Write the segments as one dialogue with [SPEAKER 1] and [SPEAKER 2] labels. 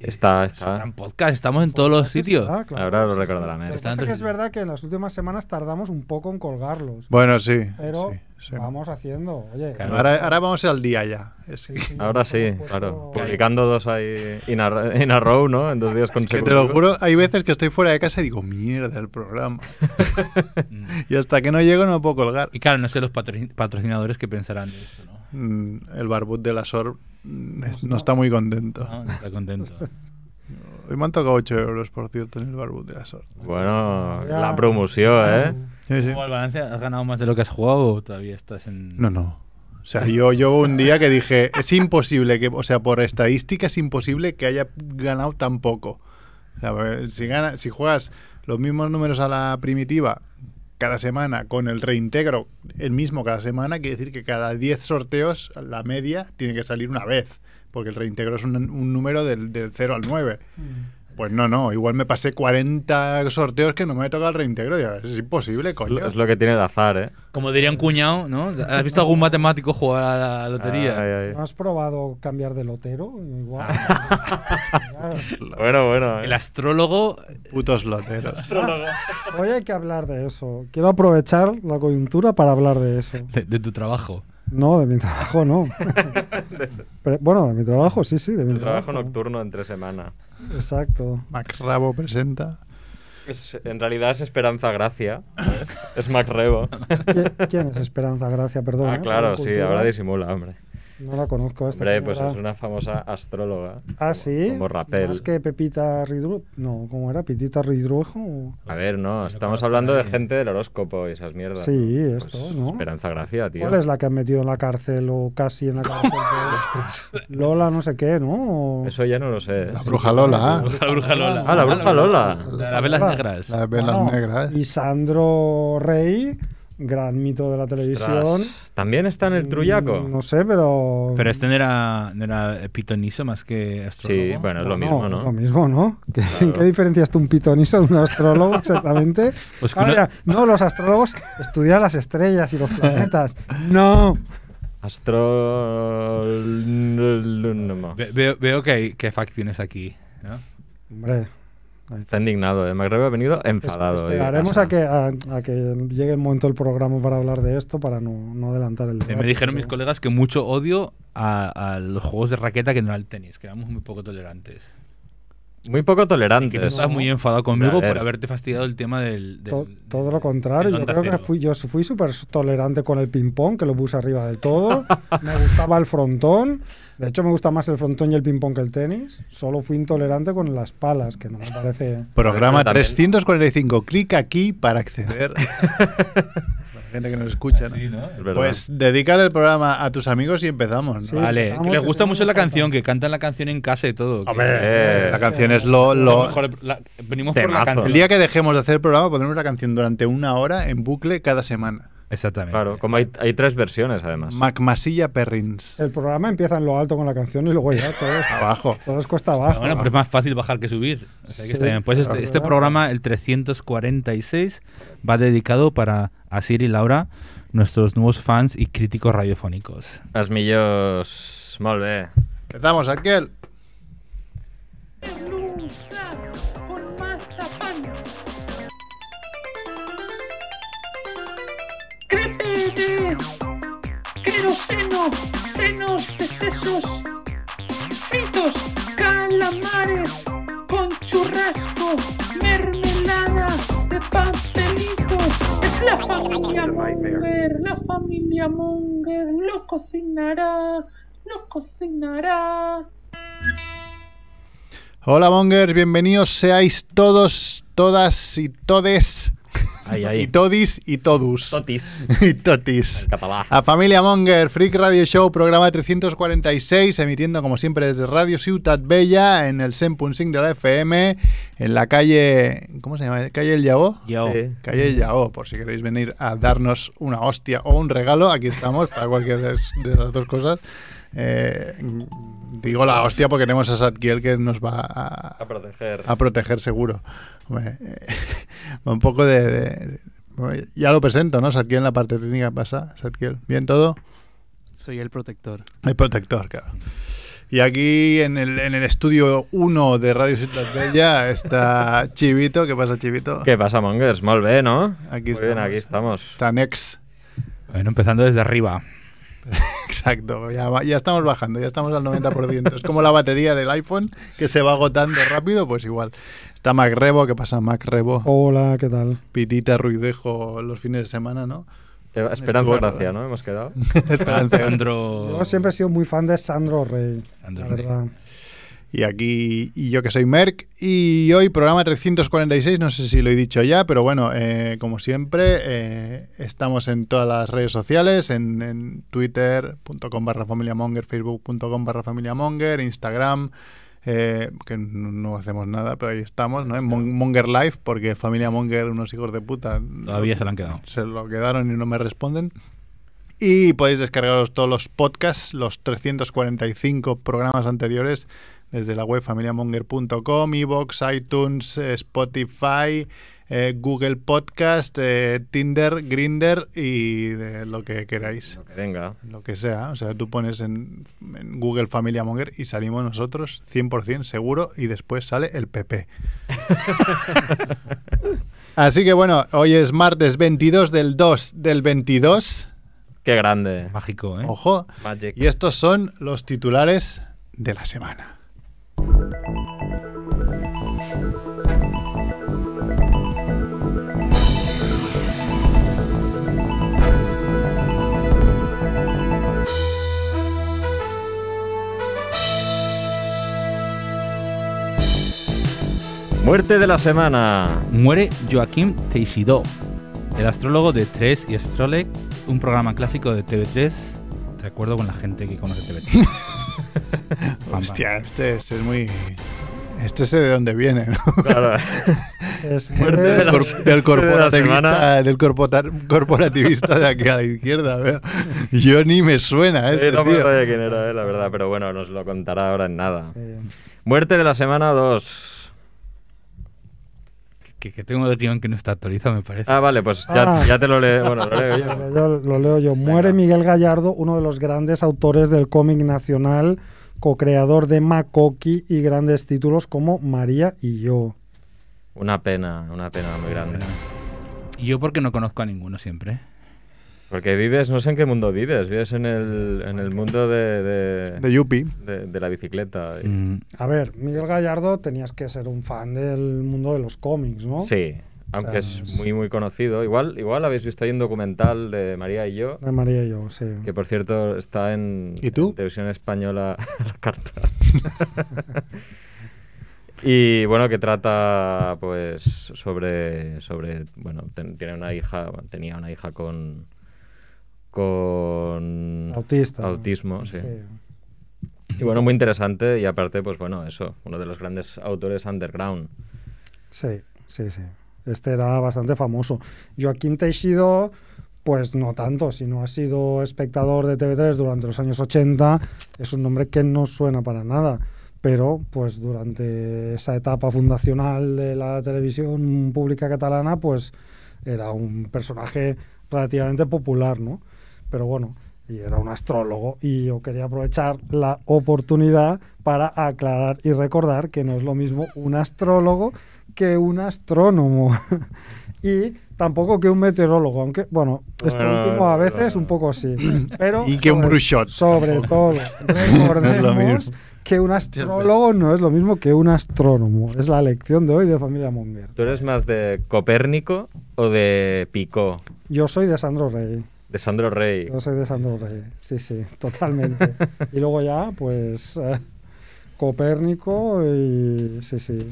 [SPEAKER 1] Está,
[SPEAKER 2] Eso está
[SPEAKER 1] está.
[SPEAKER 2] en podcast, estamos en todos los
[SPEAKER 3] Podcast
[SPEAKER 2] sitios.
[SPEAKER 3] está, claro,
[SPEAKER 1] Ahora lo
[SPEAKER 3] sí, sí.
[SPEAKER 1] recordarán, ¿eh?
[SPEAKER 3] Lo que
[SPEAKER 2] Está
[SPEAKER 3] pasa
[SPEAKER 2] en
[SPEAKER 3] Ah, es que es
[SPEAKER 2] todos
[SPEAKER 3] verdad que en las últimas semanas tardamos un poco en colgarlos.
[SPEAKER 4] Bueno, sí.
[SPEAKER 3] Pero
[SPEAKER 4] sí, sí.
[SPEAKER 3] vamos haciendo, oye.
[SPEAKER 2] Claro.
[SPEAKER 4] Ahora, ahora vamos al día ya. Es
[SPEAKER 3] sí,
[SPEAKER 4] que-
[SPEAKER 3] sí,
[SPEAKER 1] Ahora
[SPEAKER 3] nos
[SPEAKER 1] sí,
[SPEAKER 3] hemos
[SPEAKER 1] claro.
[SPEAKER 3] puesto-
[SPEAKER 1] Publicando dos ahí in a, r- in a row, ¿no? En dos días
[SPEAKER 4] que te lo
[SPEAKER 1] consecutivos.
[SPEAKER 4] juro, hay veces que estoy fuera de casa y digo, mierda, el programa. y hasta que no llego no puedo colgar.
[SPEAKER 2] Mm. Y claro, no sé los patrocin- patrocinadores que pensarán de esto, ¿no?
[SPEAKER 4] Mm, El barbut de la SOR mm, es- no está muy contento.
[SPEAKER 2] No, no está contento.
[SPEAKER 4] Hoy me han tocado 8 euros, por cierto, en el barbut de la SOR.
[SPEAKER 1] Bueno,
[SPEAKER 3] Ya.
[SPEAKER 1] la promoción, ¿eh?
[SPEAKER 4] Sí, sí.
[SPEAKER 2] ¿Cómo va el balance? ¿Has ganado más de lo que has jugado o todavía estás en...?
[SPEAKER 4] No, no. O sea, yo, yo hubo un día que dije, es imposible que, o sea, por estadística es imposible que haya ganado tan poco. O sea, eh, si, gana, si juegas los mismos números a la primitiva cada semana con el reintegro el mismo cada semana, quiere decir que cada 10 sorteos la media tiene que salir una vez, porque el reintegro es un, un número del, del 0 al 9. Pues no, no, igual me pasé 40 sorteos que no me toca el reintegro, ya, es imposible, coño.
[SPEAKER 1] Es lo que tiene el azar, ¿eh?
[SPEAKER 2] Como diría un cuñado, ¿no? ¿Has visto algún matemático jugar a la lotería?
[SPEAKER 1] Ay, ay.
[SPEAKER 3] ¿No has probado cambiar de lotero? Igual.
[SPEAKER 1] Ah.
[SPEAKER 3] Claro.
[SPEAKER 1] Bueno, bueno. ¿eh?
[SPEAKER 2] El astrólogo...
[SPEAKER 4] Putos loteros.
[SPEAKER 3] Hoy hay que hablar de eso. Quiero aprovechar la coyuntura para hablar de eso.
[SPEAKER 2] De, de tu trabajo.
[SPEAKER 3] No, de mi trabajo no. Pero, bueno, de mi trabajo sí, sí, de mi
[SPEAKER 1] Tu trabajo nocturno entre semana.
[SPEAKER 3] Exacto.
[SPEAKER 4] Max Rabo presenta.
[SPEAKER 1] Es- en realidad es Esperanza Gracia. ¿eh? es Macrebo.
[SPEAKER 3] ¿Qui- ¿Quién es Esperanza Gracia? Perdón.
[SPEAKER 1] ah,
[SPEAKER 3] ¿eh?
[SPEAKER 1] claro,
[SPEAKER 3] Para
[SPEAKER 1] sí,
[SPEAKER 3] cultura.
[SPEAKER 1] ahora disimula, hombre.
[SPEAKER 3] No la conozco esta
[SPEAKER 1] Hombre, pues
[SPEAKER 3] señora.
[SPEAKER 1] es una famosa astróloga.
[SPEAKER 3] Ah, sí.
[SPEAKER 1] Como Rapel.
[SPEAKER 3] Más que Pepita Ridruejo. No, ¿cómo era? ¿Pitita Ridruejo?
[SPEAKER 1] A ver, no,
[SPEAKER 2] Pero
[SPEAKER 1] estamos
[SPEAKER 2] claro,
[SPEAKER 1] hablando de
[SPEAKER 2] nadie.
[SPEAKER 1] gente del horóscopo y esas mierdas.
[SPEAKER 3] Sí,
[SPEAKER 1] ¿no? Pues,
[SPEAKER 3] estos, ¿no?
[SPEAKER 1] Esperanza Gracia, tío.
[SPEAKER 3] ¿Cuál es la que han metido en la cárcel o casi en la cárcel? por- Lola no sé qué, ¿no? O-
[SPEAKER 1] Eso ya no lo sé.
[SPEAKER 4] La
[SPEAKER 1] Sí.
[SPEAKER 4] bruja Lola, ¿eh?
[SPEAKER 2] La bruja Lola.
[SPEAKER 1] Ah, la bruja Lola.
[SPEAKER 2] De las velas negras.
[SPEAKER 4] las velas
[SPEAKER 3] Bueno,
[SPEAKER 4] negras.
[SPEAKER 3] Ah,
[SPEAKER 4] ¿eh?
[SPEAKER 3] Y Sandro Rey, gran mito de la televisión.
[SPEAKER 1] Ostras, ¿También está en el Trullaco?
[SPEAKER 3] Mm, No sé, pero.
[SPEAKER 2] Pero este no era, no era pitonizo más que astrólogo.
[SPEAKER 1] sí, bueno, es
[SPEAKER 3] No,
[SPEAKER 1] lo mismo,
[SPEAKER 3] Es
[SPEAKER 1] ¿no?
[SPEAKER 3] lo mismo, ¿no? ¿Qué,
[SPEAKER 1] Claro.
[SPEAKER 3] ¿En qué diferencias tú un pitoniso de un astrólogo exactamente?
[SPEAKER 2] Pues que
[SPEAKER 3] Ahora
[SPEAKER 2] uno-
[SPEAKER 3] ya, no, los astrólogos estudian las estrellas y los planetas. No.
[SPEAKER 1] Astro... no.
[SPEAKER 2] Ve- veo, veo que hay que hay facciones aquí, ¿no?
[SPEAKER 3] Hombre.
[SPEAKER 1] Está indignado, ¿eh? Magreb ha venido
[SPEAKER 3] es-
[SPEAKER 1] enfadado. hoy de
[SPEAKER 3] Esperaremos
[SPEAKER 1] casa.
[SPEAKER 3] a que, a, a que llegue el momento del programa para hablar de esto, para no, no adelantar el
[SPEAKER 2] Eh,
[SPEAKER 3] debate.
[SPEAKER 2] me dijeron mis
[SPEAKER 3] pero-
[SPEAKER 2] colegas que mucho odio a, a los juegos de raqueta que no era el tenis, que éramos muy poco tolerantes.
[SPEAKER 1] Muy poco ¿eh?
[SPEAKER 2] Que tú
[SPEAKER 1] tolerantes.
[SPEAKER 2] estás muy enfadado conmigo
[SPEAKER 1] A ver.
[SPEAKER 2] por haberte fastidiado el tema del... del-
[SPEAKER 3] To- todo
[SPEAKER 2] del-
[SPEAKER 3] lo contrario,
[SPEAKER 2] del
[SPEAKER 3] yo
[SPEAKER 2] Onda
[SPEAKER 3] creo que
[SPEAKER 2] Cero.
[SPEAKER 3] fui, yo fui súper tolerante con el ping-pong, que lo puse arriba del todo. me gustaba el frontón. De hecho, me gusta más el frontón y el ping-pong que el tenis. Solo fui intolerante con las palas, que no me parece.
[SPEAKER 4] Programa
[SPEAKER 1] Pero también-
[SPEAKER 4] 345. Clic aquí para acceder. la gente que nos escucha. ¿no?
[SPEAKER 2] Sí, ¿no?
[SPEAKER 1] Es verdad.
[SPEAKER 4] Pues dedicar el programa a tus amigos y empezamos. ¿no?
[SPEAKER 3] Sí.
[SPEAKER 2] Vale,
[SPEAKER 3] Vamos,
[SPEAKER 2] que les
[SPEAKER 3] que
[SPEAKER 2] gusta
[SPEAKER 3] sí,
[SPEAKER 2] mucho la
[SPEAKER 3] falta.
[SPEAKER 2] canción, que cantan la canción en casa y todo. que-
[SPEAKER 4] Hombre,
[SPEAKER 1] Eh,
[SPEAKER 4] la canción es lo.
[SPEAKER 2] a lo
[SPEAKER 4] lo-
[SPEAKER 2] mejor la- venimos
[SPEAKER 1] Temazo.
[SPEAKER 2] por la canción.
[SPEAKER 4] El día que dejemos de hacer el programa pondremos la canción durante una hora en bucle cada semana.
[SPEAKER 2] Exactamente.
[SPEAKER 1] Claro, como hay, hay tres versiones además.
[SPEAKER 4] Macmasilla Perrins.
[SPEAKER 3] El programa empieza en lo alto con la canción y luego ya todo es,
[SPEAKER 4] Abajo.
[SPEAKER 3] todo es cuesta
[SPEAKER 2] Ah,
[SPEAKER 3] abajo.
[SPEAKER 2] bueno, pero es más fácil bajar que subir. O sea que está
[SPEAKER 3] Sí,
[SPEAKER 2] bien. Pues este,
[SPEAKER 3] claro.
[SPEAKER 2] este programa, el 346, va dedicado para Asir y Laura, nuestros nuevos fans y críticos radiofónicos.
[SPEAKER 1] Las millos... Molt bé.
[SPEAKER 4] Empezamos, aquel.
[SPEAKER 5] con mazapán. Crepe de queroseno, senos de sesos, fritos, calamares con churrasco, mermelada de pastelito. Es la familia Munger, la familia Munger lo cocinará, lo cocinará.
[SPEAKER 4] Hola, Mongers. Bienvenidos seáis todos, todas y todes.
[SPEAKER 1] Ahí,
[SPEAKER 4] Y
[SPEAKER 1] ahí.
[SPEAKER 4] todis y todus.
[SPEAKER 1] Totis.
[SPEAKER 4] y totis.
[SPEAKER 1] En catalá.
[SPEAKER 4] A Familia Monger, Freak Radio Show, programa 346, emitiendo como siempre desde Radio Ciutat Bella, en el 100.5 de la FM, en la calle... ¿Cómo se llama? ¿Calle El Yaó?
[SPEAKER 2] Yo.
[SPEAKER 1] Sí.
[SPEAKER 4] Calle El Yaó, por si queréis venir a darnos una hostia o un regalo, aquí estamos para cualquiera de de las dos cosas. Eh, digo la hostia porque tenemos a Satkiel que nos va a,
[SPEAKER 1] A proteger.
[SPEAKER 4] a proteger seguro. Hombre, eh, va un poco de, de- bueno, ya lo presento, ¿no? Satkiel en la parte técnica pasa. Satkiel, bien todo.
[SPEAKER 6] Soy el protector.
[SPEAKER 4] El protector, claro. Y aquí en el, en el estudio 1 de Radio Ciudad Bella está Chivito. ¿Qué pasa, Chivito?
[SPEAKER 1] ¿Qué pasa, Mongers? Mal ve, ¿no?
[SPEAKER 4] Aquí
[SPEAKER 1] Muy bien,
[SPEAKER 4] estamos.
[SPEAKER 1] aquí estamos.
[SPEAKER 4] Está Nex.
[SPEAKER 2] Bueno, empezando desde arriba.
[SPEAKER 4] Exacto, ya, va- ya estamos bajando, ya estamos al 90%. es como la batería del iPhone que se va agotando rápido, pues igual. Está Macrebo, ¿qué pasa Macrebo?
[SPEAKER 3] Hola, ¿qué tal?
[SPEAKER 4] Pitita Ruidejo los fines de semana, ¿no?
[SPEAKER 1] Eh, Esperanza
[SPEAKER 4] Estuvo-
[SPEAKER 1] Gracia, ¿no? Hemos quedado.
[SPEAKER 4] Esperanza.
[SPEAKER 1] Oh.
[SPEAKER 2] Sandro.
[SPEAKER 3] Yo siempre he sido muy fan de Sandro Rey.
[SPEAKER 2] Sandro
[SPEAKER 3] la
[SPEAKER 2] Rey.
[SPEAKER 3] verdad.
[SPEAKER 4] Y aquí, y yo que soy Merck, y hoy programa 346, no sé si lo he dicho ya, pero bueno, eh, como siempre, eh, estamos en todas las redes sociales, en, en twitter.com barra familiamonger, facebook.com barra familiamonger, Instagram, eh, que no no hacemos nada, pero ahí estamos, ¿no? En Mon- Monger Life, porque Familia Monger, unos hijos de puta.
[SPEAKER 2] Todavía se lo han quedado.
[SPEAKER 4] Se lo quedaron y no me responden. Y podéis descargaros todos los podcasts, los 345 programas anteriores, desde la web familiamonger.com, iVoox, iTunes, eh, Spotify, eh, Google Podcast, eh, Tinder, Grinder y de lo que queráis.
[SPEAKER 1] Lo que venga.
[SPEAKER 4] Lo que sea, o sea, tú pones en, en Google Familia Monger y salimos nosotros 100% seguro y después sale el PP. Así que bueno, hoy es martes 22 del 2 del 22.
[SPEAKER 1] Qué grande.
[SPEAKER 2] Mágico, ¿eh?
[SPEAKER 4] Ojo.
[SPEAKER 1] Magic.
[SPEAKER 4] Y estos son los titulares de la semana.
[SPEAKER 1] Muerte de la semana.
[SPEAKER 2] Muere Joaquim Teixidó, el astrólogo de 3 y Astrolec, un programa clásico de TV3. De acuerdo con la gente que conoce TV3. Pam,
[SPEAKER 4] Hostia, este, este es muy. Este sé de dónde viene, ¿no?
[SPEAKER 1] Claro.
[SPEAKER 3] Este-
[SPEAKER 1] Muerte de la-
[SPEAKER 4] Cor- del
[SPEAKER 1] semana.
[SPEAKER 4] corporativista, del corpota- corporativista de aquí a la izquierda. veo. Yo ni me suena este
[SPEAKER 1] Sí, no me
[SPEAKER 4] tío.
[SPEAKER 1] sabía quién era, eh, la verdad, pero bueno, nos lo contará ahora en nada.
[SPEAKER 3] Eh,
[SPEAKER 1] Muerte de la semana 2.
[SPEAKER 2] Que, que tengo el guión que no está actualizado, me parece.
[SPEAKER 1] Ah, vale, pues ya,
[SPEAKER 3] Ah.
[SPEAKER 1] ya te lo leo. Bueno, lo leo yo.
[SPEAKER 3] lo leo- lo leo yo. Muere Miguel Gallardo, uno de los grandes autores del cómic nacional, co-creador de Makoki y grandes títulos como María y yo.
[SPEAKER 1] Una pena, una pena muy grande.
[SPEAKER 2] Y yo porque no conozco a ninguno siempre.
[SPEAKER 1] Porque vives, no sé en qué mundo vives, vives en el, en el mundo de, de,
[SPEAKER 4] De Yupi.
[SPEAKER 1] de- de la bicicleta. y-
[SPEAKER 2] Mm,
[SPEAKER 3] A ver, Miguel Gallardo tenías que ser un fan del mundo de los cómics, ¿no?
[SPEAKER 1] Sí, aunque
[SPEAKER 3] O
[SPEAKER 1] es
[SPEAKER 3] sea,
[SPEAKER 1] muy, muy conocido. Igual, igual habéis visto ahí un documental de María y yo,
[SPEAKER 3] De María y yo, sí.
[SPEAKER 1] que por cierto está en,
[SPEAKER 4] ¿Y tú?
[SPEAKER 1] en televisión española a la carta. y bueno, que trata pues sobre, sobre bueno, ten- tiene una hija, bueno, tenía una hija con... Con
[SPEAKER 3] Autista. ¿no?
[SPEAKER 1] autismo, sí.
[SPEAKER 3] Sí.
[SPEAKER 1] Y bueno, muy interesante y aparte, pues bueno, eso, uno de los grandes autores underground.
[SPEAKER 3] Sí, sí, sí. Este era bastante famoso. Joaquín Teixido, pues no tanto, sino ha sido espectador de TV3 durante los años 80. Es un nombre que no suena para nada, pero pues durante esa etapa fundacional de la televisión pública catalana, pues era un personaje relativamente popular, ¿no? Pero bueno, y era un astrólogo y yo quería aprovechar la oportunidad para aclarar y recordar que no es lo mismo un astrólogo que un astrónomo y tampoco que un meteorólogo, aunque bueno, esto
[SPEAKER 1] Bueno,
[SPEAKER 3] último a
[SPEAKER 1] es
[SPEAKER 3] veces
[SPEAKER 1] verdad.
[SPEAKER 3] un poco sí, pero
[SPEAKER 4] Y que un
[SPEAKER 3] sobre-
[SPEAKER 4] brushot.
[SPEAKER 3] Sobre todo, recordemos
[SPEAKER 4] mismo.
[SPEAKER 3] que un astrólogo no es lo mismo que un astrónomo, es la lección de hoy de familia Monger.
[SPEAKER 1] ¿Tú eres más de Copérnico o de Picó?
[SPEAKER 3] Yo soy de Sandro Rey.
[SPEAKER 1] De Sandro Rey.
[SPEAKER 3] Yo soy de Sandro Rey, sí, sí, totalmente. y luego ya, pues, eh, Copérnico y, sí, sí,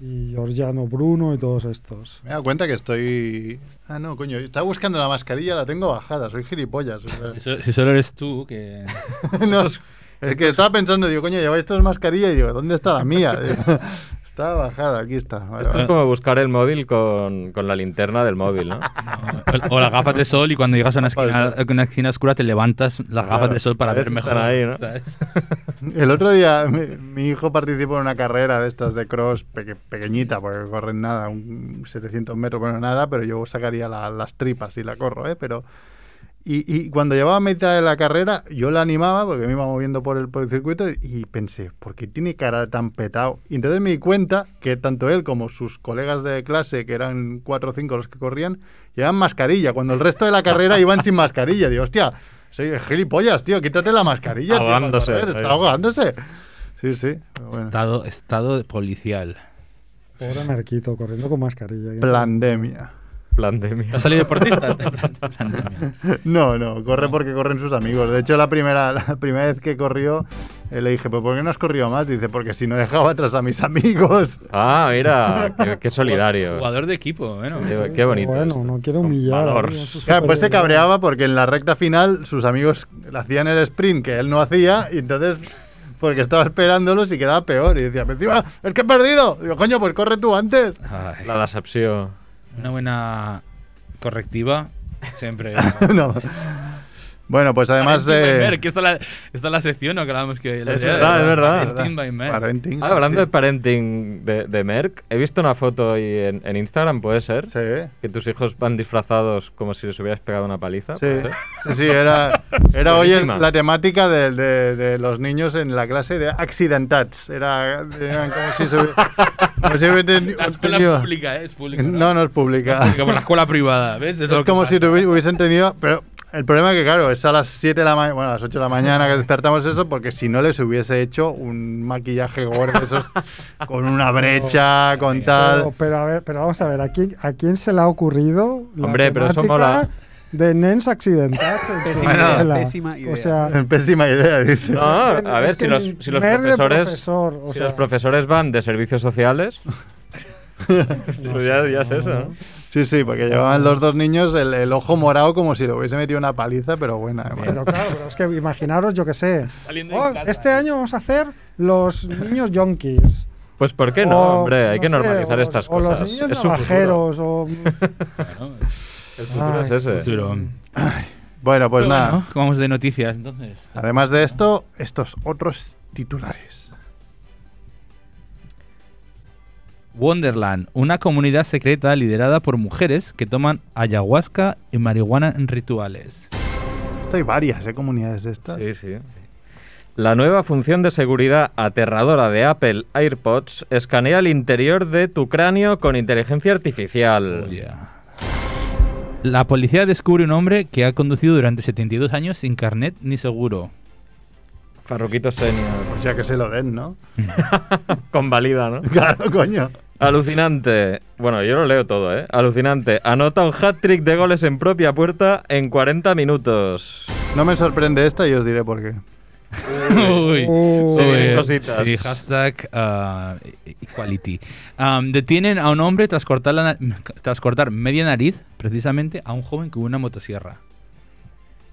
[SPEAKER 3] y Giorgiano Bruno y todos estos.
[SPEAKER 4] Me he dado cuenta que estoy. Ah, no, coño. Estaba buscando la mascarilla, la tengo bajada. Soy gilipollas. o sea.
[SPEAKER 2] Si, so- si solo eres tú, que.
[SPEAKER 4] No, es que estaba pensando, digo, coño, lleváis todos mascarilla. Y digo, ¿dónde está la mía? Digo, estaba bajada, aquí está. Vale,
[SPEAKER 1] Esto es
[SPEAKER 4] vale.
[SPEAKER 1] como buscar el móvil con, con la linterna del móvil, ¿no?
[SPEAKER 2] O, o las gafas de sol y cuando llegas a una esquina,
[SPEAKER 4] Puede
[SPEAKER 2] a una esquina oscura te levantas las gafas de sol para
[SPEAKER 1] a ver
[SPEAKER 2] ver
[SPEAKER 1] si
[SPEAKER 2] mejor.
[SPEAKER 1] están ahí, ¿no?
[SPEAKER 2] ¿sabes?
[SPEAKER 4] El otro día mi, mi hijo participó en una carrera de estas de cross peque- pequeñita, porque corren nada, un 700 metros, bueno, nada, pero yo sacaría la- las tripas y la corro, ¿eh? Pero Y, y cuando llevaba mitad de la carrera, yo la animaba porque me iba moviendo por el, por el circuito y, y pensé, ¿por qué tiene cara tan petado? Y entonces me di cuenta que tanto él como sus colegas de clase, que eran cuatro o cinco los que corrían, llevaban mascarilla, cuando el resto de la carrera iban sin mascarilla. Digo, hostia, soy gilipollas, tío, quítate la mascarilla. tío, para
[SPEAKER 1] Ahogándose,
[SPEAKER 4] correr,
[SPEAKER 1] ahí.
[SPEAKER 4] está ahogándose. Sí, sí. pero bueno.
[SPEAKER 2] Estado, estado policial.
[SPEAKER 3] Pobre Marquito, corriendo con mascarilla.
[SPEAKER 4] Plandemia.
[SPEAKER 1] Pandemia.
[SPEAKER 2] ¿Te has salido deportista? Plan- plan de mierda.
[SPEAKER 4] No, no, corre porque corren sus amigos. De hecho, la primera, la primera vez que corrió, eh, le dije, ¿pero por qué no has corrido más? Dice, porque si no dejaba atrás a mis amigos.
[SPEAKER 1] Ah, mira, qué, qué solidario.
[SPEAKER 2] Jugador de equipo, bueno.
[SPEAKER 1] Qué, qué bonito.
[SPEAKER 3] Bueno,
[SPEAKER 1] esto.
[SPEAKER 3] no quiero humillar a
[SPEAKER 1] Valor.
[SPEAKER 3] alguien, eso es
[SPEAKER 4] Claro, pues se
[SPEAKER 3] superioridad.
[SPEAKER 4] cabreaba porque en la recta final sus amigos le hacían el sprint que él no hacía y entonces, porque estaba esperándolos y quedaba peor. Y decía, "Pero encima, es que he perdido. Digo, coño, pues corre tú antes.
[SPEAKER 2] Ay,
[SPEAKER 1] La desapción.
[SPEAKER 2] una buena correctiva siempre.
[SPEAKER 4] No. Bueno, pues además
[SPEAKER 2] Valentín
[SPEAKER 4] de...
[SPEAKER 2] Baimer, que esta la, esta la sección ¿no? que hablábamos que...
[SPEAKER 1] Es verdad, es verdad.
[SPEAKER 2] Valentín Baimer.
[SPEAKER 4] Valentín,
[SPEAKER 1] Ah, hablando de
[SPEAKER 4] sí.
[SPEAKER 1] parenting de, de Merck, he visto una foto hoy en, en Instagram, ¿puede ser?
[SPEAKER 4] Sí.
[SPEAKER 1] Que tus hijos van disfrazados como si les hubieras pegado una
[SPEAKER 2] Ah,
[SPEAKER 1] paliza.
[SPEAKER 4] Sí,
[SPEAKER 2] pues,
[SPEAKER 1] ¿puede
[SPEAKER 2] ¿eh?
[SPEAKER 1] ser?
[SPEAKER 4] sí, sí, era, era hoy el-
[SPEAKER 1] Buenísima.
[SPEAKER 4] la temática de, de- de los niños en la clase de accidentats. Era, eran como si se hubi- como si hubiesen
[SPEAKER 2] La escuela
[SPEAKER 4] tenido-
[SPEAKER 2] pública, ¿eh? Es pública.
[SPEAKER 4] No, no es pública.
[SPEAKER 2] Pública, por la escuela privada, ¿ves? Es,
[SPEAKER 4] Es como si tuvi- hubiesen tenido... Pero el problema es que, claro, es a las 7 de la mañana, bueno, a las 8 de la mañana que despertamos eso, porque si no les hubiese hecho un maquillaje gordo, esos, con una brecha, con
[SPEAKER 3] Pero,
[SPEAKER 4] tal...
[SPEAKER 3] pero a ver, pero vamos a ver, ¿a quién, a quién se le ha ocurrido la
[SPEAKER 1] Hombre, pero eso
[SPEAKER 3] temática
[SPEAKER 1] mola.
[SPEAKER 3] de nens accidentados? en su
[SPEAKER 6] Pésima
[SPEAKER 4] idea,
[SPEAKER 3] escuela?
[SPEAKER 6] pésima idea.
[SPEAKER 3] O sea,
[SPEAKER 4] Pésima idea, dice.
[SPEAKER 1] No, a
[SPEAKER 3] es que-
[SPEAKER 1] ver,
[SPEAKER 3] es
[SPEAKER 1] si
[SPEAKER 3] que
[SPEAKER 1] los,
[SPEAKER 3] ni
[SPEAKER 1] si los
[SPEAKER 3] ver de
[SPEAKER 1] profesores.
[SPEAKER 3] profesor, o
[SPEAKER 1] si
[SPEAKER 3] sea.
[SPEAKER 1] los profesores van de servicios sociales. pues ya, ya es eso, ¿no?
[SPEAKER 4] Sí, sí,
[SPEAKER 2] Ah.
[SPEAKER 4] porque llevaban los dos niños el, el ojo morado como si le hubiese metido una paliza, pero buena.
[SPEAKER 3] pero
[SPEAKER 4] bueno.
[SPEAKER 3] claro, pero es que imaginaros, yo qué sé.
[SPEAKER 2] Saliendo de
[SPEAKER 3] Oh,
[SPEAKER 2] casa,
[SPEAKER 3] este
[SPEAKER 2] ¿eh?
[SPEAKER 3] año vamos a hacer los niños yonkis.
[SPEAKER 1] Pues ¿por qué no,
[SPEAKER 3] O,
[SPEAKER 1] hombre? Hay
[SPEAKER 3] no
[SPEAKER 1] que
[SPEAKER 3] sé,
[SPEAKER 1] normalizar
[SPEAKER 3] o
[SPEAKER 1] estas
[SPEAKER 3] los- O
[SPEAKER 1] cosas.
[SPEAKER 3] los niños
[SPEAKER 1] es su futuro.
[SPEAKER 3] navajeros, o...
[SPEAKER 2] Bueno,
[SPEAKER 1] El futuro
[SPEAKER 3] Ay,
[SPEAKER 1] es ese.
[SPEAKER 2] futuro.
[SPEAKER 4] Bueno,
[SPEAKER 2] Pues
[SPEAKER 4] pues
[SPEAKER 2] Pero
[SPEAKER 4] nada.
[SPEAKER 2] bueno, vamos de noticias, entonces.
[SPEAKER 4] Además de esto, estos otros titulares.
[SPEAKER 2] Wonderland, una comunidad secreta liderada por mujeres que toman ayahuasca y marihuana en rituales.
[SPEAKER 4] Esto hay varias ¿eh? comunidades de estas.
[SPEAKER 1] Sí, sí. La nueva función de seguridad aterradora de Apple AirPods escanea el interior de tu cráneo con inteligencia artificial.
[SPEAKER 2] La policía descubre un hombre que ha conducido durante 72 años sin carnet ni seguro.
[SPEAKER 1] Farruquito Senior.
[SPEAKER 4] O sea Pues que se lo den, ¿no?
[SPEAKER 1] Convalida, ¿no?
[SPEAKER 4] Claro, coño.
[SPEAKER 1] Alucinante. Bueno, yo lo leo todo, ¿eh? Alucinante. Anota un hat-trick de goles en propia puerta en 40 minutos.
[SPEAKER 4] No me sorprende esta y os diré por qué.
[SPEAKER 2] Uy.
[SPEAKER 3] Uh,
[SPEAKER 1] Sí,
[SPEAKER 2] Eh,
[SPEAKER 1] cositas.
[SPEAKER 2] sí, hashtag ah, equality. Am, detienen a un hombre tras cortar, la na- tras cortar media nariz, precisamente a un joven con una motosierra.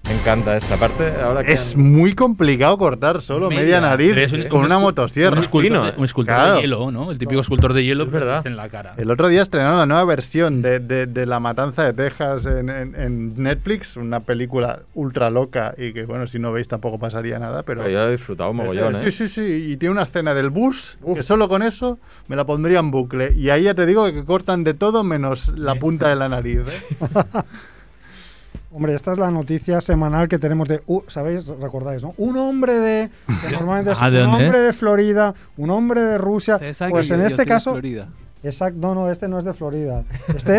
[SPEAKER 1] Me encanta esta parte. Ahora que
[SPEAKER 4] Es
[SPEAKER 1] han-
[SPEAKER 4] muy complicado cortar solo media,
[SPEAKER 2] Pero
[SPEAKER 4] nariz
[SPEAKER 2] es un-
[SPEAKER 4] con
[SPEAKER 2] un
[SPEAKER 4] una
[SPEAKER 2] escu- Un
[SPEAKER 4] motosierra.
[SPEAKER 2] escultor,
[SPEAKER 1] Fino,
[SPEAKER 2] de,
[SPEAKER 1] eh.
[SPEAKER 2] un escultor de
[SPEAKER 4] Claro.
[SPEAKER 2] hielo, ¿no? El típico escultor de hielo,
[SPEAKER 1] Es
[SPEAKER 2] pero
[SPEAKER 1] verdad.
[SPEAKER 2] en la cara.
[SPEAKER 4] El otro día estrenaron la nueva versión de, de- de La Matanza de Texas en, en- en Netflix, una película ultra loca y que, bueno, si no veis tampoco pasaría nada, pero...
[SPEAKER 1] Pero yo he disfrutado un mogollón,
[SPEAKER 4] Ese-
[SPEAKER 1] ¿eh?
[SPEAKER 4] Sí, sí, sí. Y tiene una escena del bus
[SPEAKER 1] Uf.
[SPEAKER 4] que solo con eso me la pondría en bucle. Y ahí ya te digo que cortan de todo menos la punta de la nariz. ¿eh?
[SPEAKER 3] Hombre, esta es la noticia semanal que tenemos de, uh, ¿sabéis? Recordáis, ¿no? Un hombre de, que normalmente es
[SPEAKER 2] Ah, ¿de
[SPEAKER 3] un
[SPEAKER 2] dónde
[SPEAKER 3] hombre
[SPEAKER 2] es?
[SPEAKER 3] de Florida, un hombre de Rusia.
[SPEAKER 6] Ustedes saben
[SPEAKER 3] Pues
[SPEAKER 6] que
[SPEAKER 3] en
[SPEAKER 6] yo- yo
[SPEAKER 3] este
[SPEAKER 6] soy de
[SPEAKER 3] caso,
[SPEAKER 6] Florida.
[SPEAKER 3] exacto, no, no, este no es de Florida. Este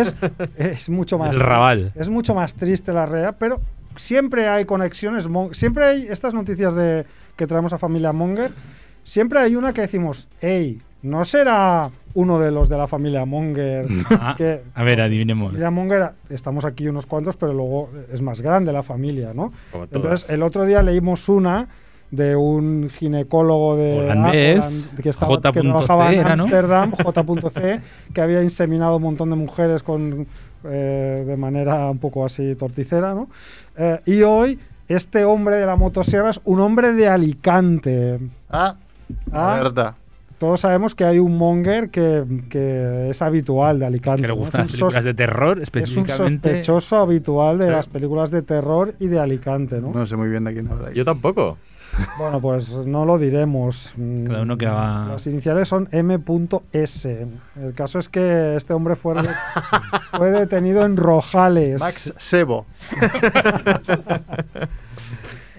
[SPEAKER 3] es, es mucho más.
[SPEAKER 2] El Raval.
[SPEAKER 3] Es mucho más triste la realidad, pero siempre hay conexiones. mon- Siempre hay estas noticias de que traemos a familia Monger. Siempre hay una que decimos, hey, no será uno de los de la familia Monger.
[SPEAKER 2] Ah,
[SPEAKER 3] que,
[SPEAKER 2] a ver, adivinemos.
[SPEAKER 3] familia Monger, estamos aquí unos cuantos, pero luego es más grande la familia, ¿no?
[SPEAKER 1] Como todas.
[SPEAKER 3] Entonces, el otro día leímos una de un ginecólogo de
[SPEAKER 2] Holandés,
[SPEAKER 3] que, estaba,
[SPEAKER 2] J.C.
[SPEAKER 3] que trabajaba en
[SPEAKER 2] era, ¿no?
[SPEAKER 3] Ámsterdam, J.C., que había inseminado un montón de mujeres con, eh, de manera un poco así torticera, ¿no? Eh, y hoy, este hombre de la motosierra es un hombre de Alicante.
[SPEAKER 4] Ah,
[SPEAKER 3] Ah.
[SPEAKER 4] alerta.
[SPEAKER 3] Todos sabemos que hay un monger que, que es habitual de Alicante.
[SPEAKER 2] Que le
[SPEAKER 3] ¿no? Es
[SPEAKER 2] gustan
[SPEAKER 3] un
[SPEAKER 2] las películas
[SPEAKER 3] sos-
[SPEAKER 2] de terror,
[SPEAKER 3] es un
[SPEAKER 2] específicamente.
[SPEAKER 3] sospechoso habitual de
[SPEAKER 4] Sí.
[SPEAKER 3] las películas de terror y de Alicante, ¿no?
[SPEAKER 4] No sé muy bien de quién habla.
[SPEAKER 1] Yo tampoco.
[SPEAKER 3] Bueno, pues no lo diremos. Mm,
[SPEAKER 2] Cada uno que haga-
[SPEAKER 3] Las iniciales son M.S. El caso es que este hombre fue, fue detenido en Rojales.
[SPEAKER 4] Max Sebo.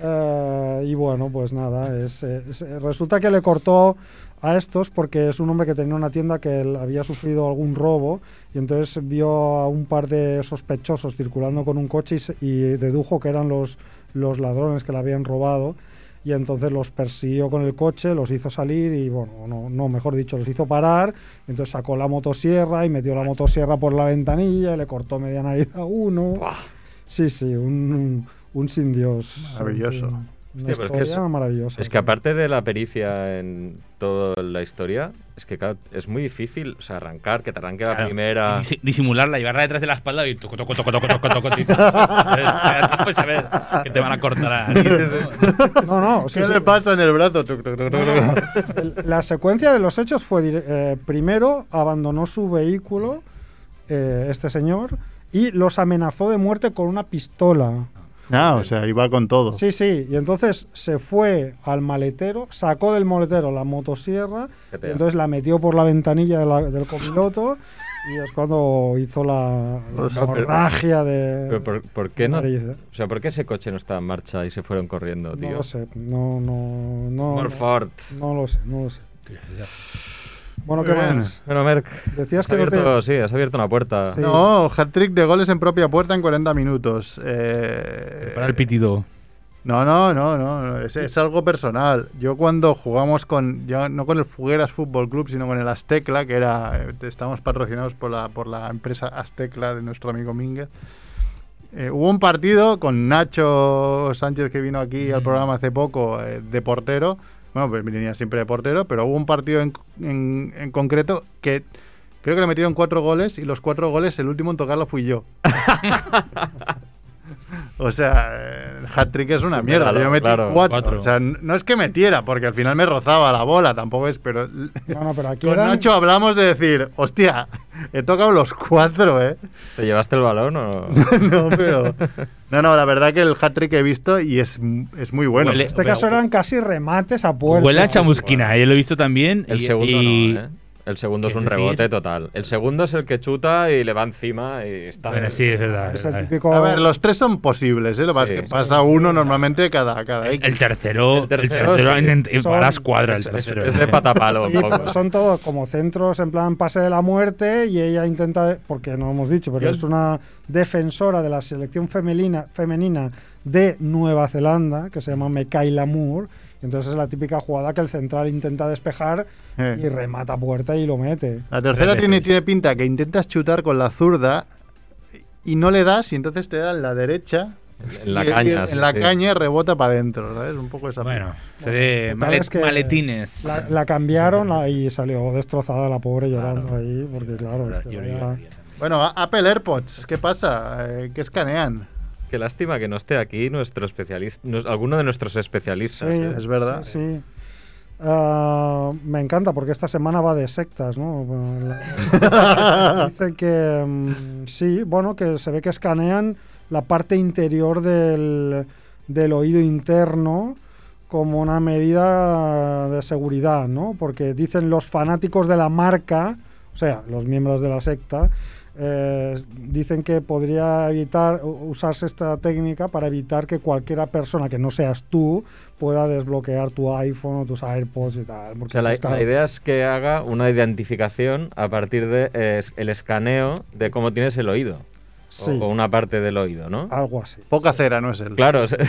[SPEAKER 3] Eh, y bueno, pues nada, es, es- resulta que le cortó a estos porque es un hombre que tenía una tienda que él había sufrido algún robo y entonces vio a un par de sospechosos circulando con un coche y, se- y dedujo que eran los, los ladrones que le habían robado y entonces los persiguió con el coche, los hizo salir y bueno, no, no, mejor dicho, los hizo parar, entonces sacó la motosierra y metió la motosierra por la ventanilla y le cortó media nariz a uno. Sí, sí, un, un sin Dios.
[SPEAKER 4] Maravilloso.
[SPEAKER 3] En fin,
[SPEAKER 1] Hostia,
[SPEAKER 3] Una
[SPEAKER 1] pero es que
[SPEAKER 3] historia
[SPEAKER 1] es-
[SPEAKER 3] maravillosa.
[SPEAKER 1] Es que aparte de la pericia en toda la historia, es que claro, es muy difícil o sea, arrancar, que te arranque la
[SPEAKER 2] Claro.
[SPEAKER 1] primera.
[SPEAKER 2] Y disi- Disimularla, llevarla detrás de la espalda y toco, toco, toco, toco, toco, toco, toco, y- Pues a ver, que te van a cortar. la nariz, ¿no?
[SPEAKER 3] No, no, sí,
[SPEAKER 4] ¿Qué
[SPEAKER 3] sí. Ah.
[SPEAKER 4] le pasa en el brazo? Tuc, tuc, tuc, tuc, tuc.
[SPEAKER 3] El- La secuencia de los hechos fue, dire- eh, primero, abandonó su vehículo, eh, este señor, y los amenazó de muerte con una pistola.
[SPEAKER 4] Ah, o sea, iba con todo.
[SPEAKER 3] Sí, sí, y entonces se fue al maletero, sacó del maletero la motosierra,
[SPEAKER 1] Se
[SPEAKER 3] y
[SPEAKER 1] pega.
[SPEAKER 3] entonces la metió por la ventanilla de la- del copiloto, y es cuando hizo la la
[SPEAKER 1] Pero-
[SPEAKER 3] hemorragia de...
[SPEAKER 1] Pues, eh, Pero por, por qué no?
[SPEAKER 3] nariz.
[SPEAKER 1] O sea, ¿por qué ese coche no estaba en marcha y se fueron corriendo, tío?
[SPEAKER 3] No lo sé, no, no, no.
[SPEAKER 1] Por
[SPEAKER 3] no,
[SPEAKER 1] favor.
[SPEAKER 3] no lo sé, no lo sé. Bueno, ¿qué
[SPEAKER 4] Bueno.
[SPEAKER 3] más?
[SPEAKER 1] Bueno, Merck,
[SPEAKER 3] Decías
[SPEAKER 1] has
[SPEAKER 3] que no te-
[SPEAKER 1] abierto- sí, has abierto una puerta.
[SPEAKER 3] Sí.
[SPEAKER 4] No, hat-trick de goles en propia puerta en 40 minutos. Eh,
[SPEAKER 2] Para el pitido.
[SPEAKER 4] No, no, no, no, no, Es, es algo personal. Yo cuando jugamos con, ya no con el Fugueras Fútbol Club, sino con el Aztecla, que era, eh, estábamos patrocinados por la, por la empresa Aztecla de nuestro amigo Mínguez. eh, hubo un partido con Nacho Sánchez que vino aquí al programa hace poco eh, de portero. Bueno, pues venía siempre de portero, pero hubo un partido en, en- en concreto que creo que le metieron cuatro goles y los cuatro goles, el último en tocarlo fui yo. o sea, eh, el hat-trick es una mierda.
[SPEAKER 1] regalo,
[SPEAKER 4] Yo metí
[SPEAKER 1] claro,
[SPEAKER 4] cuatro.
[SPEAKER 2] cuatro.
[SPEAKER 4] O sea, n- no es que metiera, porque al final me rozaba la bola, tampoco es, pero...
[SPEAKER 3] No, no, pero aquí
[SPEAKER 4] Con
[SPEAKER 3] eran-
[SPEAKER 4] Nacho hablamos de decir, hostia, he tocado los cuatro, ¿eh?
[SPEAKER 1] ¿Te llevaste el balón o
[SPEAKER 4] no, pero. No, no, la verdad que el hat-trick he visto y es, es muy bueno.
[SPEAKER 2] Huele-
[SPEAKER 3] En este caso eran casi remates a puerta.
[SPEAKER 2] Huele a chamusquina, yo lo he visto también.
[SPEAKER 1] El
[SPEAKER 2] y-
[SPEAKER 1] segundo
[SPEAKER 2] y-
[SPEAKER 1] no, ¿eh? El segundo es
[SPEAKER 2] Es
[SPEAKER 1] un
[SPEAKER 2] decir-
[SPEAKER 1] rebote total. El segundo es el que chuta y le va encima y está.
[SPEAKER 2] Bueno, sí, es verdad.
[SPEAKER 3] Es
[SPEAKER 2] es
[SPEAKER 3] el
[SPEAKER 2] verdad.
[SPEAKER 3] típico.
[SPEAKER 4] A ver, los tres son posibles, ¿eh? Lo que pasa es
[SPEAKER 1] Sí.
[SPEAKER 4] que pasa uno normalmente cada, cada X.
[SPEAKER 2] El tercero,
[SPEAKER 1] El
[SPEAKER 2] el
[SPEAKER 1] tercero,
[SPEAKER 2] tercero,
[SPEAKER 1] sí.
[SPEAKER 2] en-
[SPEAKER 3] Son-
[SPEAKER 2] va a la escuadra, el
[SPEAKER 1] Es, es-
[SPEAKER 2] tercero.
[SPEAKER 1] es de patapalo
[SPEAKER 3] Sí,
[SPEAKER 1] un poco.
[SPEAKER 3] son todos como centros en plan pase de la muerte y ella intenta, porque no hemos dicho, pero
[SPEAKER 4] Yo-
[SPEAKER 3] es una defensora de la selección femenina, femenina de Nueva Zelanda, que se llama Mekaila Moore. y Entonces es la típica jugada que el central intenta despejar
[SPEAKER 4] Eh.
[SPEAKER 3] y remata a puerta y lo mete.
[SPEAKER 4] La tercera
[SPEAKER 2] Tres
[SPEAKER 4] tiene,
[SPEAKER 2] veces.
[SPEAKER 4] tiene pinta que intentas chutar con la zurda y no le das y entonces te dan la derecha.
[SPEAKER 1] En la
[SPEAKER 4] y- y-
[SPEAKER 1] caña, sí,
[SPEAKER 4] En la
[SPEAKER 1] sí.
[SPEAKER 4] caña y rebota para adentro, ¿sabes? Un poco esa.
[SPEAKER 2] Bueno, se ve
[SPEAKER 3] Total
[SPEAKER 2] malet-
[SPEAKER 3] es que
[SPEAKER 2] maletines.
[SPEAKER 3] La, la cambiaron la- y salió destrozada la pobre llorando
[SPEAKER 2] Claro.
[SPEAKER 3] ahí, porque claro, este es que
[SPEAKER 2] Yo lo
[SPEAKER 3] vaya-
[SPEAKER 2] llevaría también.
[SPEAKER 4] Bueno, a- Apple AirPods, ¿qué pasa? Eh, ¿Qué escanean?
[SPEAKER 1] Qué lástima que no esté aquí nuestro especialista, nos- alguno de nuestros especialistas.
[SPEAKER 3] Sí,
[SPEAKER 1] ¿eh?
[SPEAKER 4] es verdad.
[SPEAKER 3] Sí. sí. Ah, me encanta porque esta semana va de sectas, ¿no? Bueno, la- Dicen que mm, sí, bueno, que se ve que escanean la parte interior del, del oído interno como una medida de seguridad, ¿no? Porque dicen los fanáticos de la marca, o sea, los miembros de la secta, eh, dicen que podría evitar u- usarse esta técnica para evitar que cualquiera persona que no seas tú pueda desbloquear tu iPhone o tus AirPods y tal.
[SPEAKER 1] O
[SPEAKER 3] Porque
[SPEAKER 1] sea, la,
[SPEAKER 3] está-
[SPEAKER 1] la idea es que haga una identificación a partir de eh, es- el escaneo de cómo tienes el oído. o-
[SPEAKER 3] sí, Ah.
[SPEAKER 1] O, una parte del oído, ¿no?
[SPEAKER 3] algo así.
[SPEAKER 4] Poca cera, no es él.
[SPEAKER 1] Claro, o sea,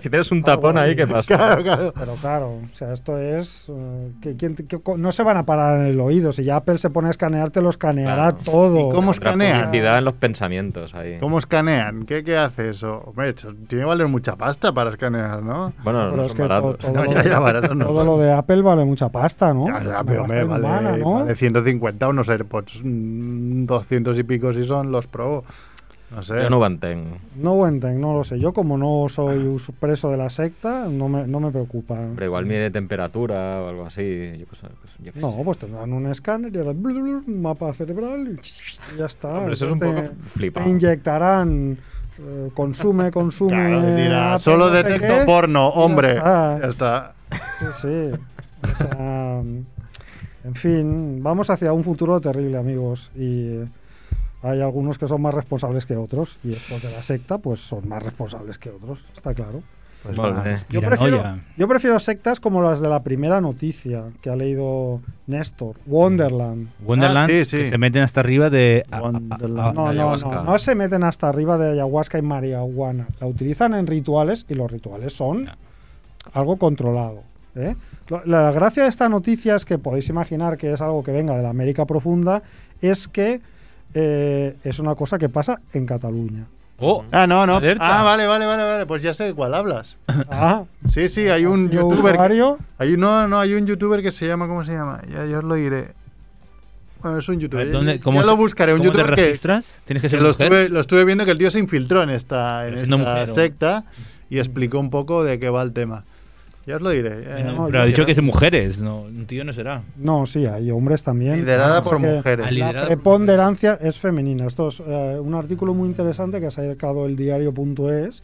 [SPEAKER 1] si tienes un tapón ahí, ¿qué pasa?
[SPEAKER 4] claro. claro.
[SPEAKER 3] Pero claro, o sea, esto es. eh, que, quién te- que co- no se van a parar en el oído. Si ya Apple se pone a escanear, te lo escaneará
[SPEAKER 1] Claro.
[SPEAKER 3] todo.
[SPEAKER 4] ¿Y
[SPEAKER 1] Pondrá
[SPEAKER 4] cómo escanea?
[SPEAKER 1] publicidad en los pensamientos ahí.
[SPEAKER 4] ¿Cómo escanean? ¿Qué, qué hace eso? Hombre, eso tiene que valer mucha pasta para escanear, ¿no?
[SPEAKER 1] Bueno, no,
[SPEAKER 3] Pero es
[SPEAKER 1] son
[SPEAKER 3] que to-
[SPEAKER 1] baratos.
[SPEAKER 3] todo,
[SPEAKER 4] Pues No,
[SPEAKER 3] lo,
[SPEAKER 4] ya, ya, barato no.
[SPEAKER 3] todo lo de Apple vale mucha pasta, ¿no?
[SPEAKER 4] Ya, ya,
[SPEAKER 3] Una
[SPEAKER 4] pero
[SPEAKER 3] pasta
[SPEAKER 4] hombre, vale,
[SPEAKER 3] inhumana, ¿no?
[SPEAKER 4] vale 150 unos AirPods, pues, mm, 200 y pico si son los Pro. No sé.
[SPEAKER 1] Yo no mantengo.
[SPEAKER 3] No Wenten, no lo sé. Yo como no soy
[SPEAKER 4] Ah.
[SPEAKER 3] us- preso de la secta, no me, no me preocupa.
[SPEAKER 1] Pero igual mide temperatura o algo así. Yo qué sé, pues, yo qué sé.
[SPEAKER 3] No, pues tendrán un escáner y harán blur, blur, un mapa cerebral y ya está.
[SPEAKER 1] Hombre, eso es un
[SPEAKER 3] Te-
[SPEAKER 1] poco flipado.
[SPEAKER 3] Te inyectarán eh, consume, consume.
[SPEAKER 4] Claro, dirá,
[SPEAKER 3] app,
[SPEAKER 4] Ah, solo
[SPEAKER 3] no sé
[SPEAKER 4] detecto
[SPEAKER 3] qué".
[SPEAKER 4] porno,
[SPEAKER 3] ya
[SPEAKER 4] hombre.
[SPEAKER 3] está.
[SPEAKER 4] Ya está.
[SPEAKER 3] Sí, sí. O sea, en fin, vamos hacia un futuro terrible, amigos. Y eh, hay algunos que son más responsables que otros. Y estos de la secta, pues son más responsables que otros, está claro.
[SPEAKER 4] Pues
[SPEAKER 1] Vale.
[SPEAKER 4] nada, es-
[SPEAKER 3] Yo prefiero,
[SPEAKER 2] Piranoia.
[SPEAKER 3] yo prefiero sectas como las de la primera noticia que ha leído Néstor, Wonderland.
[SPEAKER 2] Wonderland,
[SPEAKER 4] Ah, sí,
[SPEAKER 2] que
[SPEAKER 4] sí.
[SPEAKER 2] se meten hasta arriba de. a- a- a- Ah,
[SPEAKER 4] Wonderland.
[SPEAKER 3] No,
[SPEAKER 1] la
[SPEAKER 3] no,
[SPEAKER 1] ayahuasca.
[SPEAKER 3] no, no se meten hasta arriba de ayahuasca y marihuana. La utilizan en rituales y los rituales son
[SPEAKER 2] Ya.
[SPEAKER 3] algo controlado. ¿eh? Lo- La gracia de esta noticia es que podéis imaginar que es algo que venga de la América profunda, es que eh, es una cosa que pasa en Cataluña.
[SPEAKER 2] Oh,
[SPEAKER 4] Ah, no, no.
[SPEAKER 2] Alerta.
[SPEAKER 4] Ah, vale, vale, vale, vale. Pues ya sé de cuál hablas.
[SPEAKER 3] Ah,
[SPEAKER 4] Sí, sí, hay un
[SPEAKER 3] ha sido
[SPEAKER 4] youtuber.
[SPEAKER 3] usuario.
[SPEAKER 4] Hay un- no, no, hay un youtuber que se llama, ¿cómo se llama? Ya, ya os lo diré. Bueno, es un youtuber.
[SPEAKER 2] ¿dónde-
[SPEAKER 4] ya ya lo
[SPEAKER 2] se-
[SPEAKER 4] buscaré. Un
[SPEAKER 2] cómo
[SPEAKER 4] youtuber
[SPEAKER 2] te
[SPEAKER 4] que,
[SPEAKER 2] registras? Tienes que
[SPEAKER 4] que
[SPEAKER 2] ser
[SPEAKER 4] lo,
[SPEAKER 2] mujer.
[SPEAKER 4] estuve, lo estuve viendo que el tío se infiltró en esta, en
[SPEAKER 2] Pero siendo
[SPEAKER 4] esta
[SPEAKER 2] mujer, ¿o? Mm.
[SPEAKER 4] secta y explicó un poco de qué va el tema. Ya os lo diré. eh. ya-
[SPEAKER 2] No,
[SPEAKER 3] no,
[SPEAKER 2] pero
[SPEAKER 3] yo
[SPEAKER 2] ha dicho
[SPEAKER 4] creo-
[SPEAKER 2] que es de mujeres, no, un tío no será.
[SPEAKER 3] No, sí, hay hombres también.
[SPEAKER 4] Liderada
[SPEAKER 3] Lo que
[SPEAKER 4] por
[SPEAKER 3] pasa es que
[SPEAKER 4] mujeres.
[SPEAKER 2] Ali-
[SPEAKER 3] La
[SPEAKER 2] Liderada por
[SPEAKER 3] preponderancia es femenina. Esto es eh, un artículo muy interesante que ha sacado el diario.es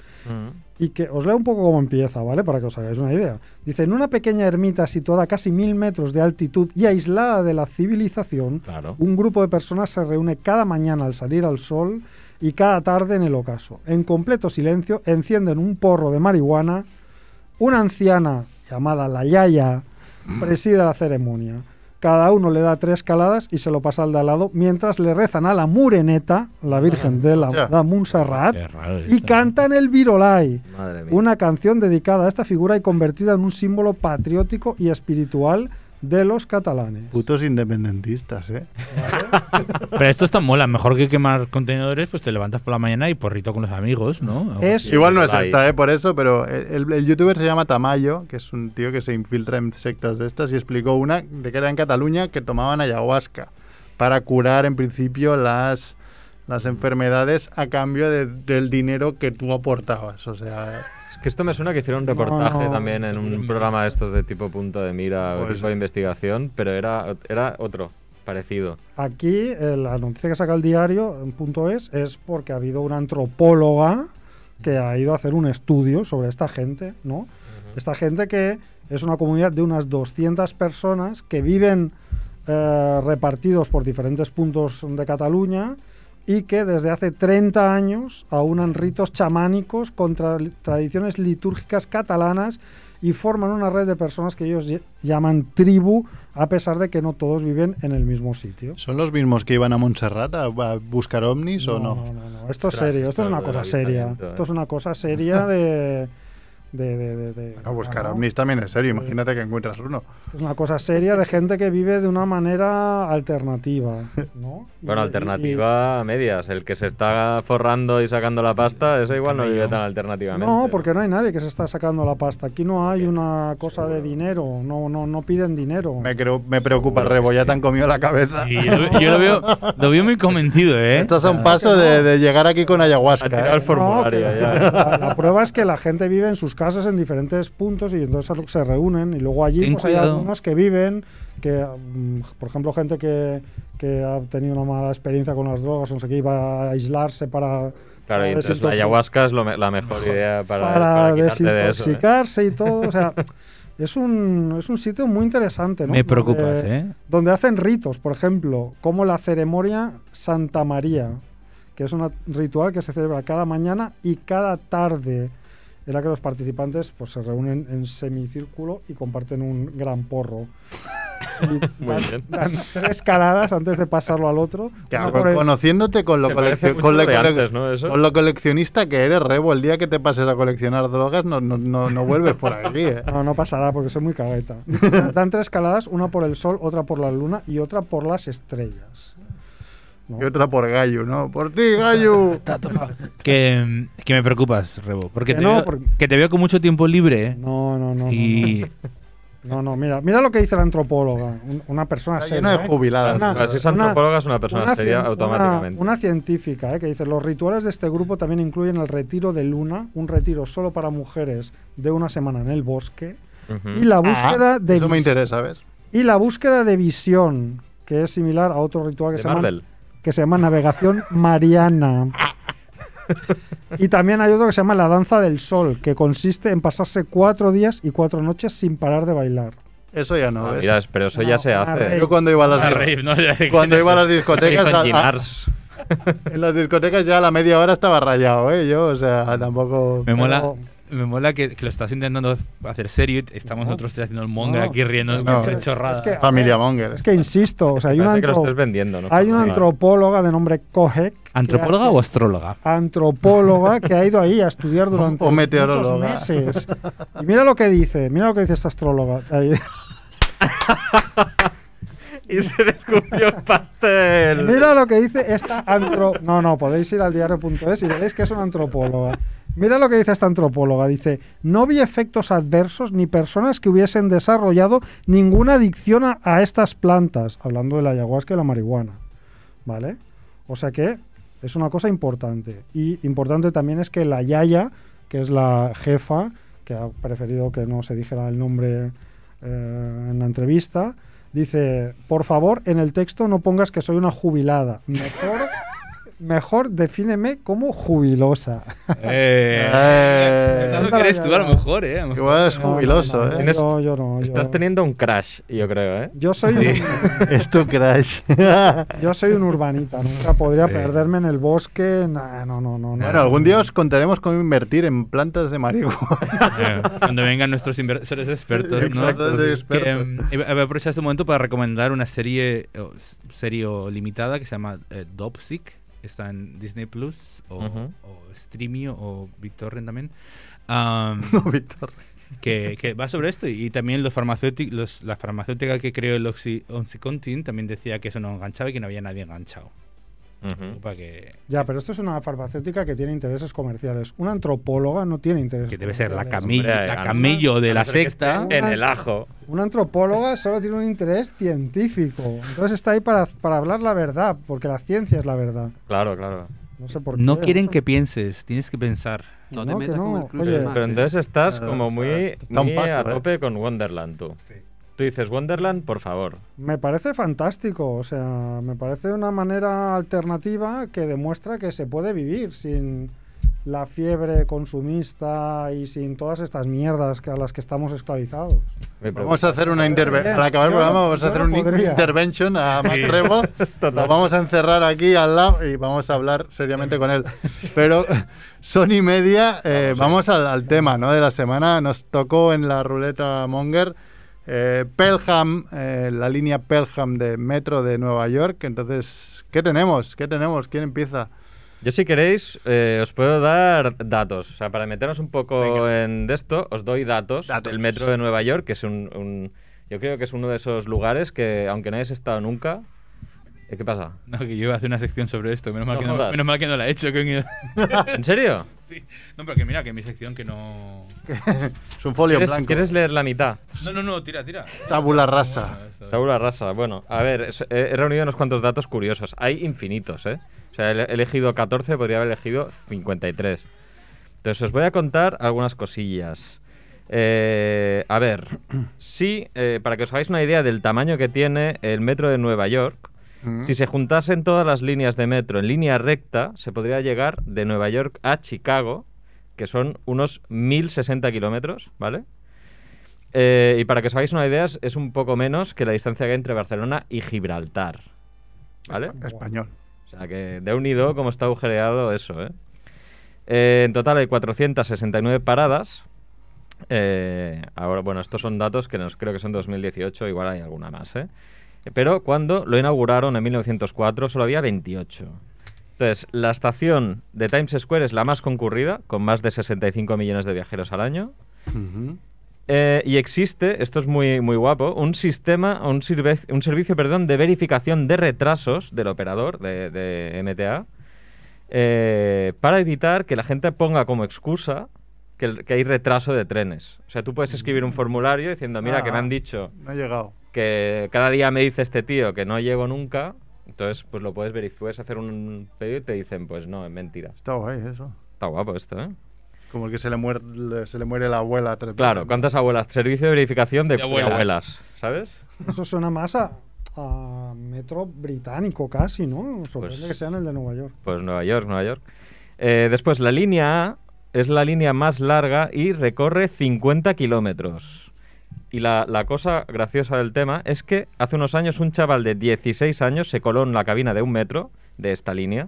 [SPEAKER 3] y que os leo un poco cómo empieza, ¿vale? Para que os hagáis una idea. Dice, en una pequeña ermita situada a casi mil metros de altitud y aislada de la civilización,
[SPEAKER 1] Claro.
[SPEAKER 3] un grupo de personas se reúne cada mañana al salir al sol y cada tarde en el ocaso. En completo silencio encienden un porro de marihuana. Una anciana llamada la Yaya
[SPEAKER 2] Mm.
[SPEAKER 3] preside la ceremonia. Cada uno le da tres caladas y se lo pasa al de al lado mientras le rezan a la Mureneta, la Virgen de la
[SPEAKER 4] Ya.
[SPEAKER 3] de Montserrat,
[SPEAKER 2] Ah, Qué raro
[SPEAKER 3] y
[SPEAKER 2] esto.
[SPEAKER 3] cantan el Virolai,
[SPEAKER 1] Madre mía.
[SPEAKER 3] una canción dedicada a esta figura y convertida en un símbolo patriótico y espiritual de los catalanes.
[SPEAKER 4] Putos independentistas, ¿eh?
[SPEAKER 2] Pero esto está mola. Mejor que quemar contenedores, pues te levantas por la mañana y porrito con los amigos, ¿no?
[SPEAKER 3] Es
[SPEAKER 4] Igual no es
[SPEAKER 1] Bye.
[SPEAKER 4] esta, ¿eh? Por eso, pero el, el youtuber se llama Tamayo, que es un tío que se infiltra en sectas de estas y explicó una de que era en Cataluña que tomaban ayahuasca para curar en principio las, las enfermedades a cambio de- del dinero que tú aportabas. O sea,
[SPEAKER 1] Es que esto me suena que hicieron un reportaje
[SPEAKER 3] No, no.
[SPEAKER 1] también en un programa de estos de tipo punto de mira o
[SPEAKER 4] Pues
[SPEAKER 1] tipo de
[SPEAKER 4] sí.
[SPEAKER 1] investigación, pero era, era otro, parecido.
[SPEAKER 3] Aquí eh, la noticia que saca el diario en punto es es porque ha habido una antropóloga que ha ido a hacer un estudio sobre esta gente, ¿no? Esta gente que es una comunidad de unas 200 personas que viven eh, repartidos por diferentes puntos de Cataluña y que desde hace 30 años aunan ritos chamánicos con tra- tradiciones litúrgicas catalanas y forman una red de personas que ellos lle- llaman tribu, a pesar de que no todos viven en el mismo sitio.
[SPEAKER 4] ¿son los mismos que iban a Montserrat a, a buscar ovnis o no?
[SPEAKER 3] No, no, no. Esto es
[SPEAKER 1] Ostras,
[SPEAKER 3] serio, esto
[SPEAKER 1] esto
[SPEAKER 3] es una
[SPEAKER 1] es
[SPEAKER 3] cosa
[SPEAKER 1] del
[SPEAKER 3] seria.
[SPEAKER 1] avistamiento,
[SPEAKER 3] Esto es
[SPEAKER 1] ¿eh?
[SPEAKER 3] una cosa seria de... de, de, de- de-
[SPEAKER 4] Bueno, pues buscar
[SPEAKER 3] ah, ¿no?
[SPEAKER 4] ovnis también es serio, imagínate que encuentras uno.
[SPEAKER 3] Es una cosa seria de gente que vive de una manera alternativa, ¿no?
[SPEAKER 1] Bueno,
[SPEAKER 3] Y- y-
[SPEAKER 1] alternativa a medias. El que se está forrando y sacando la pasta, ese igual no
[SPEAKER 2] Tamaño.
[SPEAKER 1] vive tan
[SPEAKER 3] y-
[SPEAKER 1] alternativamente.
[SPEAKER 3] No, porque no hay nadie que se está sacando la pasta. Aquí no hay una cosa de dinero, no, no, no piden dinero.
[SPEAKER 4] Me, creo- me preocupa,
[SPEAKER 1] Seguro que
[SPEAKER 4] Rebo, ya
[SPEAKER 1] sí.
[SPEAKER 4] te han comido la cabeza.
[SPEAKER 2] Y yo, lo- yo lo veo, lo veo muy convencido, ¿eh?
[SPEAKER 4] Estás a un paso de, de llegar aquí con ayahuasca.
[SPEAKER 1] Ha tirado
[SPEAKER 4] ¿eh?
[SPEAKER 1] el formulario
[SPEAKER 3] No, que
[SPEAKER 1] ya.
[SPEAKER 3] La, la prueba es que la gente vive en sus casas en diferentes puntos y entonces se reúnen y luego allí
[SPEAKER 2] Ten
[SPEAKER 3] pues, hay
[SPEAKER 2] cuidado.
[SPEAKER 3] algunos que viven, que mm, por ejemplo gente que, que ha tenido una mala experiencia con las drogas, o no sé qué, iba a aislarse para...
[SPEAKER 1] Claro, y
[SPEAKER 3] para
[SPEAKER 1] entonces la
[SPEAKER 3] desintoxicar-
[SPEAKER 1] ayahuasca es lo me- la mejor idea para,
[SPEAKER 3] para,
[SPEAKER 1] para quitarte de eso. ¿eh?
[SPEAKER 3] desintoxicarse y todo. O sea, es un, es un sitio muy interesante, ¿no?
[SPEAKER 2] Me preocupas,
[SPEAKER 3] Donde-
[SPEAKER 2] ¿eh?
[SPEAKER 3] Donde hacen ritos, por ejemplo, como la ceremonia Santa María, que es un ritual que se celebra cada mañana y cada tarde, en la que los participantes pues, se reúnen en semicírculo y comparten un gran porro. Y
[SPEAKER 1] Muy
[SPEAKER 3] dan,
[SPEAKER 1] bien.
[SPEAKER 3] dan tres caladas antes de pasarlo al otro.
[SPEAKER 4] Claro,
[SPEAKER 3] Una por el-
[SPEAKER 4] conociéndote con lo,
[SPEAKER 1] ¿eh? Se parece
[SPEAKER 4] coleccio-
[SPEAKER 1] mucho
[SPEAKER 4] con, lo
[SPEAKER 1] de
[SPEAKER 4] cole-
[SPEAKER 1] antes, ¿no? Eso.
[SPEAKER 4] con lo coleccionista que eres, Rebo, el día que te pases a coleccionar drogas no, no, no, no vuelves por aquí. ¿eh?
[SPEAKER 3] No, no pasará porque soy muy cagueta. Dan tres caladas, una por el sol, otra por la luna y otra por las estrellas. ¿no?
[SPEAKER 4] Y otra por Gallo, ¿no? Por ti, Gallo.
[SPEAKER 2] Que, que me preocupas, Rebo. Porque
[SPEAKER 3] Que
[SPEAKER 2] te,
[SPEAKER 3] no,
[SPEAKER 2] veo,
[SPEAKER 3] porque-
[SPEAKER 2] que te veo con mucho tiempo libre.
[SPEAKER 3] No, no, no. no,
[SPEAKER 2] y
[SPEAKER 3] no. No, no, mira, mira lo que dice la antropóloga, un- una persona
[SPEAKER 4] Está
[SPEAKER 3] seria.
[SPEAKER 4] lleno de
[SPEAKER 3] ¿eh?
[SPEAKER 4] jubiladas.
[SPEAKER 3] Una-
[SPEAKER 1] Pero si es
[SPEAKER 3] una-
[SPEAKER 1] antropóloga, es una persona
[SPEAKER 3] Una
[SPEAKER 1] seria
[SPEAKER 3] cien-
[SPEAKER 1] automáticamente.
[SPEAKER 3] Una, una científica ¿eh? que dice, los rituales de este grupo también incluyen el retiro de luna, un retiro solo para mujeres de una semana en el bosque,
[SPEAKER 1] Ujú.
[SPEAKER 3] y la búsqueda
[SPEAKER 4] Ah,
[SPEAKER 3] de
[SPEAKER 4] Eso me
[SPEAKER 3] vis-
[SPEAKER 4] interesa, ¿ves?
[SPEAKER 3] y la búsqueda de visión, que es similar a otro ritual que
[SPEAKER 1] De
[SPEAKER 3] se llama
[SPEAKER 1] Marvel.
[SPEAKER 3] que se llama Navegación Mariana. Y también hay otro que se llama La Danza del Sol, que consiste en pasarse cuatro días y cuatro noches sin parar de bailar.
[SPEAKER 4] Eso ya no.
[SPEAKER 1] Ah,
[SPEAKER 4] ¿ves?
[SPEAKER 1] mira, pero eso ya
[SPEAKER 3] No,
[SPEAKER 1] se
[SPEAKER 3] una
[SPEAKER 1] hace.
[SPEAKER 3] rave.
[SPEAKER 4] Yo cuando iba a las,
[SPEAKER 2] Ah,
[SPEAKER 4] dis-
[SPEAKER 2] rave, ¿no? Ya, ¿quién
[SPEAKER 4] cuando
[SPEAKER 2] es
[SPEAKER 4] iba a las
[SPEAKER 2] eso?
[SPEAKER 4] discotecas,
[SPEAKER 1] Con
[SPEAKER 4] a- a-
[SPEAKER 1] Ginars.
[SPEAKER 4] en las discotecas ya a la media hora estaba rayado, ¿eh? Yo, o sea, tampoco...
[SPEAKER 2] Me mola,
[SPEAKER 3] Pero-
[SPEAKER 2] me mola que, que lo estás intentando hacer serio y estamos
[SPEAKER 3] No.
[SPEAKER 2] nosotros tres haciendo el monger
[SPEAKER 3] No.
[SPEAKER 2] aquí riendo.
[SPEAKER 4] No.
[SPEAKER 2] Es chorrada.
[SPEAKER 3] Es que-
[SPEAKER 4] Familia Monger.
[SPEAKER 3] Es que insisto, o sea, hay una,
[SPEAKER 1] Parece que lo
[SPEAKER 3] antro-
[SPEAKER 1] estés vendiendo, ¿no?
[SPEAKER 3] hay una
[SPEAKER 1] Sí.
[SPEAKER 3] antropóloga de nombre Kohek. que
[SPEAKER 2] ¿Antropóloga
[SPEAKER 3] hace-
[SPEAKER 2] o astróloga?
[SPEAKER 3] antropóloga que ha ido ahí a estudiar durante
[SPEAKER 4] O meteoróloga.
[SPEAKER 3] muchos meses. Y mira lo que dice, mira lo que dice esta astróloga. Ahí.
[SPEAKER 1] Y se descubrió el pastel.
[SPEAKER 3] Mira lo que dice esta antro... No, no, podéis ir al diario.es y veréis que es una antropóloga. Mira lo que dice esta antropóloga. Dice, no vi efectos adversos ni personas que hubiesen desarrollado ninguna adicción a, a estas plantas. Hablando de la ayahuasca y la marihuana. ¿Vale? O sea que es una cosa importante. Y importante también es que la Yaya, que es la jefa, que ha preferido que no se dijera el nombre eh, en la entrevista, dice, por favor, en el texto no pongas que soy una jubilada. Mejor, mejor defíneme como jubilosa.
[SPEAKER 2] Eh,
[SPEAKER 4] Eh,
[SPEAKER 2] pensando que eres tú a lo mejor, eh. a lo mejor.
[SPEAKER 4] Igual es
[SPEAKER 3] No,
[SPEAKER 4] jubiloso,
[SPEAKER 3] no, no,
[SPEAKER 4] ¿eh?
[SPEAKER 1] Tienes-
[SPEAKER 3] yo- yo no, yo-
[SPEAKER 1] Estás teniendo un crash, yo creo, ¿eh?
[SPEAKER 3] Yo soy,
[SPEAKER 2] Sí.
[SPEAKER 3] un,
[SPEAKER 4] Es tu crash.
[SPEAKER 3] yo soy un urbanita, nunca podría
[SPEAKER 2] Sí.
[SPEAKER 3] perderme en el bosque. nah, no, no, no, no.
[SPEAKER 4] Bueno, algún día os contaremos cómo invertir en plantas de marihuana.
[SPEAKER 2] Eh, Cuando vengan nuestros inversores expertos, ¿no?
[SPEAKER 4] Exacto, sí, expertos.
[SPEAKER 2] Que, em, eh, voy a aprovechar este momento para recomendar una serie, o s- serie o limitada que se llama eh, Dopsic. Está en Disney Plus o,
[SPEAKER 1] Ujú.
[SPEAKER 2] o Streamio o BitTorrent también. Am,
[SPEAKER 4] No, Víctor.
[SPEAKER 2] que, que va sobre esto. Y también los farmacéuti- los- la farmacéutica que creó el Oxy- Oxycontin también decía que eso no enganchaba y que no había nadie enganchado.
[SPEAKER 1] Ujú.
[SPEAKER 2] Para que,
[SPEAKER 3] Ya, pero esto es una farmacéutica que tiene intereses comerciales. Una antropóloga no tiene intereses
[SPEAKER 2] que debe ser la,
[SPEAKER 3] comerciales.
[SPEAKER 2] camilla,
[SPEAKER 1] Hombre, a
[SPEAKER 2] la
[SPEAKER 1] no
[SPEAKER 2] camello de
[SPEAKER 1] a
[SPEAKER 2] la
[SPEAKER 1] no ser que esté
[SPEAKER 4] este
[SPEAKER 2] secta.
[SPEAKER 1] En el ajo.
[SPEAKER 3] Una antropóloga solo tiene un interés científico. Entonces está ahí para, para hablar la verdad, porque la ciencia es la verdad.
[SPEAKER 1] Claro, claro.
[SPEAKER 3] No sé por qué.
[SPEAKER 2] No quieren que pienses, tienes que pensar.
[SPEAKER 6] No te
[SPEAKER 3] No, que
[SPEAKER 6] metas
[SPEAKER 3] no,
[SPEAKER 6] con el Cruz
[SPEAKER 3] oye.
[SPEAKER 6] de Max,
[SPEAKER 1] Pero
[SPEAKER 6] ¿eh?
[SPEAKER 1] entonces estás
[SPEAKER 4] Claro,
[SPEAKER 1] como
[SPEAKER 4] o sea,
[SPEAKER 1] muy,
[SPEAKER 4] está un
[SPEAKER 1] muy
[SPEAKER 4] paso,
[SPEAKER 1] a
[SPEAKER 4] ¿eh?
[SPEAKER 1] tope con Wonderland, tú. Tú dices, Wonderland, por favor.
[SPEAKER 3] Me parece fantástico. O sea, me parece una manera alternativa que demuestra que se puede vivir sin la fiebre consumista y sin todas estas mierdas que- a las que estamos esclavizados.
[SPEAKER 1] Me
[SPEAKER 4] Vamos a hacer una intervención. Al acabar el
[SPEAKER 3] Yo no-
[SPEAKER 4] programa vamos a
[SPEAKER 3] yo
[SPEAKER 4] hacer
[SPEAKER 3] no
[SPEAKER 4] una
[SPEAKER 3] podría.
[SPEAKER 4] intervention a Matt Rebo. Lo vamos a encerrar aquí al lado y vamos a hablar seriamente con él. Pero Sony Media, eh, vamos al, al tema ¿no? de la semana. Nos tocó en la ruleta Monger. eh, Pelham, eh, la línea Pelham de metro de Nueva York. Entonces, ¿qué tenemos? ¿Qué tenemos? ¿Quién empieza?
[SPEAKER 1] Yo si queréis eh, os puedo dar datos, o sea, para meternos un poco en de esto, os doy datos,
[SPEAKER 4] Datos.
[SPEAKER 1] del metro de Nueva York, que es un, un- yo creo que es uno de esos lugares que aunque no hayas estado nunca, Eh, ¿qué pasa?
[SPEAKER 2] No, que yo iba a hacer una sección sobre esto. Menos mal,
[SPEAKER 1] No
[SPEAKER 2] que, no,
[SPEAKER 1] jodas.
[SPEAKER 2] menos mal que no la he hecho. coño.
[SPEAKER 1] ¿En serio?
[SPEAKER 2] Sí. No, pero que mira, que mi sección que no.
[SPEAKER 4] Es un folio
[SPEAKER 1] ¿Quieres,
[SPEAKER 4] blanco.
[SPEAKER 1] quieres leer la mitad?
[SPEAKER 2] No, no, no, tira, tira.
[SPEAKER 4] Tabula rasa.
[SPEAKER 1] Tabula rasa. Bueno, a ver, es- he he reunido unos cuantos datos curiosos. Hay infinitos, ¿eh? O sea, he he elegido 14, podría haber elegido 53. Entonces, os voy a contar algunas cosillas. Eh, a ver, sí, eh, para que os hagáis una idea del tamaño que tiene el metro de Nueva York,
[SPEAKER 4] Mm.
[SPEAKER 1] si se juntasen todas las líneas de metro en línea recta, se podría llegar de Nueva York a Chicago, que son unos 1060 kilómetros, ¿vale? Eh, y para que os hagáis una idea, es- es un poco menos que la distancia que hay entre Barcelona y Gibraltar. ¿Vale?
[SPEAKER 4] Español.
[SPEAKER 1] O sea que de unido, como está agujereado eso, ¿eh? Eh, en total hay 469 paradas. Eh, ahora, bueno, estos son datos que nos creo que son 2018, igual hay alguna más, ¿eh? Pero cuando lo inauguraron en 1904 solo había 28. Entonces, la estación de Times Square es la más concurrida, con más de 65 millones de viajeros al año.
[SPEAKER 4] Ujú.
[SPEAKER 1] Eh, y existe, esto es muy, muy guapo, un sistema, un, sirve- un servicio perdón, de verificación de retrasos del operador de, de MTA eh, para evitar que la gente ponga como excusa que, el- que hay retraso de trenes. O sea, tú puedes escribir un formulario diciendo, mira, que me
[SPEAKER 4] Ah.
[SPEAKER 1] han dicho
[SPEAKER 4] No ha llegado.
[SPEAKER 1] que cada día me dice este tío que no llego nunca, entonces pues lo puedes verificar, puedes hacer un pedido y te dicen, pues no, es mentira.
[SPEAKER 4] Está guay eso.
[SPEAKER 1] Está guapo esto, ¿eh?
[SPEAKER 4] Como el que se le muere, le- se le muere la abuela. trepidante.
[SPEAKER 1] Claro, ¿cuántas abuelas? Servicio de verificación de,
[SPEAKER 2] De abuelas.
[SPEAKER 1] de abuelas ¿sabes?
[SPEAKER 3] Eso suena más a, a metro británico casi, ¿no? Sorprende
[SPEAKER 1] Pues-
[SPEAKER 3] que sea en el de Nueva York.
[SPEAKER 1] Pues Nueva York, Nueva York. Eh, después, la línea A es la línea más larga y recorre 50 kilómetros. Y la, la cosa graciosa del tema es que hace unos años un chaval de 16 años se coló en la cabina de un metro de esta línea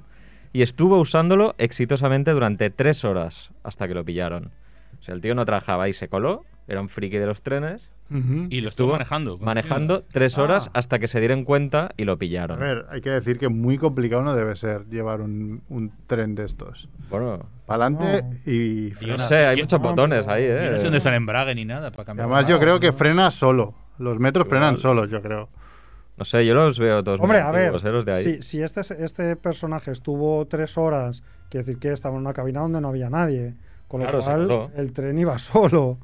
[SPEAKER 1] y estuvo usándolo exitosamente durante tres horas hasta que lo pillaron. O sea, el tío no trabajaba y se coló, era un friki de los trenes,
[SPEAKER 4] Ujú.
[SPEAKER 2] Y lo estuvo manejando.
[SPEAKER 1] manejando tres
[SPEAKER 4] Ah.
[SPEAKER 1] horas hasta que se dieron cuenta y lo pillaron.
[SPEAKER 4] A ver, hay que decir que muy complicado no debe ser llevar un, un tren de estos.
[SPEAKER 1] Bueno,
[SPEAKER 4] Para adelante
[SPEAKER 3] No.
[SPEAKER 2] Yo
[SPEAKER 4] y
[SPEAKER 1] no
[SPEAKER 4] frena.
[SPEAKER 2] nada.
[SPEAKER 1] sé, hay
[SPEAKER 2] yo-
[SPEAKER 1] muchos
[SPEAKER 3] no,
[SPEAKER 1] botones
[SPEAKER 3] pero-
[SPEAKER 1] ahí,
[SPEAKER 2] Yo
[SPEAKER 1] ¿eh?
[SPEAKER 2] no sé dónde está el embrague ni nada para cambiar.
[SPEAKER 4] Además, yo creo que frena solo. Los metros
[SPEAKER 1] Igual.
[SPEAKER 4] frenan solos, yo creo.
[SPEAKER 1] No sé, yo los veo todos
[SPEAKER 3] Hombre,
[SPEAKER 1] muy
[SPEAKER 3] a ver,
[SPEAKER 1] antiguos, ¿eh? Los de ahí.
[SPEAKER 3] si, si este, es- este personaje estuvo tres horas, quiere decir que estaba en una cabina donde no había nadie, con lo
[SPEAKER 1] Claro, se coló.
[SPEAKER 3] cual el tren iba solo,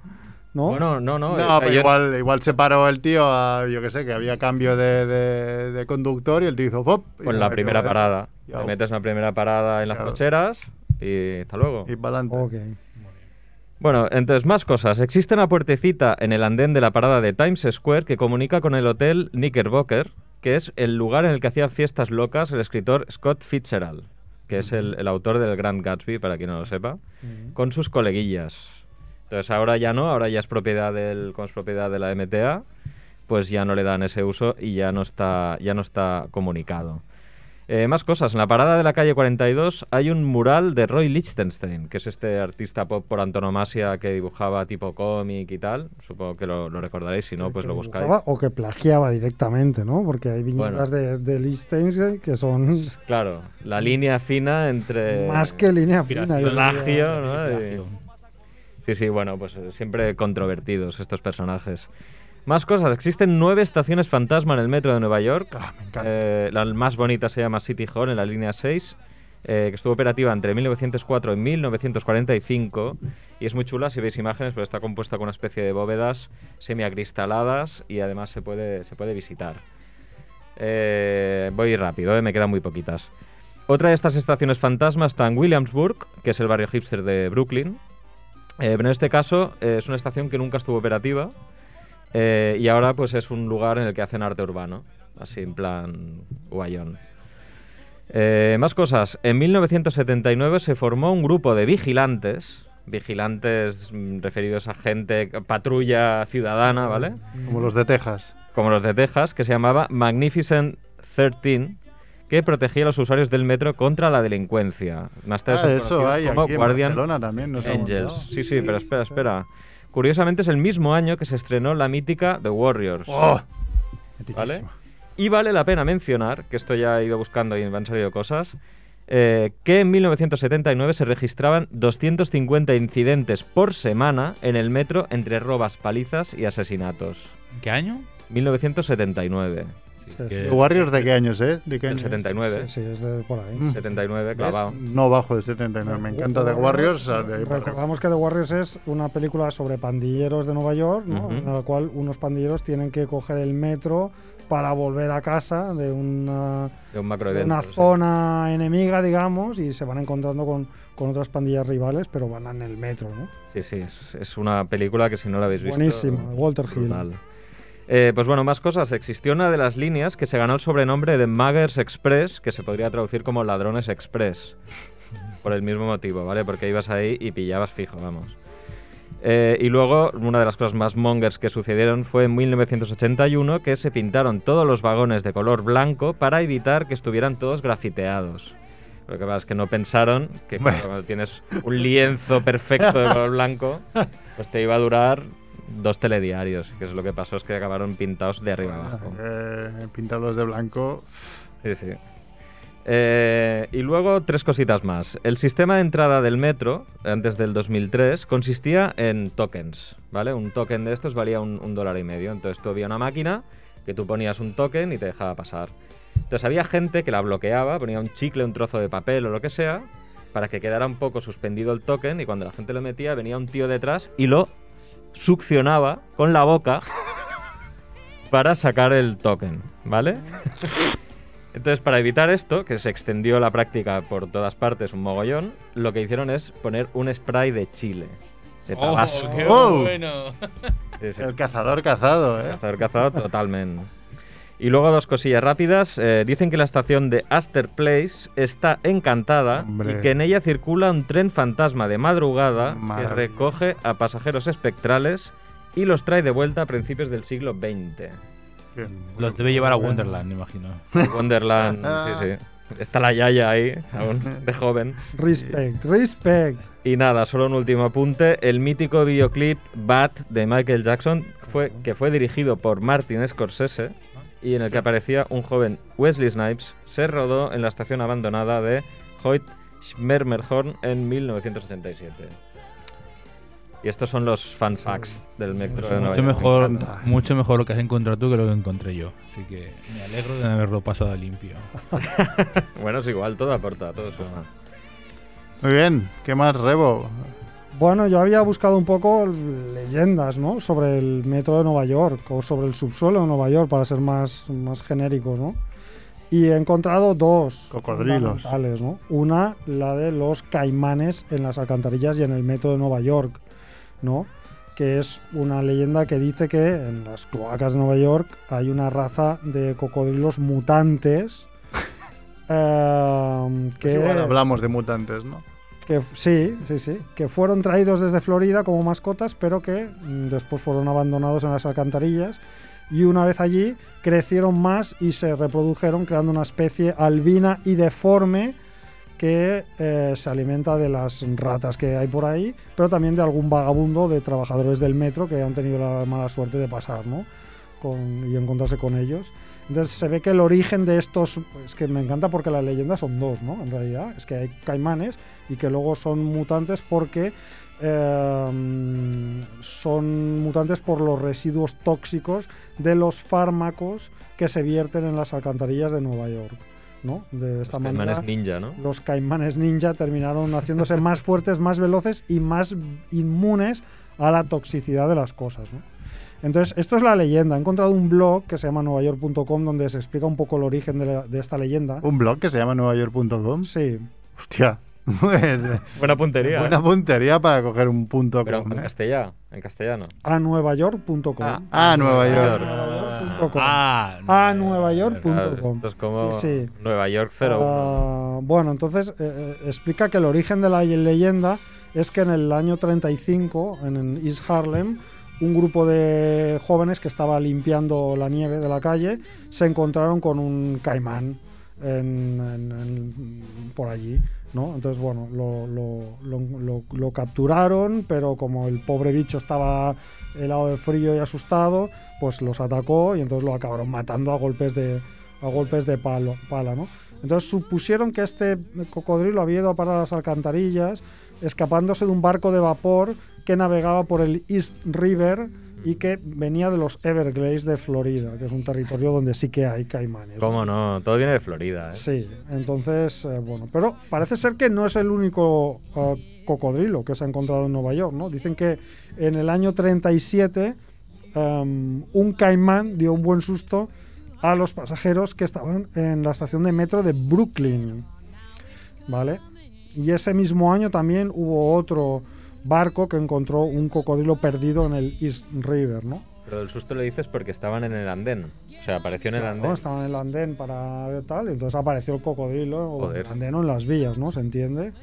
[SPEAKER 3] ¿no?
[SPEAKER 1] Bueno, no, no. eh,
[SPEAKER 4] No,
[SPEAKER 1] o sea,
[SPEAKER 4] pero
[SPEAKER 1] yo-
[SPEAKER 4] igual, igual se paró el tío, a, yo qué sé, que había cambio de, de- de conductor y el tío hizo pop. y
[SPEAKER 1] Con
[SPEAKER 4] se
[SPEAKER 1] Pues la
[SPEAKER 4] metió ¿eh?
[SPEAKER 1] primera
[SPEAKER 4] dentro.
[SPEAKER 1] parada.
[SPEAKER 4] Ya.
[SPEAKER 1] Te metes una primera parada en las
[SPEAKER 4] Claro.
[SPEAKER 1] cocheras y hasta luego.
[SPEAKER 4] Y para adelante.
[SPEAKER 3] Ok.
[SPEAKER 1] Bueno, entonces, más cosas. Existe una puertecita en el andén de la parada de Times Square que comunica con el hotel Knickerbocker, que es el lugar en el que hacía fiestas locas el escritor Scott Fitzgerald, que es el, el autor del Grand Gatsby, para quien no lo sepa,
[SPEAKER 3] Mm.
[SPEAKER 1] con sus coleguillas. Entonces, ahora ya no, ahora ya es propiedad del, como es propiedad de la MTA, pues ya no le dan ese uso y ya no está, ya no está comunicado. Eh, más cosas. En la parada de la calle 42 hay un mural de Roy Lichtenstein, que es este artista pop por antonomasia que dibujaba tipo cómic y tal. Supongo que lo, lo recordaréis, si no, pues
[SPEAKER 3] Que
[SPEAKER 1] lo buscáis.
[SPEAKER 3] dibujaba O que plagiaba directamente, ¿no? Porque hay viñetas de, de Liechtenstein que son
[SPEAKER 1] Claro, la línea fina entre...
[SPEAKER 3] más que línea fina. yo diría.
[SPEAKER 1] Eh, plagio, ¿no? Sí, sí, bueno, pues eh, siempre controvertidos estos personajes. Más cosas. Existen nueve estaciones fantasma en el metro de Nueva York.
[SPEAKER 4] Ah, me encanta.
[SPEAKER 1] Eh, la más bonita se llama City Hall en la línea 6, eh, que estuvo operativa entre 1904 y 1945. Y es muy chula si veis imágenes, pero está compuesta con una especie de bóvedas semiacristaladas y además se puede, se puede visitar. Eh, voy rápido, eh, me quedan muy poquitas. Otra de estas estaciones fantasmas está en Williamsburg, que es el barrio hipster de Brooklyn. Eh, pero en este caso eh, es una estación que nunca estuvo operativa eh, y ahora pues es un lugar en el que hacen arte urbano, así en plan guayón. Eh, más cosas. En 1979 se formó un grupo de vigilantes, vigilantes mm, referidos a gente, patrulla ciudadana, ¿vale?
[SPEAKER 4] Como los de Texas.
[SPEAKER 1] como los de Texas, que se llamaba Magnificent 13, que protegía a los usuarios del metro contra la delincuencia. Más tarde
[SPEAKER 4] Ah,
[SPEAKER 1] son
[SPEAKER 4] eso
[SPEAKER 1] conocidos
[SPEAKER 4] hay
[SPEAKER 1] como
[SPEAKER 4] aquí en
[SPEAKER 1] Guardian
[SPEAKER 4] Barcelona también. Nos hemos
[SPEAKER 1] Angels.
[SPEAKER 4] dado.
[SPEAKER 1] Sí, sí, pero espera, espera. Curiosamente es el mismo año que se estrenó la mítica The Warriors.
[SPEAKER 4] Oh,
[SPEAKER 1] ¿Vale? Y vale la pena mencionar, que esto ya he ido buscando y me han salido cosas, eh, que en 1979 se registraban 250 incidentes por semana en el metro entre robas, palizas y asesinatos.
[SPEAKER 2] ¿Qué año?
[SPEAKER 1] 1979.
[SPEAKER 3] Sí,
[SPEAKER 2] que-
[SPEAKER 4] ¿The Warriors de qué años, eh? ¿De qué
[SPEAKER 1] El
[SPEAKER 4] años?
[SPEAKER 1] 79.
[SPEAKER 3] sí, sí, es de por ahí.
[SPEAKER 4] Mm.
[SPEAKER 1] 79,
[SPEAKER 4] ¿Ves?
[SPEAKER 1] clavado.
[SPEAKER 4] No bajo de 79. Me encanta
[SPEAKER 3] pues
[SPEAKER 4] The Warriors. ah, de ahí para arriba.
[SPEAKER 3] Recordamos que The Warriors es una película sobre pandilleros de Nueva York, ¿no?
[SPEAKER 1] Ujú.
[SPEAKER 3] en la cual unos pandilleros tienen que coger el metro para volver a casa de una,
[SPEAKER 1] De un
[SPEAKER 3] de
[SPEAKER 1] macroevento.
[SPEAKER 3] una
[SPEAKER 1] sí.
[SPEAKER 3] zona enemiga, digamos, y se van encontrando con, con otras pandillas rivales, pero van en el metro. ¿no?
[SPEAKER 1] Sí, sí, es, es una película que si no la habéis visto. mm,
[SPEAKER 3] Buenísima, Walter Hill.
[SPEAKER 1] brutal. Eh, pues bueno, más cosas. Existió una de las líneas que se ganó el sobrenombre de Muggers Express, que se podría traducir como Ladrones Express. Por el mismo motivo, ¿vale? Porque ibas ahí y pillabas fijo, vamos. Eh, y luego, una de las cosas más mongers que sucedieron fue en 1981, que se pintaron todos los vagones de color blanco para evitar que estuvieran todos grafiteados. Lo que pasa es que no pensaron que claro,
[SPEAKER 4] Bueno.
[SPEAKER 1] cuando tienes un lienzo perfecto de color blanco, pues te iba a durar dos telediarios, que es lo que pasó, es que acabaron pintados de arriba abajo.
[SPEAKER 4] Eh, pintarlos de blanco.
[SPEAKER 1] Sí, sí. Eh, y luego tres cositas más. El sistema de entrada del metro, antes del 2003, consistía en tokens, ¿vale? Un token de estos valía un, un dólar y medio. Entonces tú había una máquina que tú ponías un token y te dejaba pasar. Entonces había gente que la bloqueaba, ponía un chicle, un trozo de papel o lo que sea, para que quedara un poco suspendido el token y cuando la gente lo metía venía un tío detrás y lo succionaba con la boca para sacar el token, ¿vale? Entonces, para evitar esto, que se extendió la práctica por todas partes, un mogollón, lo que hicieron es poner un spray de chile, de tabasco.
[SPEAKER 4] qué Oh.
[SPEAKER 2] bueno!
[SPEAKER 1] Sí, sí.
[SPEAKER 4] El cazador cazado, ¿eh?
[SPEAKER 1] Cazador cazado totalmente. Y luego dos cosillas rápidas. Eh, dicen que la estación de Astor Place está encantada
[SPEAKER 4] Hombre.
[SPEAKER 1] y que en ella circula un tren fantasma de madrugada
[SPEAKER 4] Maravilla.
[SPEAKER 1] que recoge a pasajeros espectrales y los trae de vuelta a principios del siglo XX.
[SPEAKER 2] Los debe llevar a Wonderland, me imagino.
[SPEAKER 1] Wonderland, sí, sí. Está la Yaya ahí, aún de joven.
[SPEAKER 3] Respect, respect.
[SPEAKER 1] Y nada, solo un último apunte. El mítico videoclip Bad de Michael Jackson, fue, que fue dirigido por Martin Scorsese y en el que aparecía un joven Wesley Snipes, se rodó en la estación abandonada de Hoyt Schmermerhorn en 1987. Y estos son los fan facts del Metro de Nueva
[SPEAKER 2] Mucho
[SPEAKER 1] York.
[SPEAKER 2] mejor,
[SPEAKER 4] encanta.
[SPEAKER 2] mucho mejor lo que has encontrado tú que lo que encontré yo. Así que me alegro de haberlo pasado limpio.
[SPEAKER 1] Bueno, es igual, todo aporta, todo suma.
[SPEAKER 4] Muy bien, ¿qué más, Rebo?
[SPEAKER 3] Bueno, yo había buscado un poco leyendas, ¿no? Sobre el metro de Nueva York o sobre el subsuelo de Nueva York, para ser más, más genéricos, ¿no? Y he encontrado dos.
[SPEAKER 4] Cocodrilos.
[SPEAKER 3] fundamentales, ¿no? Una, la de los caimanes en las alcantarillas y en el metro de Nueva York, ¿no? Que es una leyenda que dice que en las cloacas de Nueva York hay una raza de cocodrilos mutantes. eh, que
[SPEAKER 4] Pues igual hablamos de mutantes, ¿no?
[SPEAKER 3] que f- sí, sí, sí, que fueron traídos desde Florida como mascotas, pero que mm, después fueron abandonados en las alcantarillas y una vez allí crecieron más y se reprodujeron creando una especie albina y deforme que eh, se alimenta de las ratas que hay por ahí, pero también de algún vagabundo de trabajadores del metro que han tenido la mala suerte de pasar, ¿no? Con- y encontrarse con ellos. Entonces se ve que el origen de estos, es que me encanta porque las leyendas son dos, ¿no? En realidad, es que hay caimanes y que luego son mutantes porque eh, son mutantes por los residuos tóxicos de los fármacos que se vierten en las alcantarillas de Nueva York, ¿no? De esta
[SPEAKER 1] Batman
[SPEAKER 3] manera
[SPEAKER 1] es ninja, ¿no?
[SPEAKER 3] los caimanes ninja terminaron haciéndose más fuertes, más veloces y más inmunes a la toxicidad de las cosas. ¿no? Entonces, esto es la leyenda. He encontrado un blog que se llama nuevayork.com donde se explica un poco el origen de, la- de esta leyenda.
[SPEAKER 4] Un blog que se llama nuevayork.com.
[SPEAKER 3] Sí,
[SPEAKER 4] Hostia.
[SPEAKER 1] Buena puntería. ¿eh?
[SPEAKER 4] Buena puntería para coger un punto
[SPEAKER 1] Pero
[SPEAKER 4] com.
[SPEAKER 1] en
[SPEAKER 4] ¿eh?
[SPEAKER 1] castellano, en castellano.
[SPEAKER 3] a nuevayork.com.
[SPEAKER 4] Ah, Nueva York.
[SPEAKER 3] nuevayork.com.
[SPEAKER 2] Ah,
[SPEAKER 3] A Nueva York.
[SPEAKER 1] Claro,
[SPEAKER 3] com.
[SPEAKER 1] esto es como
[SPEAKER 3] Sí, sí.
[SPEAKER 1] Nueva York 01.
[SPEAKER 3] Ah, bueno, entonces eh, eh, explica que el origen de la leyenda es que en el año 35, en- en East Harlem, un grupo de jóvenes que estaba limpiando la nieve de la calle se encontraron con un caimán en- en- en- por allí. ¿no? Entonces, bueno, lo, lo- lo- lo- lo capturaron, pero como el pobre bicho estaba helado de frío y asustado, pues los atacó y entonces lo acabaron matando a golpes de, a golpes de palo, pala, ¿no? Entonces supusieron que este cocodrilo había ido a parar a las alcantarillas, escapándose de un barco de vapor que navegaba por el East River y que venía de los Everglades de Florida, que es un territorio donde sí que hay caimanes. ¿no?
[SPEAKER 1] ¿Cómo no? Todo viene de Florida. ¿eh?
[SPEAKER 3] Sí, entonces, eh, bueno, pero parece ser que no es el único eh, cocodrilo que se ha encontrado en Nueva York, ¿no? Dicen que en el año 37 em, un caimán dio un buen susto a los pasajeros que estaban en la estación de metro de Brooklyn, ¿vale? Y ese mismo año también hubo otro barco que encontró un cocodrilo perdido en el East River, ¿no?
[SPEAKER 1] Pero el susto lo dices porque estaban en el andén. O sea, apareció en el
[SPEAKER 3] Claro, Oh,
[SPEAKER 1] andén.
[SPEAKER 3] Estaban en el andén para ver tal, y entonces apareció el cocodrilo o en
[SPEAKER 1] Joder.
[SPEAKER 3] el andén o en las vías, ¿no? ¿Se entiende?
[SPEAKER 1] Ah,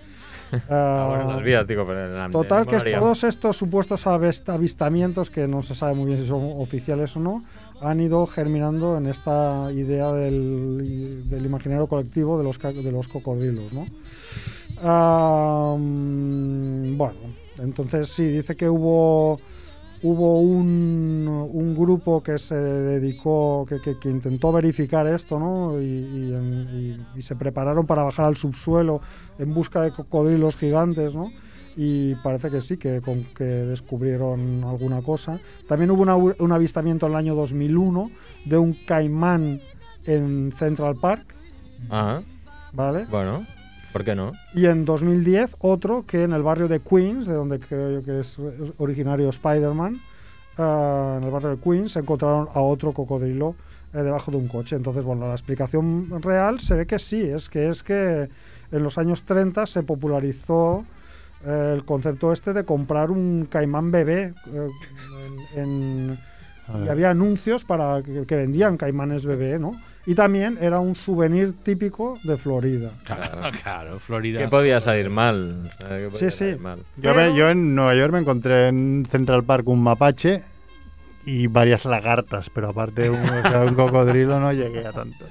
[SPEAKER 3] Ah,
[SPEAKER 1] bueno, en las vías, digo, pero en el andén.
[SPEAKER 3] Total, que
[SPEAKER 1] molaría.
[SPEAKER 3] todos estos supuestos avest- avistamientos, que no se sabe muy bien si son oficiales o no, han ido germinando en esta idea del, del imaginario colectivo de los, ca- de los cocodrilos, ¿no? Ah, mm, bueno, entonces sí, dice que hubo hubo un, un grupo que se dedicó, que, que- que intentó verificar esto, ¿no? Y, y en- y- y se prepararon para bajar al subsuelo en busca de cocodrilos gigantes, ¿no? Y parece que sí, que, con, que descubrieron alguna cosa. También hubo una- un avistamiento en el año 2001 de un caimán en Central Park,
[SPEAKER 1] Ajá,
[SPEAKER 3] ¿vale?
[SPEAKER 1] Ah, bueno, ¿por qué no?
[SPEAKER 3] Y en 2010 otro que en el barrio de Queens, de donde creo yo que es es originario Spider-Man, eh, en el barrio de Queens se encontraron a otro cocodrilo eh, debajo de un coche. Entonces, bueno, la explicación real se ve que sí, es que es que en los años 30 se popularizó eh, el concepto este de comprar un caimán bebé eh, en, en-
[SPEAKER 4] A
[SPEAKER 3] Y
[SPEAKER 4] ver.
[SPEAKER 3] había anuncios para que, que vendían caimanes bebé, ¿no? Y también era un souvenir típico de Florida.
[SPEAKER 2] Claro, claro, Florida.
[SPEAKER 1] ¿Qué podía salir mal? ¿Sabes qué podía
[SPEAKER 3] Sí,
[SPEAKER 1] salir
[SPEAKER 3] sí.
[SPEAKER 1] mal?
[SPEAKER 4] Yo, me- yo en Nueva York me encontré en Central Park un mapache y varias lagartas, pero aparte un, o sea, un cocodrilo no llegué a tanto.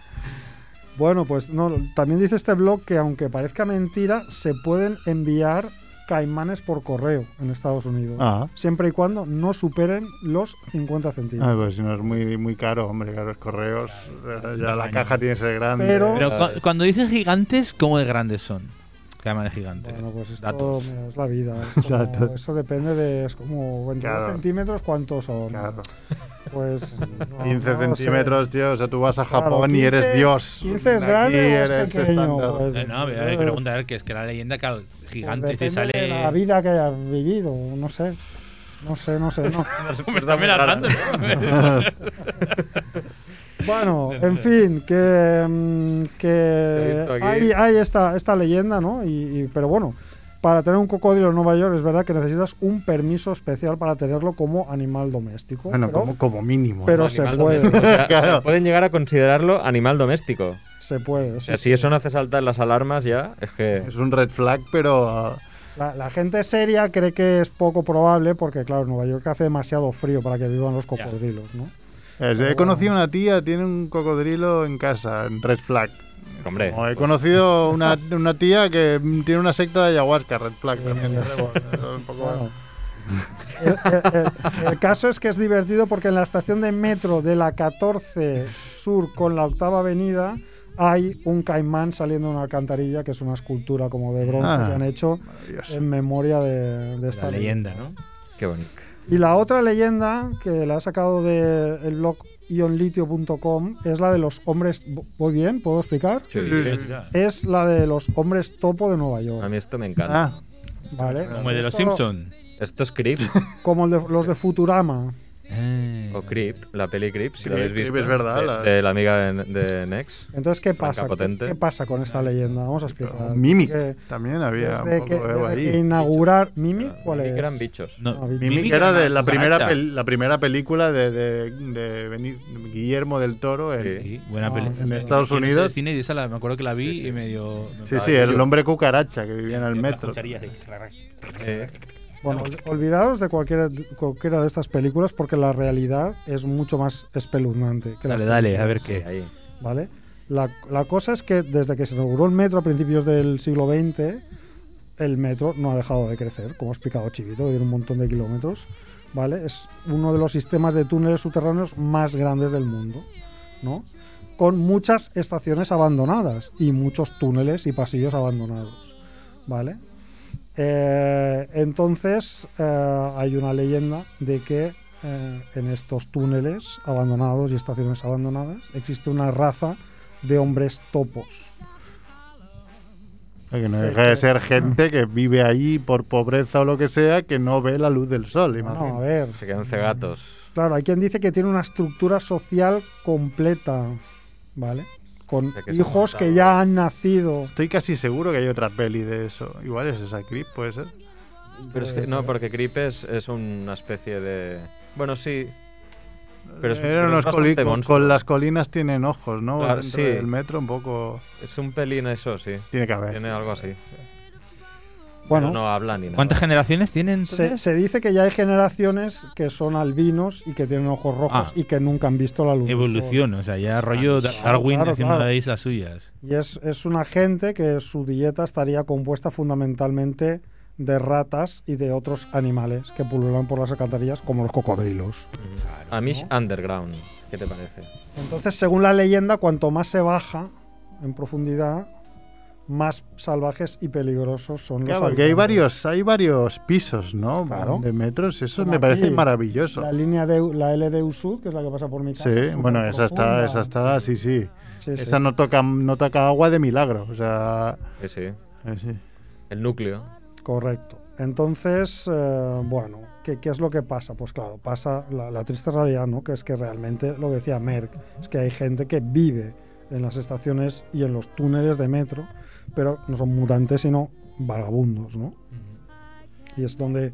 [SPEAKER 3] Bueno, pues no, también dice este blog que aunque parezca mentira, se pueden enviar caimanes por correo en Estados Unidos.
[SPEAKER 4] Ah,
[SPEAKER 3] Siempre y cuando no superen los 50
[SPEAKER 4] ah,
[SPEAKER 3] centímetros.
[SPEAKER 4] pues si no es muy, muy caro, hombre, claro, los correos, eh, ya la caja tiene que ser grande.
[SPEAKER 3] Pero-
[SPEAKER 2] Pero
[SPEAKER 1] Ah,
[SPEAKER 2] cua-
[SPEAKER 1] sí.
[SPEAKER 2] cuando dices gigantes, ¿cómo de grandes son? Cama de gigantes.
[SPEAKER 3] Bueno, pues esto
[SPEAKER 2] Datos.
[SPEAKER 3] mira, es la vida. es como-
[SPEAKER 4] Datos.
[SPEAKER 3] Eso depende de. Es como 22
[SPEAKER 4] Claro.
[SPEAKER 3] centímetros, ¿cuántos son?
[SPEAKER 4] Claro,
[SPEAKER 3] Pues. no-
[SPEAKER 4] 15
[SPEAKER 3] no sé.
[SPEAKER 4] centímetros, tío, o sea, tú vas a
[SPEAKER 3] Claro,
[SPEAKER 4] Japón y eres
[SPEAKER 3] 15
[SPEAKER 4] Dios.
[SPEAKER 3] 15 es
[SPEAKER 4] Aquí
[SPEAKER 3] grande o es
[SPEAKER 4] eres
[SPEAKER 3] pequeño,
[SPEAKER 4] estándar.
[SPEAKER 3] pues.
[SPEAKER 2] Eh, no, pero hay que preguntar que es que la leyenda, claro,
[SPEAKER 3] Pues
[SPEAKER 2] gigante te
[SPEAKER 3] depende
[SPEAKER 2] sale.
[SPEAKER 3] de la vida que hayas vivido, no sé. No sé, no sé. no.
[SPEAKER 2] Me está mirando.
[SPEAKER 3] Bueno, en fin, que, mm,
[SPEAKER 1] Te he visto aquí.
[SPEAKER 3] que hay, hay esta, esta leyenda, ¿no? Y, y- pero bueno, para tener un cocodrilo en Nueva York es verdad que necesitas un permiso especial para tenerlo como animal doméstico.
[SPEAKER 4] Bueno,
[SPEAKER 3] pero
[SPEAKER 4] como, como mínimo.
[SPEAKER 3] pero-
[SPEAKER 4] ¿no?
[SPEAKER 1] Animal
[SPEAKER 3] se
[SPEAKER 1] doméstico.
[SPEAKER 3] puede.
[SPEAKER 1] O sea,
[SPEAKER 4] Claro.
[SPEAKER 1] se pueden llegar a considerarlo animal doméstico.
[SPEAKER 3] se puede.
[SPEAKER 1] O
[SPEAKER 3] sí,
[SPEAKER 1] sea,
[SPEAKER 3] sí.
[SPEAKER 1] si eso no hace saltar las alarmas ya, es que...
[SPEAKER 4] Es un red flag, pero... eh,
[SPEAKER 3] La, la gente seria cree que es poco probable porque, claro, Nueva York hace demasiado frío para que vivan los cocodrilos, ¿no?
[SPEAKER 4] eh,
[SPEAKER 3] Pero
[SPEAKER 4] He conocido una tía, tiene un cocodrilo en casa, en red flag.
[SPEAKER 1] Hombre,
[SPEAKER 4] No, he conocido una, una tía que mm, tiene una secta de ayahuasca, Red Flag también.
[SPEAKER 3] Mierda.
[SPEAKER 4] Pero bueno, eso es un poco-
[SPEAKER 3] Claro. El, el- el- el caso es que es divertido porque en la estación de metro de la 14 Sur con la octava avenida hay un caimán saliendo de una alcantarilla que es una escultura como de bronce
[SPEAKER 4] Ah.
[SPEAKER 3] que han hecho
[SPEAKER 4] Maravilloso.
[SPEAKER 3] en memoria de, de esta
[SPEAKER 2] La leyenda, ¿no?
[SPEAKER 1] qué bonito.
[SPEAKER 3] Y la otra leyenda que la he sacado del blog ionlitio.com es la de los hombres. ¿Voy bien? ¿Puedo explicar?
[SPEAKER 1] Sí,
[SPEAKER 4] Sí, sí,
[SPEAKER 1] sí.
[SPEAKER 4] sí.
[SPEAKER 3] Es la de los hombres topo de Nueva
[SPEAKER 1] A
[SPEAKER 3] York.
[SPEAKER 1] mí esto me encanta.
[SPEAKER 4] Ah,
[SPEAKER 3] ¿vale?
[SPEAKER 2] Como el de los
[SPEAKER 3] Esto-
[SPEAKER 2] Simpson.
[SPEAKER 1] Esto es Creep,
[SPEAKER 3] Como el de- los de Futurama.
[SPEAKER 2] Eh,
[SPEAKER 1] o Creep, la peli Creep, si la
[SPEAKER 4] Creep,
[SPEAKER 1] habéis visto.
[SPEAKER 4] Creep es verdad,
[SPEAKER 1] De,
[SPEAKER 4] la-
[SPEAKER 1] de la amiga de, de Nex.
[SPEAKER 3] Entonces, ¿qué
[SPEAKER 1] Franca
[SPEAKER 3] pasa? ¿Qué,
[SPEAKER 1] potente.
[SPEAKER 3] qué pasa con esta leyenda? Vamos a explicar.
[SPEAKER 4] Mimic.
[SPEAKER 3] Porque
[SPEAKER 4] También había un
[SPEAKER 3] Desde que,
[SPEAKER 4] poco de ego
[SPEAKER 3] desde que
[SPEAKER 4] ahí. Ah,
[SPEAKER 3] inaugurar Mimic, ¿cuál
[SPEAKER 1] Mimic
[SPEAKER 3] es?
[SPEAKER 1] eran bichos.
[SPEAKER 2] no,
[SPEAKER 3] Mimic
[SPEAKER 4] Mimic
[SPEAKER 2] Mimic
[SPEAKER 4] era
[SPEAKER 2] una
[SPEAKER 4] de la primera,
[SPEAKER 2] cucaracha.
[SPEAKER 4] pel- la primera película de, de- de Beni- Guillermo del Toro. el-
[SPEAKER 1] Sí.
[SPEAKER 2] Sí, buena
[SPEAKER 3] Ah,
[SPEAKER 2] película.
[SPEAKER 4] en Estados Unidos.
[SPEAKER 2] cine y esa la- me acuerdo que la vi y me dio. me
[SPEAKER 4] Sí,
[SPEAKER 1] Ah,
[SPEAKER 2] pareció-
[SPEAKER 4] sí, el hombre cucaracha que vivía en el
[SPEAKER 2] Las
[SPEAKER 4] metro.
[SPEAKER 2] cucharillas de-
[SPEAKER 1] Eh,
[SPEAKER 3] Bueno, ol- olvidaos de cualquiera, cualquiera de estas películas porque la realidad es mucho más espeluznante. que las
[SPEAKER 2] Dale, dale, a ver
[SPEAKER 1] sí,
[SPEAKER 2] qué.
[SPEAKER 1] ahí.
[SPEAKER 3] ¿vale? La, la cosa es que desde que se inauguró el metro a principios del siglo XX, el metro no ha dejado de crecer, como ha explicado Chivito, que tiene un montón de kilómetros, ¿vale? Es uno de los sistemas de túneles subterráneos más grandes del mundo, ¿no? Con muchas estaciones abandonadas y muchos túneles y pasillos abandonados, ¿vale? Eh, entonces eh, hay una leyenda de que eh, en estos túneles abandonados y estaciones abandonadas existe una raza de hombres topos.
[SPEAKER 4] Que no
[SPEAKER 3] Sí,
[SPEAKER 4] deja de
[SPEAKER 3] que-
[SPEAKER 4] ser gente que vive ahí por pobreza o lo que sea, que no ve la luz del sol.
[SPEAKER 3] No, a
[SPEAKER 4] imagino.
[SPEAKER 3] ver,
[SPEAKER 1] Se quedan cegatos.
[SPEAKER 3] claro, hay quien dice que tiene una estructura social completa, ¿vale? Con
[SPEAKER 1] sea, que se ha
[SPEAKER 3] hijos que
[SPEAKER 1] montado.
[SPEAKER 3] ya han nacido.
[SPEAKER 4] Estoy casi seguro que hay otra peli de eso. Igual es esa clip, puede ser.
[SPEAKER 1] Pero es que
[SPEAKER 4] Pues
[SPEAKER 1] no, porque Creep es, es una especie de... Bueno, sí, Pero es-
[SPEAKER 4] Eran
[SPEAKER 1] pero es
[SPEAKER 4] unos
[SPEAKER 1] bastante
[SPEAKER 4] coli- con-
[SPEAKER 1] monstruo.
[SPEAKER 4] con las colinas tienen ojos, ¿no?
[SPEAKER 1] Claro,
[SPEAKER 4] Dentro
[SPEAKER 1] sí.
[SPEAKER 4] del metro un poco
[SPEAKER 1] es un pelín eso, sí.
[SPEAKER 4] tiene que haber.
[SPEAKER 1] Tiene algo así.
[SPEAKER 3] Bueno,
[SPEAKER 1] Pero no habla ni nada.
[SPEAKER 2] ¿Cuántas generaciones tienen?
[SPEAKER 3] se,
[SPEAKER 2] entonces?
[SPEAKER 3] se dice que ya hay generaciones que son albinos y que tienen ojos rojos
[SPEAKER 2] Ah.
[SPEAKER 3] y que nunca han visto la luz. del sol.
[SPEAKER 2] Evolución, o sea, ya rollo
[SPEAKER 3] claro,
[SPEAKER 2] Darwin
[SPEAKER 3] claro,
[SPEAKER 2] haciendo
[SPEAKER 3] claro.
[SPEAKER 2] ahí las suyas.
[SPEAKER 3] Y es, es una gente que su dieta estaría compuesta fundamentalmente de ratas y de otros animales que pululan por las alcantarillas como los cocodrilos.
[SPEAKER 1] Ujú. Amish
[SPEAKER 3] ¿no?
[SPEAKER 1] Underground, ¿qué te parece?
[SPEAKER 3] Entonces, según la leyenda, cuanto más se baja en profundidad, más salvajes y peligrosos son los
[SPEAKER 4] Claro, porque hay
[SPEAKER 3] habitantes.
[SPEAKER 4] varios, hay varios pisos, ¿no?
[SPEAKER 3] Claro.
[SPEAKER 4] De metros, eso
[SPEAKER 3] Como
[SPEAKER 4] me parece
[SPEAKER 3] aquí,
[SPEAKER 4] maravilloso.
[SPEAKER 3] La línea de la LDU Sud, que es la que pasa por mi casa.
[SPEAKER 4] Sí,
[SPEAKER 3] es súper
[SPEAKER 4] bueno, esa está,
[SPEAKER 3] profunda.
[SPEAKER 4] esa está, sí, sí.
[SPEAKER 3] Sí, sí.
[SPEAKER 4] Esa no toca, no toca agua de milagro, o sea,
[SPEAKER 1] Sí, sí.
[SPEAKER 4] eh, sí.
[SPEAKER 1] El núcleo.
[SPEAKER 3] Correcto. Entonces, eh, bueno, ¿qué, qué es lo que pasa? Pues claro, pasa la, la triste realidad, ¿no? Que es que realmente, lo que decía Merck, es que hay gente que vive en las estaciones y en los túneles de metro, pero no son mutantes, sino vagabundos, ¿no? Y es donde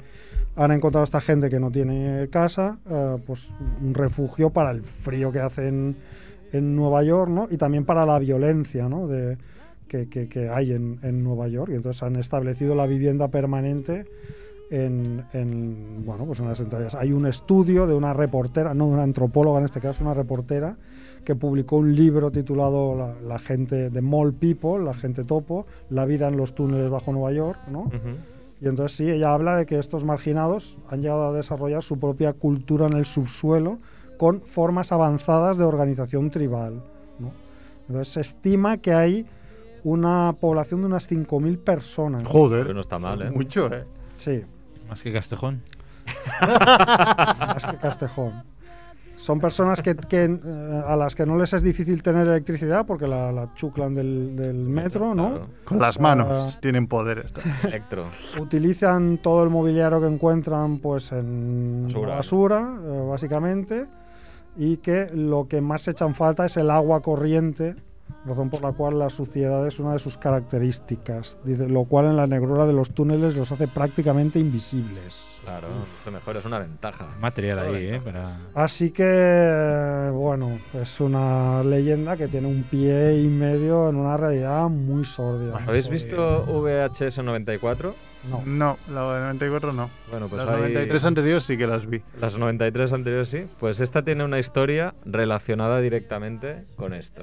[SPEAKER 3] han encontrado esta gente que no tiene casa, eh, pues un refugio para el frío que hace en, en Nueva York, ¿no? Y también para la violencia, ¿no? De, que, que- que hay en, en Nueva York. Y entonces han establecido la vivienda permanente en, en, bueno, pues en las entrañas. Hay un estudio de una reportera, no de una antropóloga en este caso, una reportera, que publicó un libro titulado La, la gente de Mall People, la gente topo, la vida en los túneles bajo Nueva York, ¿no?
[SPEAKER 1] Ujú.
[SPEAKER 3] Y entonces sí, ella habla de que estos marginados han llegado a desarrollar su propia cultura en el subsuelo con formas avanzadas de organización tribal. ¿no? Entonces se estima que hay una población de unas 5.000 personas.
[SPEAKER 1] Pero
[SPEAKER 4] Joder.
[SPEAKER 1] no está mal, ¿eh?
[SPEAKER 4] Mucho, ¿eh?
[SPEAKER 3] Sí,
[SPEAKER 2] Más que Castejón.
[SPEAKER 3] más que Castejón. Son personas que, que, eh, a las que no les es difícil tener electricidad porque la, la chuclan del, del metro, ¿no?
[SPEAKER 1] Claro.
[SPEAKER 4] Con las
[SPEAKER 3] Ah.
[SPEAKER 4] manos. Tienen poderes.
[SPEAKER 1] Electro.
[SPEAKER 3] utilizan todo el mobiliario que encuentran pues en
[SPEAKER 1] Basura,
[SPEAKER 3] la
[SPEAKER 1] ¿no?
[SPEAKER 3] basura, eh, básicamente y que lo que más echan falta es el agua corriente razón por la cual la suciedad es una de sus características dice, lo cual en la negrura de los túneles los hace prácticamente invisibles
[SPEAKER 1] Claro, eso mejor, es una ventaja.
[SPEAKER 2] Material ahí,
[SPEAKER 1] Correcto.
[SPEAKER 2] ¿eh? Para...
[SPEAKER 3] Así que, eh, bueno, es una leyenda que tiene un pie y medio en una realidad muy sórdida.
[SPEAKER 1] ¿Habéis visto VHS 94?
[SPEAKER 3] No.
[SPEAKER 4] No, la de 94 no.
[SPEAKER 1] Bueno, pues
[SPEAKER 4] Las
[SPEAKER 1] hay-
[SPEAKER 4] 93 anteriores sí que las vi.
[SPEAKER 1] Las 93 anteriores sí. Pues esta tiene una historia relacionada directamente con esto.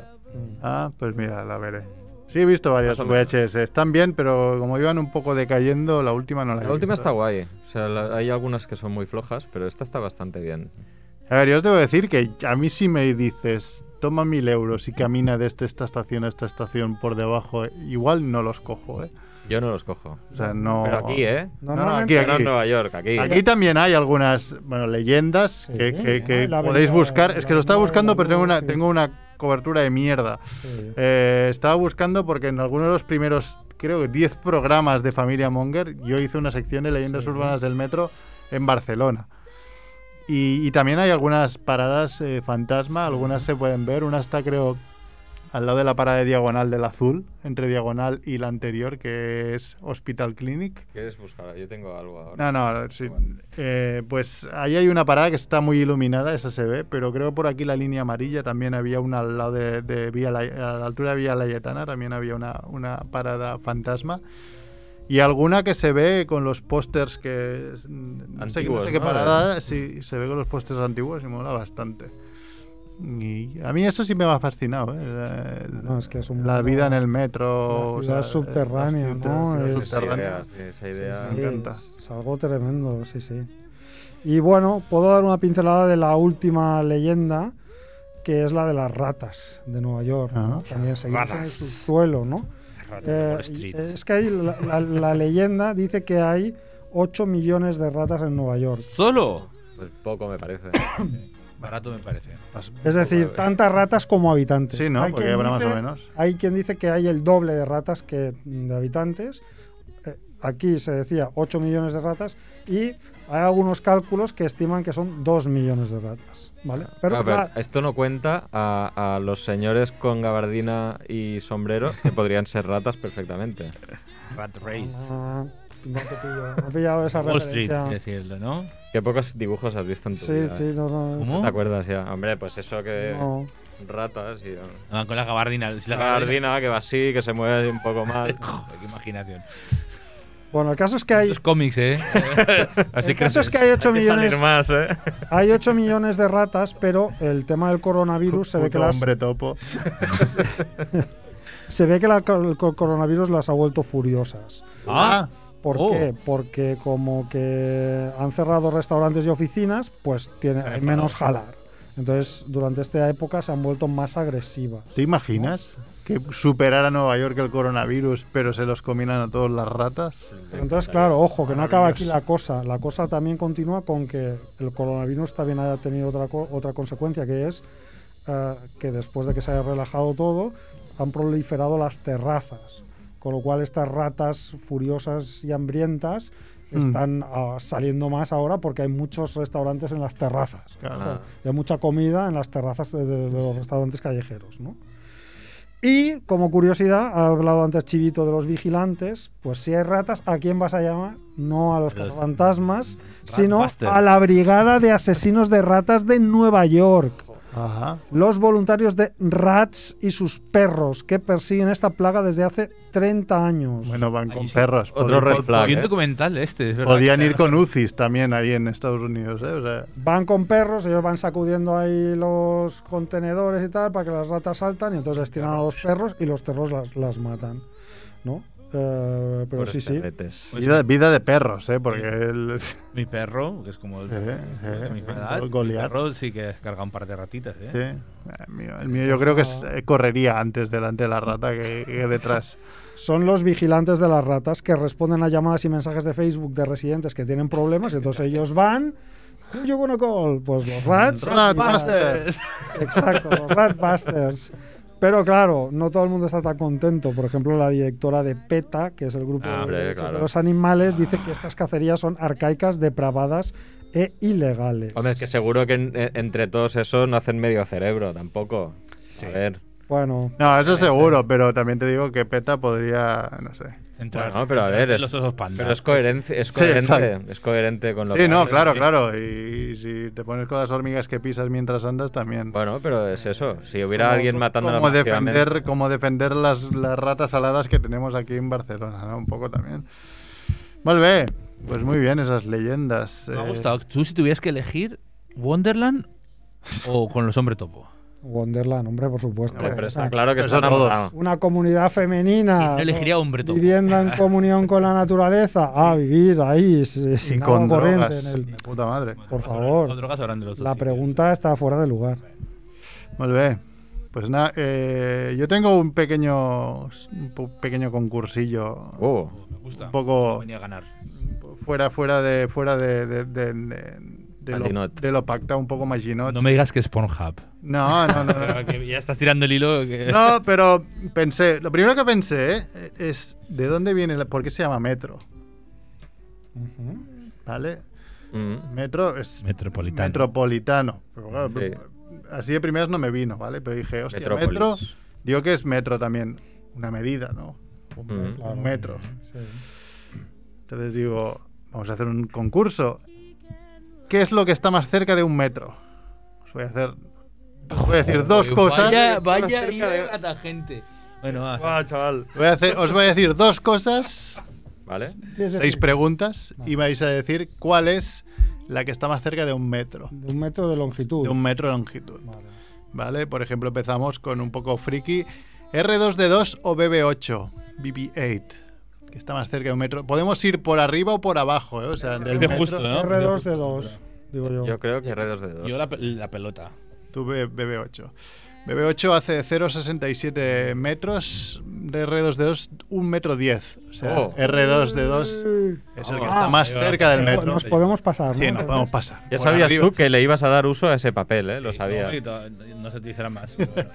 [SPEAKER 4] Ah, pues mira, la veré. Sí, he visto varias
[SPEAKER 1] Más o menos.
[SPEAKER 4] VHS. Están bien, pero como iban un poco decayendo, la última no la he
[SPEAKER 1] La última
[SPEAKER 4] visto.
[SPEAKER 1] está guay. eh. O sea, la- hay algunas que son muy flojas, pero esta está bastante bien.
[SPEAKER 4] A ver, yo os debo decir que a mí si me dices, toma mil euros y camina desde esta estación a esta estación por debajo, eh, igual no los cojo, ¿eh?
[SPEAKER 1] Yo no los cojo.
[SPEAKER 4] O sea, no...
[SPEAKER 1] Pero aquí, ¿eh?
[SPEAKER 4] No, no,
[SPEAKER 3] Normalmente-
[SPEAKER 4] aquí,
[SPEAKER 1] No
[SPEAKER 4] aquí.
[SPEAKER 1] en Nueva York, aquí.
[SPEAKER 4] Aquí también hay algunas, bueno, leyendas
[SPEAKER 3] Sí,
[SPEAKER 4] que, que- que
[SPEAKER 3] ¿no? La
[SPEAKER 4] podéis
[SPEAKER 3] avenida-
[SPEAKER 4] buscar. Es que lo
[SPEAKER 3] la avenida
[SPEAKER 4] estaba
[SPEAKER 3] de
[SPEAKER 4] buscando,
[SPEAKER 3] la
[SPEAKER 4] pero tengo
[SPEAKER 3] luz,
[SPEAKER 4] una,
[SPEAKER 3] sí.
[SPEAKER 4] tengo una cobertura de mierda.
[SPEAKER 3] Sí.
[SPEAKER 4] Eh, estaba buscando porque en alguno de los primeros, creo que 10 programas de Familia Monger, yo hice una sección de leyendas
[SPEAKER 3] Sí.
[SPEAKER 4] urbanas del metro en Barcelona. Y, y también hay algunas paradas eh, fantasma, algunas se pueden ver. Una está, creo, al lado de la parada de diagonal del azul, entre diagonal y la anterior, que es Hospital Clinic.
[SPEAKER 1] ¿Quieres buscar? Yo tengo algo ahora.
[SPEAKER 4] No, no, sí.
[SPEAKER 1] Bueno.
[SPEAKER 4] Eh, pues ahí hay una parada que está muy iluminada, esa se ve, pero creo por aquí la línea amarilla también había una al lado de, de Vía Lai- a la altura de Vía Layetana, también había una, una parada fantasma. Y alguna que se ve con los pósters que. es- No sé, no
[SPEAKER 1] Antiguos,
[SPEAKER 4] sé qué
[SPEAKER 1] ¿no? Eh.
[SPEAKER 4] parada, sí, se ve con los pósters antiguos y mola bastante. Y a mí eso sí me ha fascinado, ¿eh? La-
[SPEAKER 3] No, es que es un
[SPEAKER 4] la vida en
[SPEAKER 3] mundo-
[SPEAKER 4] el metro. eh,
[SPEAKER 3] la ciudad
[SPEAKER 4] las
[SPEAKER 3] subterránea,
[SPEAKER 4] ciudades-
[SPEAKER 3] ¿no? Es-
[SPEAKER 4] las ciudades
[SPEAKER 1] Esa idea,
[SPEAKER 4] subterráneas.
[SPEAKER 1] sí, esa
[SPEAKER 4] Sí,
[SPEAKER 1] idea.
[SPEAKER 4] sí. Me encanta.
[SPEAKER 3] Es, es algo tremendo, sí, sí. Y bueno, puedo dar una pincelada de la última leyenda, que es la de las ratas de Nueva York. ¿no?
[SPEAKER 4] Ajá.
[SPEAKER 3] También seguimos en el
[SPEAKER 2] Ratas.
[SPEAKER 3] subsuelo, ¿no? Eh,
[SPEAKER 2] Wall Street.
[SPEAKER 3] y- es que hay la, la- la leyenda dice que hay 8 millones de ratas en Nueva York.
[SPEAKER 2] ¡Solo!
[SPEAKER 1] Pues poco me parece.
[SPEAKER 2] Barato me parece.
[SPEAKER 4] Las-
[SPEAKER 3] Es
[SPEAKER 2] eh.
[SPEAKER 3] decir, tantas ratas como habitantes.
[SPEAKER 4] Sí, ¿no?
[SPEAKER 3] Hay
[SPEAKER 4] Porque
[SPEAKER 3] quien
[SPEAKER 4] habrá más
[SPEAKER 3] dice-
[SPEAKER 4] o menos.
[SPEAKER 3] Hay quien dice que hay el doble de ratas que de habitantes. Eh, Aquí se decía 8 millones de ratas y hay algunos cálculos que estiman que son 2 millones de ratas. ¿Vale? Pero
[SPEAKER 1] A ver,
[SPEAKER 3] la-
[SPEAKER 1] esto no cuenta a, a los señores con gabardina y sombrero, que podrían ser ratas perfectamente.
[SPEAKER 2] Rat Race.
[SPEAKER 3] Ah, no te pillo, no he pillado esa
[SPEAKER 2] Wall Street,
[SPEAKER 3] referencia.
[SPEAKER 2] decirlo, ¿no?
[SPEAKER 1] Qué pocos dibujos has visto en tu
[SPEAKER 3] Sí,
[SPEAKER 1] vida,
[SPEAKER 3] sí,
[SPEAKER 1] ¿eh?
[SPEAKER 3] no, no.
[SPEAKER 2] ¿Cómo?
[SPEAKER 1] ¿Te acuerdas ya? Hombre, pues eso que...
[SPEAKER 3] no.
[SPEAKER 1] Ratas y...
[SPEAKER 2] Ah, con la gabardina. si
[SPEAKER 1] La
[SPEAKER 2] la
[SPEAKER 1] gabardina que va así, que se mueve un poco más.
[SPEAKER 2] Joder, qué imaginación.
[SPEAKER 3] Bueno, el caso es que hay,
[SPEAKER 2] Esos cómics, ¿eh? Así
[SPEAKER 3] el caso es que hay 8
[SPEAKER 1] Hay que salir
[SPEAKER 3] millones,
[SPEAKER 1] más, ¿eh?
[SPEAKER 3] hay 8 millones de ratas, pero el tema del coronavirus se ve que
[SPEAKER 4] Puto
[SPEAKER 3] las,
[SPEAKER 4] hombre topo.
[SPEAKER 3] se ve que la- el co- coronavirus las ha vuelto furiosas.
[SPEAKER 2] Ah,
[SPEAKER 3] ¿Por
[SPEAKER 2] Oh.
[SPEAKER 3] qué? Porque como que han cerrado restaurantes y oficinas, pues tiene,
[SPEAKER 2] Se han
[SPEAKER 3] hay menos
[SPEAKER 2] enfadado.
[SPEAKER 3] jalar. Entonces, durante esta época se han vuelto más agresivas.
[SPEAKER 4] ¿Te imaginas que superara Nueva York el coronavirus, pero se los combinan a todos las ratas?
[SPEAKER 3] Pero Entonces, claro, ojo, que no acaba aquí
[SPEAKER 4] Maravilloso.
[SPEAKER 3] la cosa. La cosa también continúa con que el coronavirus también haya tenido otra, co- otra consecuencia, que es eh, que después de que se haya relajado todo, han proliferado las terrazas. Con lo cual, estas ratas furiosas y hambrientas
[SPEAKER 4] Mm.
[SPEAKER 3] están ah, saliendo más ahora porque hay muchos restaurantes en las terrazas.
[SPEAKER 4] Claro.
[SPEAKER 3] Y hay mucha comida en las terrazas de, de- de los restaurantes callejeros, ¿no? Y como curiosidad, ha hablado antes Chivito de los vigilantes, pues si hay ratas, ¿a quién vas a llamar? No a los
[SPEAKER 2] Los
[SPEAKER 3] fantasmas,
[SPEAKER 2] rat
[SPEAKER 3] sino
[SPEAKER 2] busters.
[SPEAKER 3] a la Brigada de Asesinos de Ratas de Nueva York.
[SPEAKER 4] Ajá.
[SPEAKER 3] Los voluntarios de Rats y sus perros que persiguen esta plaga desde hace 30 años.
[SPEAKER 4] Bueno, van con
[SPEAKER 2] Ahí sí.
[SPEAKER 4] perros.
[SPEAKER 1] Otro
[SPEAKER 4] Pod-
[SPEAKER 1] red
[SPEAKER 4] pod-
[SPEAKER 1] flag.
[SPEAKER 2] Y un
[SPEAKER 1] ¿eh?
[SPEAKER 2] documental este, es verdad.
[SPEAKER 4] Podían ir con
[SPEAKER 2] un...
[SPEAKER 4] UCIs también ahí en Estados Unidos, ¿eh? O sea,
[SPEAKER 3] Van con perros, ellos van sacudiendo ahí los contenedores y tal para que las ratas saltan y entonces les tiran a los perros y los perros las, las matan. ¿No? Eh, pero
[SPEAKER 1] Pobres
[SPEAKER 3] sí, sí.
[SPEAKER 1] perretes.
[SPEAKER 4] vida, vida de perros, ¿eh? Porque el...
[SPEAKER 2] Mi perro, que es como el,
[SPEAKER 4] Sí,
[SPEAKER 2] de
[SPEAKER 4] sí,
[SPEAKER 2] mi
[SPEAKER 4] sí,
[SPEAKER 2] edad, mi
[SPEAKER 4] Goliat.
[SPEAKER 2] perro sí que carga un par de ratitas, ¿eh?
[SPEAKER 4] Sí. El Ah, mío, el mío yo creo que es- eh, correría antes delante de la rata que, que detrás.
[SPEAKER 3] Son los vigilantes de las ratas que responden a llamadas y mensajes de Facebook de residentes que tienen problemas, entonces ellos van. "Who You gonna call? Pues los rats.
[SPEAKER 4] Rat
[SPEAKER 3] y van-
[SPEAKER 4] busters.
[SPEAKER 3] Exacto, los ratbusters. Pero claro, no todo el mundo está tan contento. Por ejemplo, la directora de PETA, que es el grupo
[SPEAKER 1] Ah,
[SPEAKER 3] de
[SPEAKER 1] hombre,
[SPEAKER 3] derechos
[SPEAKER 1] claro. Ah.
[SPEAKER 3] de los animales, dice que estas cacerías son arcaicas, depravadas e ilegales.
[SPEAKER 1] Hombre, es que seguro que en- en- entre todos esos no hacen medio cerebro tampoco. A ver.
[SPEAKER 3] Bueno,
[SPEAKER 4] No, eso seguro, pero también te digo que PETA podría, no sé.
[SPEAKER 2] Entrar-
[SPEAKER 1] Bueno, pero a
[SPEAKER 2] entrar
[SPEAKER 1] ver, es,
[SPEAKER 2] los osos panda.
[SPEAKER 4] pues.
[SPEAKER 1] pero es coherente, es
[SPEAKER 4] Sí,
[SPEAKER 1] coherente,
[SPEAKER 4] exacto.
[SPEAKER 1] es coherente con lo
[SPEAKER 4] Sí,
[SPEAKER 1] que
[SPEAKER 4] no,
[SPEAKER 1] haces.
[SPEAKER 4] claro, claro. Y, y si te pones con las hormigas que pisas mientras andas también.
[SPEAKER 1] Bueno, pero es eso. Si hubiera
[SPEAKER 4] Como-
[SPEAKER 1] alguien matando ¿eh?
[SPEAKER 4] como
[SPEAKER 1] a
[SPEAKER 4] defender, como defender las, las ratas aladas que tenemos aquí en Barcelona, ¿no? Un poco también. Vuelve. Pues muy bien esas leyendas.
[SPEAKER 2] Me ha
[SPEAKER 4] eh.
[SPEAKER 2] gustado. Tú si tuvieras que elegir Wonderland o con los hombres topo.
[SPEAKER 3] Wonderland, hombre, por supuesto.
[SPEAKER 1] Hombre, pero está
[SPEAKER 3] Ah,
[SPEAKER 1] claro que
[SPEAKER 4] Eso
[SPEAKER 1] está
[SPEAKER 4] todos.
[SPEAKER 1] enamorado.
[SPEAKER 3] Una comunidad femenina.
[SPEAKER 2] Yo elegiría hombre topo.
[SPEAKER 3] Vivienda en comunión con la naturaleza. A vivir ahí, sin,
[SPEAKER 4] Y
[SPEAKER 3] sin agua
[SPEAKER 4] con
[SPEAKER 3] corriente
[SPEAKER 4] drogas.
[SPEAKER 3] en el-
[SPEAKER 4] de puta madre.
[SPEAKER 3] Por favor.
[SPEAKER 2] Los drogas habrán de los dos
[SPEAKER 3] La
[SPEAKER 2] sitios.
[SPEAKER 3] pregunta está fuera de lugar.
[SPEAKER 4] Muy bien. Pues nada, eh, yo tengo un pequeño, un po- pequeño concursillo
[SPEAKER 1] Uh,
[SPEAKER 2] Me gusta.
[SPEAKER 4] Un poco-
[SPEAKER 2] Venía a ganar.
[SPEAKER 4] fuera, fuera de, fuera de, de, de- de- de lo,
[SPEAKER 1] Maginot.
[SPEAKER 4] de lo pacta un poco más ginot.
[SPEAKER 2] No me digas que es Pornhub.
[SPEAKER 4] No, no, no. no.
[SPEAKER 2] Pero que ya estás tirando el hilo. que-
[SPEAKER 4] No, pero pensé, lo primero que pensé eh, es de dónde viene, la- por qué se llama metro,
[SPEAKER 3] Ujú.
[SPEAKER 4] ¿vale?
[SPEAKER 1] mm.
[SPEAKER 4] Metro es
[SPEAKER 2] Metropolitano.
[SPEAKER 4] metropolitano. Pero claro,
[SPEAKER 1] Sí.
[SPEAKER 4] Así de primeras no me vino, ¿vale? Pero dije, hostia,
[SPEAKER 1] Metrópolis.
[SPEAKER 4] metro, digo que es metro también, una medida, ¿no? Un,
[SPEAKER 1] Mm.
[SPEAKER 4] un
[SPEAKER 3] Claro.
[SPEAKER 4] metro.
[SPEAKER 3] Sí.
[SPEAKER 4] Entonces digo, vamos a hacer un concurso. ¿Qué es lo que está más cerca de un metro? Os voy a hacer. Os voy a decir dos
[SPEAKER 2] Oye,
[SPEAKER 4] cosas.
[SPEAKER 2] Vaya, vaya hilo a la gente. Bueno, va.
[SPEAKER 4] Ah, Voy a hacer- os voy a decir dos cosas.
[SPEAKER 1] ¿Vale?
[SPEAKER 3] Es
[SPEAKER 4] seis
[SPEAKER 3] decir,
[SPEAKER 4] preguntas y vais a decir cuál es la que está más cerca de un metro,
[SPEAKER 3] De un metro de longitud.
[SPEAKER 4] de un metro de longitud.
[SPEAKER 3] Vale.
[SPEAKER 4] ¿Vale? Por ejemplo, empezamos con un poco friki. R2D2 o BB8, BB8, que está más cerca de un metro. Podemos ir por arriba o por abajo, ¿eh? O sea, del
[SPEAKER 2] De
[SPEAKER 4] metro.
[SPEAKER 2] justo, ¿no?
[SPEAKER 3] R2 de 2, digo yo.
[SPEAKER 1] Yo creo que redes de dos.
[SPEAKER 2] Yo la, pe- la pelota.
[SPEAKER 4] Tú ve- BB8. BB8 hace 0,67 metros, de R2D2 1 metro 10. O sea,
[SPEAKER 1] Oh. Ah,
[SPEAKER 4] R2D2 es el que está más cerca del
[SPEAKER 3] Nos-
[SPEAKER 4] metro.
[SPEAKER 3] Nos podemos pasar,
[SPEAKER 4] Sí,
[SPEAKER 3] ¿no?
[SPEAKER 4] nos podemos pasar.
[SPEAKER 1] Ya
[SPEAKER 4] Por
[SPEAKER 1] sabías
[SPEAKER 4] arriba.
[SPEAKER 1] tú que le ibas a dar uso a ese papel, ¿eh? Lo
[SPEAKER 2] Sí,
[SPEAKER 1] sabía.
[SPEAKER 2] como que to- No se utilizará más. pero bueno.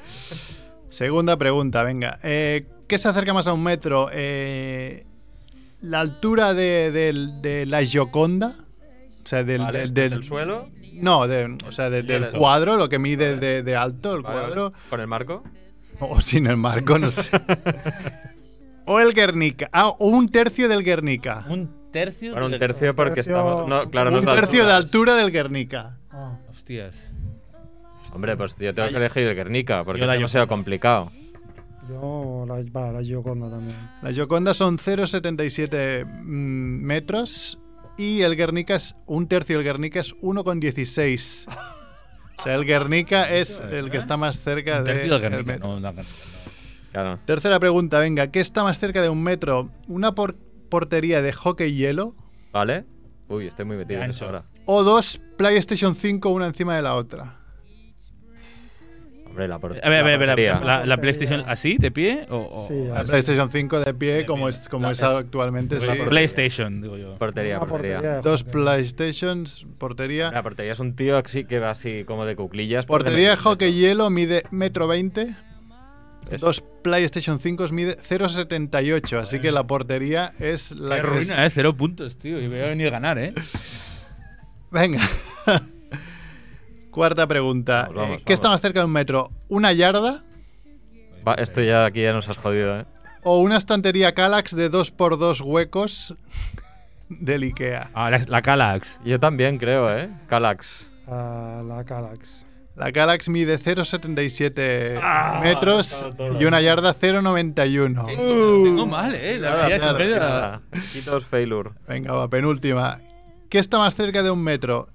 [SPEAKER 4] Segunda pregunta, venga. Eh, ¿Qué se acerca más a un metro? Eh, ¿La altura de, del- de la Gioconda? O sea, del,
[SPEAKER 1] Vale,
[SPEAKER 4] del-
[SPEAKER 1] ¿desde
[SPEAKER 4] del-
[SPEAKER 1] el suelo?
[SPEAKER 4] No, de- o sea, de- del
[SPEAKER 1] Cielo.
[SPEAKER 4] cuadro, lo que mide de, de alto el
[SPEAKER 1] Vale,
[SPEAKER 4] cuadro.
[SPEAKER 1] ¿Con el marco?
[SPEAKER 4] O sin el marco, no sé. o el Guernica. Ah, o un tercio del Guernica.
[SPEAKER 2] Un tercio.
[SPEAKER 1] Bueno, un
[SPEAKER 2] de-
[SPEAKER 1] tercio porque
[SPEAKER 3] tercio-
[SPEAKER 1] estamos. No, claro, no
[SPEAKER 4] Un
[SPEAKER 1] es la
[SPEAKER 4] tercio de
[SPEAKER 1] altura.
[SPEAKER 4] altura del Guernica.
[SPEAKER 3] Ah,
[SPEAKER 2] Hostias.
[SPEAKER 1] Hombre, pues yo tengo que elegir el Guernica, porque
[SPEAKER 2] Yo
[SPEAKER 1] es
[SPEAKER 2] la
[SPEAKER 1] demasiado complicado.
[SPEAKER 3] yo la, va, la Gioconda también.
[SPEAKER 4] La Gioconda son 0,77 mm, metros y el Guernica es un tercio del Guernica es 1,16. O sea, el Guernica es el que está más cerca
[SPEAKER 2] Un
[SPEAKER 4] de
[SPEAKER 2] tercio del
[SPEAKER 4] el
[SPEAKER 2] Guernica,
[SPEAKER 4] metro.
[SPEAKER 2] no, la Guernica,
[SPEAKER 1] Claro.
[SPEAKER 4] Tercera pregunta, venga, ¿qué está más cerca de un metro? ¿Una por- portería de hockey hielo
[SPEAKER 1] ¿Vale? Uy, estoy muy metido en
[SPEAKER 2] Gancho.
[SPEAKER 1] eso ahora.
[SPEAKER 4] o dos PlayStation 5 una encima de la otra?
[SPEAKER 1] Hombre, la por-
[SPEAKER 2] no. A ver, a ver, a ver, a ver,
[SPEAKER 1] portería.
[SPEAKER 2] la, la, PlayStation así, de pie o. o-
[SPEAKER 3] Sí,
[SPEAKER 4] La
[SPEAKER 3] así.
[SPEAKER 4] PlayStation 5 de pie como es, como es actualmente.
[SPEAKER 2] Pues
[SPEAKER 4] sí.
[SPEAKER 2] PlayStation, digo yo.
[SPEAKER 1] Portería,
[SPEAKER 3] Una
[SPEAKER 1] portería.
[SPEAKER 3] portería.
[SPEAKER 4] Dos PlayStations, portería.
[SPEAKER 1] La portería es un tío así que va así como de cuclillas. porque
[SPEAKER 4] Portería de
[SPEAKER 1] me-
[SPEAKER 4] hockey hielo mide metro 20.
[SPEAKER 1] Es-
[SPEAKER 4] Dos PlayStation 5 mide 0,78, así que la portería es la
[SPEAKER 2] Qué
[SPEAKER 4] que es-
[SPEAKER 2] ruina, eh. Cero puntos, tío. Y voy a venir a ganar, eh.
[SPEAKER 1] eh.
[SPEAKER 4] Venga. Cuarta pregunta.
[SPEAKER 1] Vamos, vamos,
[SPEAKER 4] Eh, ¿Qué está
[SPEAKER 1] vamos.
[SPEAKER 4] más cerca de un metro? ¿Una yarda?
[SPEAKER 1] Va, esto ya aquí ya nos has jodido, ¿eh?
[SPEAKER 4] O una estantería Kallax de 2x2 huecos del IKEA.
[SPEAKER 2] Ah, la, la Kallax.
[SPEAKER 1] Yo también creo, ¿eh? Calax.
[SPEAKER 3] a la Kallax.
[SPEAKER 4] La Kallax mide 0,77
[SPEAKER 1] Ah,
[SPEAKER 4] metros y una yarda 0,91.
[SPEAKER 2] Tengo mal, ¿eh? La
[SPEAKER 1] Nada,
[SPEAKER 2] verdad,
[SPEAKER 1] nada,
[SPEAKER 2] siempre la-
[SPEAKER 1] nada. Quitos failure.
[SPEAKER 4] Venga, va, penúltima. ¿Qué está más cerca de un metro?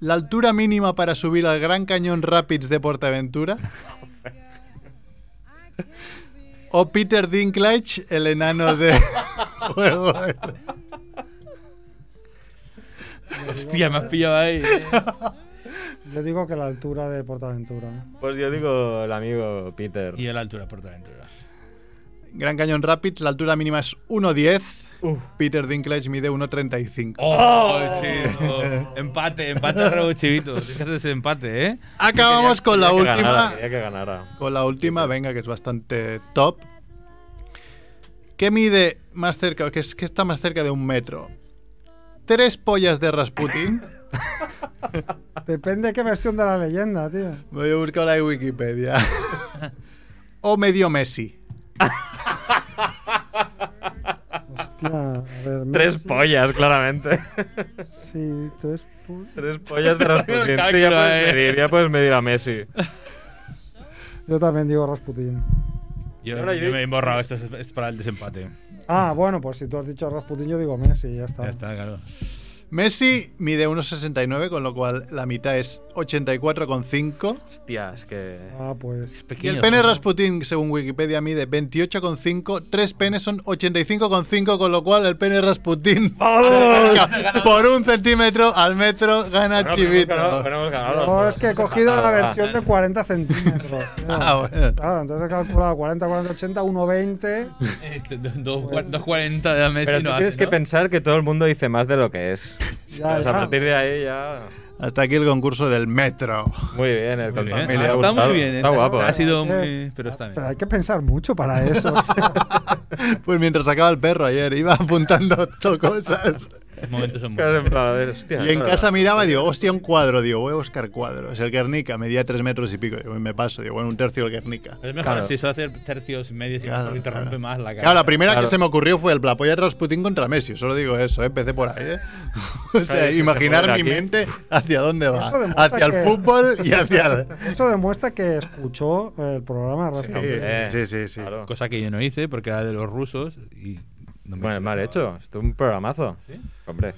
[SPEAKER 4] ¿La altura mínima para subir al Gran Cañón Rapids de Portaventura? ¿O Peter Dinklage, el enano de Juego de Tronos?
[SPEAKER 2] Hostia, me has pillado ahí.
[SPEAKER 3] Yo digo que la altura de Portaventura. ¿eh?
[SPEAKER 1] Pues yo digo el amigo Peter.
[SPEAKER 2] Y a la altura por aventura.
[SPEAKER 4] Gran Cañón Rapids, la altura mínima es 1,10. Peter Dinklage mide 1,35.
[SPEAKER 2] ¡Oh! sí, no. Empate, empate, Raúl Chivito. Tienes que hacer ese empate, ¿eh?
[SPEAKER 4] Acabamos con la
[SPEAKER 1] Quería que
[SPEAKER 4] última.
[SPEAKER 1] ganara, quería que ganara.
[SPEAKER 4] Con la última, venga, que es bastante top. ¿Qué mide más cerca? ¿Qué, es, qué está más cerca de un metro? ¿Tres pollas de Rasputin?
[SPEAKER 3] Depende qué versión de la leyenda, tío.
[SPEAKER 4] Voy a buscar la de Wikipedia. ¿O medio Messi?
[SPEAKER 3] Hostia, a ver. mira,
[SPEAKER 1] Tres
[SPEAKER 3] sí,
[SPEAKER 1] pollas, claramente.
[SPEAKER 3] Sí, tres po-
[SPEAKER 1] Tres pollas de Rasputin.
[SPEAKER 2] Calculo,
[SPEAKER 1] Tú ya puedes
[SPEAKER 2] eh.
[SPEAKER 1] medir, ya puedes medir a Messi.
[SPEAKER 3] Yo también digo Rasputin.
[SPEAKER 2] Yo,
[SPEAKER 1] Ahora
[SPEAKER 2] yo
[SPEAKER 1] yo-
[SPEAKER 2] me he borrado, esto es, es para el desempate.
[SPEAKER 3] Ah, bueno, pues si tú has dicho Rasputin, yo digo Messi, ya está.
[SPEAKER 2] Ya está, claro.
[SPEAKER 4] Messi mide 1,69, con lo cual la mitad es 84,5.
[SPEAKER 1] Hostia, es que...
[SPEAKER 3] Ah, pues.
[SPEAKER 4] Y el pene Rasputin, según Wikipedia, mide 28,5. Tres penes son 85,5, con lo cual el pene Rasputin se acerca por un centímetro al metro,
[SPEAKER 1] Bueno, pero
[SPEAKER 4] gana
[SPEAKER 1] hemos
[SPEAKER 4] Chivito.
[SPEAKER 1] ganado- pero hemos ganado los
[SPEAKER 3] No,
[SPEAKER 1] dos.
[SPEAKER 3] es que he cogido la
[SPEAKER 1] Ah,
[SPEAKER 3] versión de 40 centímetros. tío.
[SPEAKER 4] Ah, bueno.
[SPEAKER 3] Claro, entonces he calculado 40, 40, 80, 1,20.
[SPEAKER 2] Este, do- do- cua- 240 de Messi
[SPEAKER 1] Pero
[SPEAKER 2] no
[SPEAKER 1] tú
[SPEAKER 2] hace,
[SPEAKER 1] tienes que
[SPEAKER 2] ¿no?
[SPEAKER 1] pensar que todo el mundo dice más de lo que es.
[SPEAKER 3] Ya,
[SPEAKER 1] O sea, a
[SPEAKER 3] ya.
[SPEAKER 1] partir de ahí ya...
[SPEAKER 4] Hasta aquí el concurso del metro.
[SPEAKER 1] Muy bien, el
[SPEAKER 2] Muy bien.
[SPEAKER 1] contador.
[SPEAKER 4] Familia,
[SPEAKER 2] Ah,
[SPEAKER 1] Me ha
[SPEAKER 2] está
[SPEAKER 1] gustado.
[SPEAKER 2] muy bien, ¿eh?
[SPEAKER 1] Está guapo.
[SPEAKER 2] Ha
[SPEAKER 1] ¿eh?
[SPEAKER 2] sido
[SPEAKER 3] Eh,
[SPEAKER 2] muy. Pero está bien.
[SPEAKER 3] Pero hay que pensar mucho para eso. o sea.
[SPEAKER 4] Pues mientras sacaba el perro ayer, iba apuntando todo cosas.
[SPEAKER 2] Los momentos son muy.
[SPEAKER 1] Claro, en plan, a ver, hostia,
[SPEAKER 4] Y en
[SPEAKER 1] claro.
[SPEAKER 4] casa miraba y digo, hostia, un cuadro. Digo, voy a buscar cuadros. El Guernica medía tres metros y pico. Digo, me paso. Digo, bueno, un tercio del Guernica.
[SPEAKER 2] Es mejor
[SPEAKER 1] Claro.
[SPEAKER 2] si eso hace tercios medios y
[SPEAKER 4] Claro,
[SPEAKER 2] mejor te rompe
[SPEAKER 4] claro.
[SPEAKER 2] más la cara.
[SPEAKER 4] Claro, la primera
[SPEAKER 1] Claro.
[SPEAKER 4] que se me ocurrió fue el Plapoya de Rasputin contra Messi. Solo digo eso, ¿eh? empecé por ahí. ¿eh? O sea,
[SPEAKER 1] Claro,
[SPEAKER 4] imaginar mi
[SPEAKER 1] aquí.
[SPEAKER 4] mente hacia dónde va.
[SPEAKER 3] Eso demuestra
[SPEAKER 4] Hacia
[SPEAKER 3] que-
[SPEAKER 4] el fútbol y hacia el...
[SPEAKER 3] Eso demuestra que escuchó el programa de Rasputin.
[SPEAKER 1] Eh,
[SPEAKER 4] Sí, sí, sí.
[SPEAKER 1] claro.
[SPEAKER 2] Cosa que yo no hice porque era de los rusos y. no me
[SPEAKER 1] Bueno, mal
[SPEAKER 2] interesaba.
[SPEAKER 1] hecho. Esto es un programazo.
[SPEAKER 2] ¿Sí?
[SPEAKER 1] Hombre.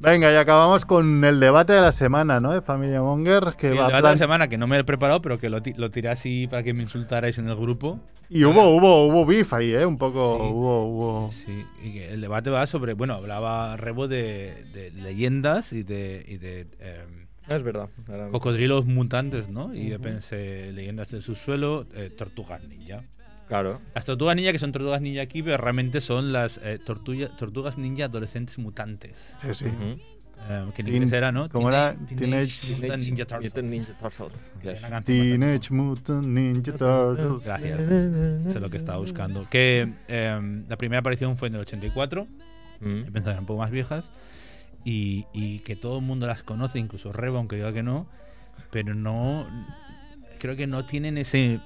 [SPEAKER 4] Venga, y acabamos con el debate de la semana, ¿no? De Familia Monger, que
[SPEAKER 2] Sí, el
[SPEAKER 4] va
[SPEAKER 2] debate de
[SPEAKER 4] plan-
[SPEAKER 2] la semana que no me he preparado, pero que lo, ti- lo tiré así para que me insultarais en el grupo.
[SPEAKER 4] Y hubo, hubo, hubo beef ahí, ¿eh? Un poco
[SPEAKER 2] Sí, sí,
[SPEAKER 4] hubo, hubo...
[SPEAKER 2] Sí, y que el debate va sobre. Bueno, hablaba Rebo de, de leyendas y de. Y de em,
[SPEAKER 1] Es verdad. Ahora-
[SPEAKER 2] Cocodrilos mutantes, ¿no? Y yo pensé, leyendas del subsuelo, eh, tortugas ninja.
[SPEAKER 1] Claro.
[SPEAKER 2] Las tortugas ninja, que son tortugas ninja aquí, pero realmente son las eh, tortuga- tortugas ninja adolescentes mutantes.
[SPEAKER 4] Sí, sí.
[SPEAKER 1] Ujú.
[SPEAKER 2] Eh, que en
[SPEAKER 4] Teen-
[SPEAKER 2] inglés era, ¿no?
[SPEAKER 4] ¿cómo
[SPEAKER 2] Teenage-
[SPEAKER 4] era? Teenage-
[SPEAKER 2] Mutant Ninja Turtles.
[SPEAKER 1] Mutant Ninja Turtles.
[SPEAKER 2] Que era
[SPEAKER 1] Yes.
[SPEAKER 2] una canción
[SPEAKER 4] Teenage Mutant Ninja Turtles.
[SPEAKER 2] Gracias. Sé lo que estaba buscando. Que eh, la primera aparición fue en el 84.
[SPEAKER 1] Mm.
[SPEAKER 2] He pensado que eran un poco más viejas. Y, y que todo el mundo las conoce, incluso Reba, aunque diga que no. Pero no. Creo que no tienen ese.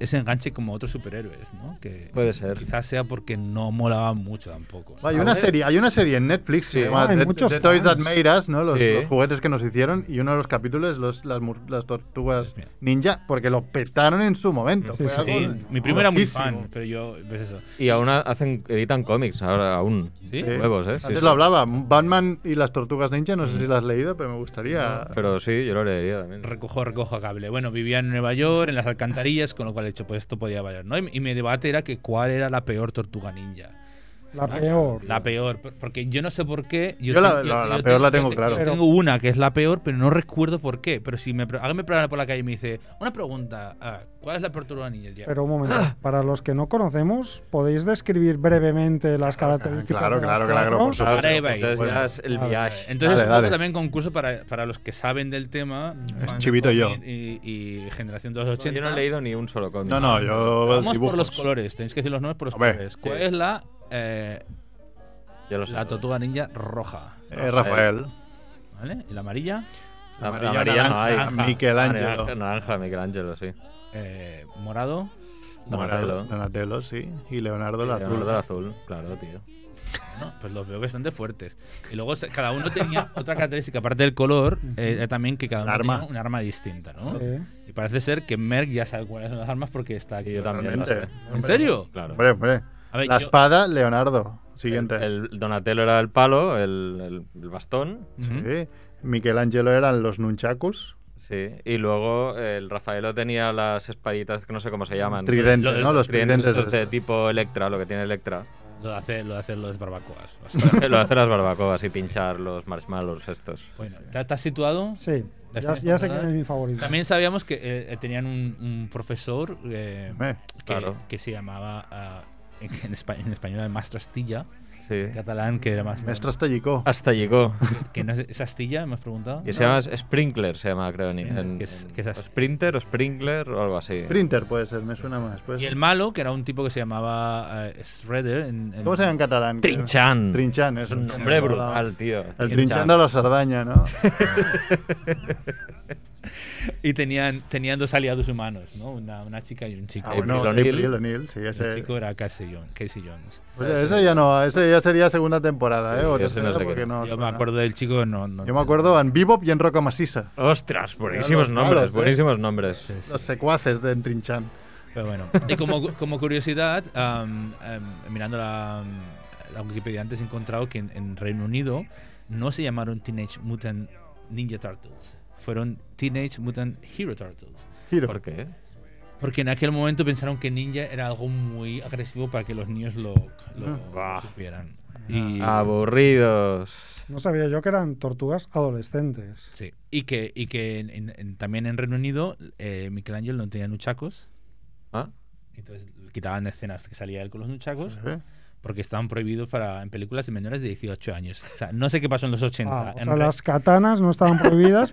[SPEAKER 2] Ese enganche como otros superhéroes, ¿no? Que
[SPEAKER 1] Puede ser.
[SPEAKER 2] Quizás sea porque no molaba mucho tampoco.
[SPEAKER 4] Hay una, serie, hay una serie en Netflix que
[SPEAKER 1] Sí.
[SPEAKER 4] se llama
[SPEAKER 3] Ah, hay
[SPEAKER 4] The,
[SPEAKER 3] muchos
[SPEAKER 4] The Toys That
[SPEAKER 3] fans.
[SPEAKER 4] Made Us, ¿no? Los,
[SPEAKER 1] Sí.
[SPEAKER 4] los juguetes que nos hicieron. Y uno de los capítulos, los, las, mur- las tortugas
[SPEAKER 2] Dios mío.
[SPEAKER 4] ninja, porque lo petaron en su momento.
[SPEAKER 3] Sí,
[SPEAKER 4] Fue
[SPEAKER 2] Sí,
[SPEAKER 4] algo
[SPEAKER 2] mi primo era muy
[SPEAKER 4] loquísimo.
[SPEAKER 2] fan, pero yo. Pues eso.
[SPEAKER 1] Y aún ha- hacen, editan cómics, ahora aún.
[SPEAKER 2] ¿Sí?
[SPEAKER 4] Sí.
[SPEAKER 1] Huevos, ¿eh? Sí,
[SPEAKER 4] Antes
[SPEAKER 1] sí.
[SPEAKER 4] lo hablaba, Batman y las tortugas ninja, no sé si las has leído, pero me gustaría...
[SPEAKER 1] Pero sí, yo lo leería también.
[SPEAKER 2] Recojo, recojo cable. Bueno, vivía en Nueva York, en las alcantarillas, con lo cual he dicho, pues esto podía valer, ¿no? Y, y mi debate era que cuál era la peor tortuga ninja.
[SPEAKER 3] La peor.
[SPEAKER 2] La peor, por- porque yo no sé por qué.
[SPEAKER 4] Yo la-
[SPEAKER 2] te-
[SPEAKER 4] la- la peor la tengo
[SPEAKER 2] te-
[SPEAKER 4] claro.
[SPEAKER 2] yo tengo una que es la peor, pero no recuerdo por qué. Pero si me, pre- alguien me pregunta por la calle y me dice, una pregunta, ah, ¿cuál es la peor tortuga ninja? Diría,
[SPEAKER 3] Pero un momento, para los que no conocemos, ¿podéis describir brevemente las características?
[SPEAKER 4] claro,
[SPEAKER 3] de las
[SPEAKER 4] claro, claro,
[SPEAKER 3] cuatro?
[SPEAKER 4] por supuesto.
[SPEAKER 2] Ahora iba pues, a
[SPEAKER 1] Ah, Entonces ya
[SPEAKER 2] ir.
[SPEAKER 4] Bueno.
[SPEAKER 1] es el
[SPEAKER 3] Vale.
[SPEAKER 1] viaje.
[SPEAKER 2] Eh, Entonces,
[SPEAKER 4] Dale,
[SPEAKER 2] es un poco
[SPEAKER 4] dale.
[SPEAKER 2] también concurso para, para los que saben del tema. fan de
[SPEAKER 4] chivito yo.
[SPEAKER 2] cómic Y, y generación de los
[SPEAKER 1] Yo
[SPEAKER 2] 80.
[SPEAKER 1] no he leído ni un solo cómic.
[SPEAKER 4] No, no, yo...
[SPEAKER 2] Vamos por los
[SPEAKER 4] dibujos.
[SPEAKER 2] colores, tenéis que decir los nombres por los
[SPEAKER 4] A ver.
[SPEAKER 2] colores. ¿Cuál
[SPEAKER 1] Sí.
[SPEAKER 2] es la, eh,
[SPEAKER 1] Yo lo sé.
[SPEAKER 2] la tortuga ninja roja?
[SPEAKER 4] Eh, Rafael.
[SPEAKER 2] ¿Vale? ¿Y la amarilla?
[SPEAKER 1] La
[SPEAKER 4] Amarilla,
[SPEAKER 1] amarilla no hay.
[SPEAKER 4] naranja, Michelangelo.
[SPEAKER 1] Naranja, naranja, Michelangelo, sí.
[SPEAKER 2] Eh, morado.
[SPEAKER 1] Donatello.
[SPEAKER 4] Leonardo, Donatello, sí. Y Leonardo el
[SPEAKER 1] Leonardo
[SPEAKER 4] azul.
[SPEAKER 1] el azul, claro, tío.
[SPEAKER 2] ¿no? Pues los veo bastante fuertes. Y luego se- cada uno tenía otra característica, aparte del color, eh, era también que cada uno
[SPEAKER 4] Arma.
[SPEAKER 2] tenía un arma distinta, ¿no?
[SPEAKER 3] Sí.
[SPEAKER 2] Y parece ser que Merck ya sabe cuáles son las armas porque está aquí.
[SPEAKER 1] Y yo también. lo
[SPEAKER 4] Totalmente.
[SPEAKER 1] sé.
[SPEAKER 2] ¿En serio?
[SPEAKER 1] Claro.
[SPEAKER 4] Hombre, hombre.
[SPEAKER 2] A ver,
[SPEAKER 4] la
[SPEAKER 2] yo-
[SPEAKER 4] espada, Leonardo. Siguiente.
[SPEAKER 1] El, el Donatello era el palo, el, el- el bastón,
[SPEAKER 2] Ujú.
[SPEAKER 4] Sí. Michelangelo eran los nunchakus.
[SPEAKER 1] sí. Y luego el Rafaelo tenía las espaditas que no sé cómo se llaman.
[SPEAKER 4] Tridentes,
[SPEAKER 2] Lo-
[SPEAKER 4] ¿no? Los
[SPEAKER 1] Tridentes
[SPEAKER 4] tridentes.
[SPEAKER 1] estos de tipo Electra, lo que tiene Electra.
[SPEAKER 2] Lo de hacer, lo de hacer los barbacoas. O sea,
[SPEAKER 1] lo de hacer las barbacoas y pinchar los marshmallows estos.
[SPEAKER 2] bueno, ¿te- ¿estás situado?
[SPEAKER 3] Sí,
[SPEAKER 2] ¿Las
[SPEAKER 3] ya,
[SPEAKER 2] tienes
[SPEAKER 3] ya sé
[SPEAKER 2] controladas?
[SPEAKER 3] quién es mi favorito.
[SPEAKER 2] También sabíamos que eh, eh, tenían un, un profesor eh,
[SPEAKER 4] Eh,
[SPEAKER 2] que,
[SPEAKER 1] claro.
[SPEAKER 2] que se llamaba, ah, en, en espa- en español, el Maestro Astilla,
[SPEAKER 1] Sí.
[SPEAKER 2] en catalán, que era más...
[SPEAKER 4] Maestro Estallico.
[SPEAKER 1] Hasta llegó.
[SPEAKER 2] que no es, ¿es Astilla? ¿Me has preguntado?
[SPEAKER 1] Y se llama Sprinkler, se llama, creo. en- en-
[SPEAKER 2] que es-
[SPEAKER 1] en-
[SPEAKER 2] que es así.
[SPEAKER 1] Sprinter o Sprinkler o algo así.
[SPEAKER 4] Printer puede ser, me suena más. pues. puede
[SPEAKER 2] Y el
[SPEAKER 4] ser.
[SPEAKER 2] malo, que era un tipo que se llamaba eh, Shredder. En, en-
[SPEAKER 4] ¿Cómo se llama en catalán?
[SPEAKER 1] Trinchan.
[SPEAKER 4] Trinchan, es
[SPEAKER 1] Es un nombre brutal, tío.
[SPEAKER 4] El Trinchan de la Sardaña, ¿no?
[SPEAKER 2] Y tenían, tenían dos aliados humanos, ¿no? Una, una chica y un chico.
[SPEAKER 4] Ah,
[SPEAKER 1] April
[SPEAKER 4] bueno,
[SPEAKER 1] O'Neil.
[SPEAKER 4] April O'Neil, sí,
[SPEAKER 2] el
[SPEAKER 4] ese.
[SPEAKER 2] chico este. era Casey Jones. Casey Jones.
[SPEAKER 4] O sea, ese ya no, ese ya sería segunda temporada,
[SPEAKER 1] Sí,
[SPEAKER 4] ¿eh? O
[SPEAKER 1] ese no sé
[SPEAKER 4] tercera,
[SPEAKER 1] qué.
[SPEAKER 4] porque no
[SPEAKER 2] Yo me
[SPEAKER 4] suena.
[SPEAKER 2] acuerdo del chico, no. no
[SPEAKER 4] Yo me acuerdo en Bebop y en Roca Maciza.
[SPEAKER 1] Ostras, buenísimos
[SPEAKER 4] Claro,
[SPEAKER 1] nombres,
[SPEAKER 4] claro, sí.
[SPEAKER 1] buenísimos nombres.
[SPEAKER 2] Sí, sí.
[SPEAKER 4] Los secuaces de Trinchan.
[SPEAKER 2] Pero bueno. Y como, como curiosidad, am, am, mirando la, la Wikipedia antes he encontrado que en, en Reino Unido no se llamaron Teenage Mutant Ninja Turtles. Fueron Teenage Mutant Hero Turtles.
[SPEAKER 4] Giro.
[SPEAKER 1] ¿Por qué?
[SPEAKER 2] Porque en aquel momento pensaron que ninja era algo muy agresivo para que los niños lo, lo
[SPEAKER 1] Ah.
[SPEAKER 2] supieran. Y,
[SPEAKER 1] Aburridos.
[SPEAKER 3] No sabía yo que eran tortugas adolescentes.
[SPEAKER 2] sí. y que, y que en- en- en- también en Reino Unido eh, Michelangelo no tenía nuchacos.
[SPEAKER 1] ¿Ah?
[SPEAKER 2] Entonces quitaban escenas que salía él con los nuchacos
[SPEAKER 4] ¿Eh?
[SPEAKER 2] porque estaban prohibidos para en películas de menores de 18 años. O sea, no sé qué pasó en los 80.
[SPEAKER 3] Ah, o
[SPEAKER 2] en
[SPEAKER 3] sea,
[SPEAKER 2] re-
[SPEAKER 3] las katanas no estaban prohibidas,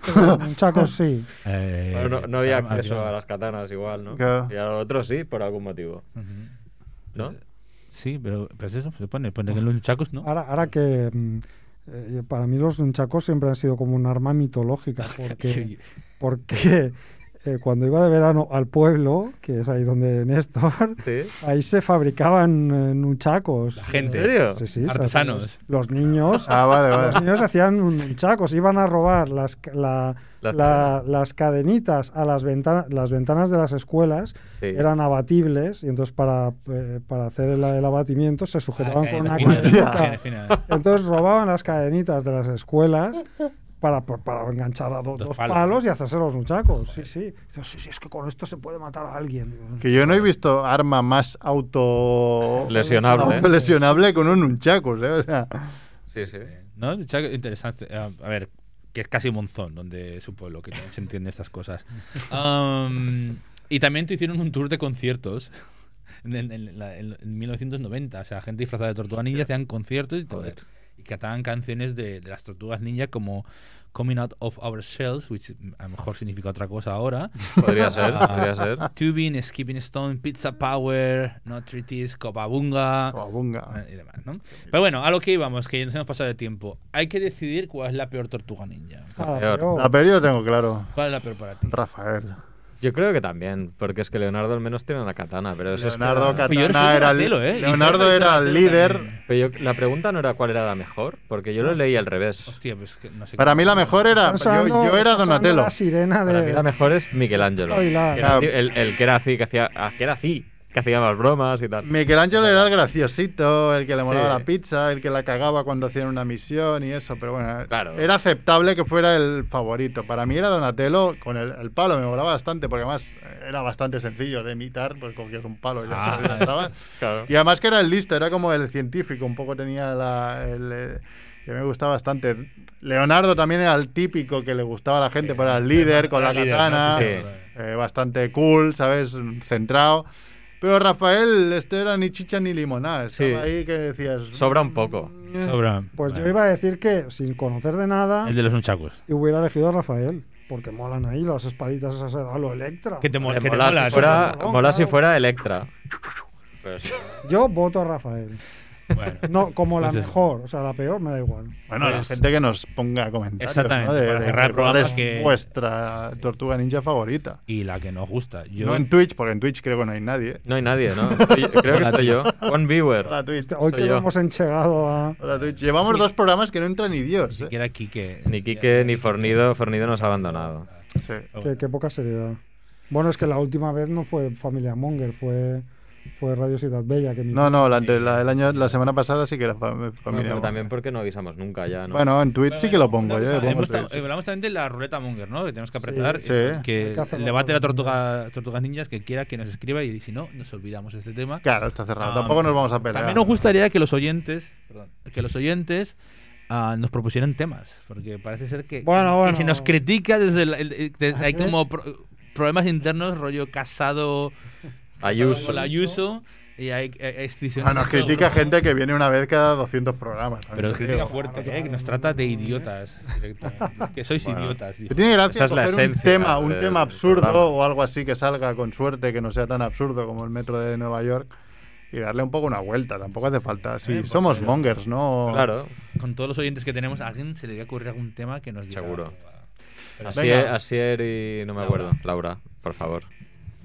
[SPEAKER 3] pero los chacos sí.
[SPEAKER 2] eh,
[SPEAKER 1] Bueno, no, no
[SPEAKER 2] o sea,
[SPEAKER 1] había acceso
[SPEAKER 2] había-
[SPEAKER 1] a las katanas igual, ¿no?
[SPEAKER 4] Claro.
[SPEAKER 1] Y a los otros sí, por algún motivo,
[SPEAKER 2] Ujú.
[SPEAKER 1] ¿no?
[SPEAKER 2] Sí, pero, pero es eso, se pone, pone
[SPEAKER 3] Ah.
[SPEAKER 2] que los nuchacos, ¿no?
[SPEAKER 3] Ahora, ahora que mm, eh, para mí los nunchakos siempre han sido como un arma mitológica, porque, porque eh, cuando iba de verano al pueblo, que es ahí donde Néstor,
[SPEAKER 1] ¿Sí?
[SPEAKER 3] ahí se fabricaban eh, nunchakos.
[SPEAKER 2] La gente.
[SPEAKER 1] ¿En serio?
[SPEAKER 3] Sí, sí,
[SPEAKER 2] Artesanos.
[SPEAKER 3] o sea, Los los niños
[SPEAKER 4] Ah, vale, vale.
[SPEAKER 3] Los niños hacían un- nunchakos, iban a robar las, ca- la-
[SPEAKER 1] Las
[SPEAKER 3] la- las cadenitas a las, ventana- las ventanas de las escuelas,
[SPEAKER 1] Sí.
[SPEAKER 3] eran abatibles, y entonces para, eh, para hacer el, el abatimiento se sujetaban
[SPEAKER 2] Ah,
[SPEAKER 3] con
[SPEAKER 2] cadena
[SPEAKER 3] una
[SPEAKER 2] fina,
[SPEAKER 4] cuchilla.
[SPEAKER 2] cadena
[SPEAKER 3] cadenita.
[SPEAKER 2] fina.
[SPEAKER 3] Entonces robaban las cadenitas de las escuelas para, por- para enganchar a do-
[SPEAKER 2] Dos
[SPEAKER 3] dos
[SPEAKER 2] palos.
[SPEAKER 3] palos. y hacerse los nunchakos. Sí, sí. Digo, sí, sí, es que con esto se puede matar a alguien. Digo,
[SPEAKER 4] Que yo no he visto arma más auto...
[SPEAKER 1] Lesionable,
[SPEAKER 4] auto
[SPEAKER 1] ¿eh?
[SPEAKER 4] lesionable con un nunchakus, ¿eh? O sea,
[SPEAKER 1] Sí, sí.
[SPEAKER 2] Eh, ¿No? Chaco, interesante. Ah, a ver, que es casi Monzón, donde es su pueblo, que también se entiende estas cosas. Am, y también te hicieron un tour de conciertos. En, en- en la- en- en 1990, o sea, gente disfrazada de tortuga ninja hacían conciertos y, todo.
[SPEAKER 1] Joder.
[SPEAKER 2] y cantaban canciones de, de las tortugas ninja como Coming Out of Our Shells, which a lo mejor significa otra cosa ahora,
[SPEAKER 1] Podría ser,
[SPEAKER 2] Ah.
[SPEAKER 1] podría ser.
[SPEAKER 2] Tubing, Skipping Stone, Pizza Power, No Treaties, Copabunga,
[SPEAKER 4] Covabonga.
[SPEAKER 2] Eh, y demás, ¿no? Pero bueno, a lo que íbamos, que ya nos hemos pasado de tiempo. Hay que decidir cuál es la peor tortuga ninja.
[SPEAKER 3] ah,
[SPEAKER 1] peor.
[SPEAKER 3] pero-
[SPEAKER 4] La peli yo tengo claro.
[SPEAKER 2] ¿Cuál es la peor para ti?
[SPEAKER 4] Rafael.
[SPEAKER 1] Yo creo que también, porque es que Leonardo al menos tiene una katana, pero eso es que
[SPEAKER 4] Leonardo
[SPEAKER 1] era-
[SPEAKER 2] Pero Pues yo
[SPEAKER 4] Katana
[SPEAKER 2] soy
[SPEAKER 4] era el-
[SPEAKER 2] Donatello, ¿eh? Y
[SPEAKER 4] Leonardo
[SPEAKER 2] yo soy
[SPEAKER 4] era el
[SPEAKER 2] Donatello ¿eh?
[SPEAKER 4] líder.
[SPEAKER 2] también.
[SPEAKER 1] Pero yo- la pregunta no era cuál era la mejor, porque yo lo leí al revés.
[SPEAKER 2] Hostia, pues que no sé.
[SPEAKER 4] Para mí la mejor era... Yo,
[SPEAKER 3] Pensando-
[SPEAKER 4] yo era
[SPEAKER 3] pensando
[SPEAKER 4] Donatello.
[SPEAKER 3] La sirena de.
[SPEAKER 1] Para mí la mejor es Michelangelo.
[SPEAKER 3] Ay, la-
[SPEAKER 1] que era el,
[SPEAKER 4] la-
[SPEAKER 1] tío- el- el que era así, que hacía, ah, que era así, que hacía más bromas y tal.
[SPEAKER 4] Michelangelo era el graciosito, el que le molaba
[SPEAKER 1] Sí.
[SPEAKER 4] la pizza, el que la cagaba cuando hacían una misión y eso, pero bueno,
[SPEAKER 1] Claro.
[SPEAKER 4] era aceptable que fuera el favorito. Para mí era Donatello con el, el palo, me molaba bastante, porque además eh, era bastante sencillo de imitar, pues cogías un palo y ya
[SPEAKER 2] Ah,
[SPEAKER 4] ya estaba.
[SPEAKER 1] Claro.
[SPEAKER 4] Y además que era el listo, era como el científico, un poco tenía la... El, eh, que me gustaba bastante. Leonardo también era el típico que le gustaba a la gente, pero era el líder con la
[SPEAKER 2] Era líder,
[SPEAKER 4] katana.
[SPEAKER 1] sí,
[SPEAKER 2] sí.
[SPEAKER 4] Eh, bastante cool, ¿sabes? Centrado. Pero Rafael, este era ni chicha ni limonada. Estaba
[SPEAKER 1] Sí.
[SPEAKER 4] ahí que decías.
[SPEAKER 1] Sobra un poco.
[SPEAKER 2] Sobra.
[SPEAKER 3] Pues yo
[SPEAKER 2] Vale.
[SPEAKER 3] iba a decir que sin conocer de nada
[SPEAKER 2] El de los nunchakus.
[SPEAKER 3] y hubiera elegido a Rafael, porque molan ahí las espaditas esas a lo Electra.
[SPEAKER 2] Que te mola,
[SPEAKER 1] Le
[SPEAKER 2] que te
[SPEAKER 1] Eh, mola
[SPEAKER 2] mola,
[SPEAKER 1] si fuera,
[SPEAKER 3] ¿no?
[SPEAKER 1] mola si
[SPEAKER 3] Claro.
[SPEAKER 1] fuera Electra. Pero sí.
[SPEAKER 3] Yo voto a Rafael.
[SPEAKER 2] Bueno,
[SPEAKER 3] No, como la
[SPEAKER 2] Pues eso.
[SPEAKER 3] mejor, o sea, la peor, me da igual.
[SPEAKER 4] Bueno, la
[SPEAKER 2] Pues-
[SPEAKER 4] gente que nos ponga comentarios.
[SPEAKER 2] Exactamente,
[SPEAKER 4] ¿no? De-
[SPEAKER 2] para
[SPEAKER 4] de
[SPEAKER 2] cerrar el
[SPEAKER 4] cuál
[SPEAKER 2] programa
[SPEAKER 4] es
[SPEAKER 2] que-
[SPEAKER 4] vuestra tortuga ninja favorita.
[SPEAKER 2] y la que nos gusta. Yo,
[SPEAKER 4] No en Twitch, porque en Twitch creo que no hay nadie.
[SPEAKER 1] No hay nadie, ¿no? Estoy- creo que
[SPEAKER 2] Hola,
[SPEAKER 1] estoy yo.
[SPEAKER 2] tío.
[SPEAKER 1] One viewer.
[SPEAKER 4] Hola, Twitch.
[SPEAKER 3] Hostia, Hoy
[SPEAKER 1] Soy
[SPEAKER 3] que
[SPEAKER 1] yo.
[SPEAKER 3] lo hemos enchegado a.
[SPEAKER 4] Hola, Twitch. Llevamos dos programas que no entra ni
[SPEAKER 2] ni
[SPEAKER 4] Dios. ¿eh?
[SPEAKER 2] siquiera Quique.
[SPEAKER 1] Ni Quique ni Fornido. Fornido nos ha abandonado.
[SPEAKER 4] eh. Sí.
[SPEAKER 2] Ah,
[SPEAKER 3] Qué, qué poca seriedad. Bueno, es que la última vez no fue Familia Monger, fue, fue Radio Ciudad Bella. Que mi-
[SPEAKER 4] No, no, la, la- el año, la semana pasada sí que era fa- familia.
[SPEAKER 1] Bueno, pero
[SPEAKER 4] Monger.
[SPEAKER 1] también porque no avisamos nunca ya, ¿no?
[SPEAKER 4] Bueno, en Twitch
[SPEAKER 2] Bueno,
[SPEAKER 4] sí que lo
[SPEAKER 2] bueno,
[SPEAKER 4] pongo.
[SPEAKER 2] una
[SPEAKER 4] Yo
[SPEAKER 2] cosa,
[SPEAKER 4] le pongo
[SPEAKER 2] hemos eh, tam-
[SPEAKER 4] Twitch.
[SPEAKER 2] hablamos también de la ruleta monger, ¿no? Que tenemos que
[SPEAKER 3] Sí,
[SPEAKER 2] apretar.
[SPEAKER 4] sí.
[SPEAKER 2] eso,
[SPEAKER 3] Hay
[SPEAKER 2] que
[SPEAKER 3] que hacerlo
[SPEAKER 2] el debate de la
[SPEAKER 3] todo.
[SPEAKER 2] tortuga, tortugas ninjas, que quiera que nos escriba y si no, nos olvidamos de este tema.
[SPEAKER 4] Claro, está cerrado.
[SPEAKER 2] Ah,
[SPEAKER 4] Tampoco nos vamos a pelear.
[SPEAKER 2] También nos gustaría que los oyentes, perdón, que los oyentes ah, nos propusieran temas, porque parece ser que,
[SPEAKER 3] Bueno,
[SPEAKER 2] que
[SPEAKER 3] bueno.
[SPEAKER 2] se nos critica desde, el- el- el- desde- hay
[SPEAKER 3] Ayer-
[SPEAKER 2] como pro- problemas internos, rollo casado,
[SPEAKER 1] Ayuso.
[SPEAKER 2] con la Ayuso, y hay eh, excisiones
[SPEAKER 4] Ah, nos
[SPEAKER 2] de todo,
[SPEAKER 4] critica
[SPEAKER 2] ¿no?
[SPEAKER 4] gente que viene una vez cada 200 programas. también
[SPEAKER 2] Pero nos
[SPEAKER 4] te
[SPEAKER 2] critica
[SPEAKER 4] digo.
[SPEAKER 2] fuerte, ¿eh? que nos trata de idiotas. directamente. que sois
[SPEAKER 1] Bueno.
[SPEAKER 2] idiotas. dijo.
[SPEAKER 4] Que tiene
[SPEAKER 1] Esa
[SPEAKER 4] gracia
[SPEAKER 1] es la
[SPEAKER 4] coger un
[SPEAKER 1] esencia
[SPEAKER 4] tema,
[SPEAKER 1] del
[SPEAKER 4] un tema absurdo
[SPEAKER 1] programa.
[SPEAKER 4] o algo así que salga con suerte, que no sea tan absurdo como el metro de Nueva York, y darle un poco una vuelta. Tampoco hace falta. Sí,
[SPEAKER 2] Eh, porque-
[SPEAKER 4] somos mongers, ¿no?
[SPEAKER 1] Claro.
[SPEAKER 2] Con todos los oyentes que tenemos, a alguien se le va a ocurrir algún tema que nos diga.
[SPEAKER 1] Seguro.
[SPEAKER 2] Pero
[SPEAKER 1] Asier,
[SPEAKER 4] Venga.
[SPEAKER 1] Asier y no me
[SPEAKER 2] Laura.
[SPEAKER 1] acuerdo. Laura, por favor.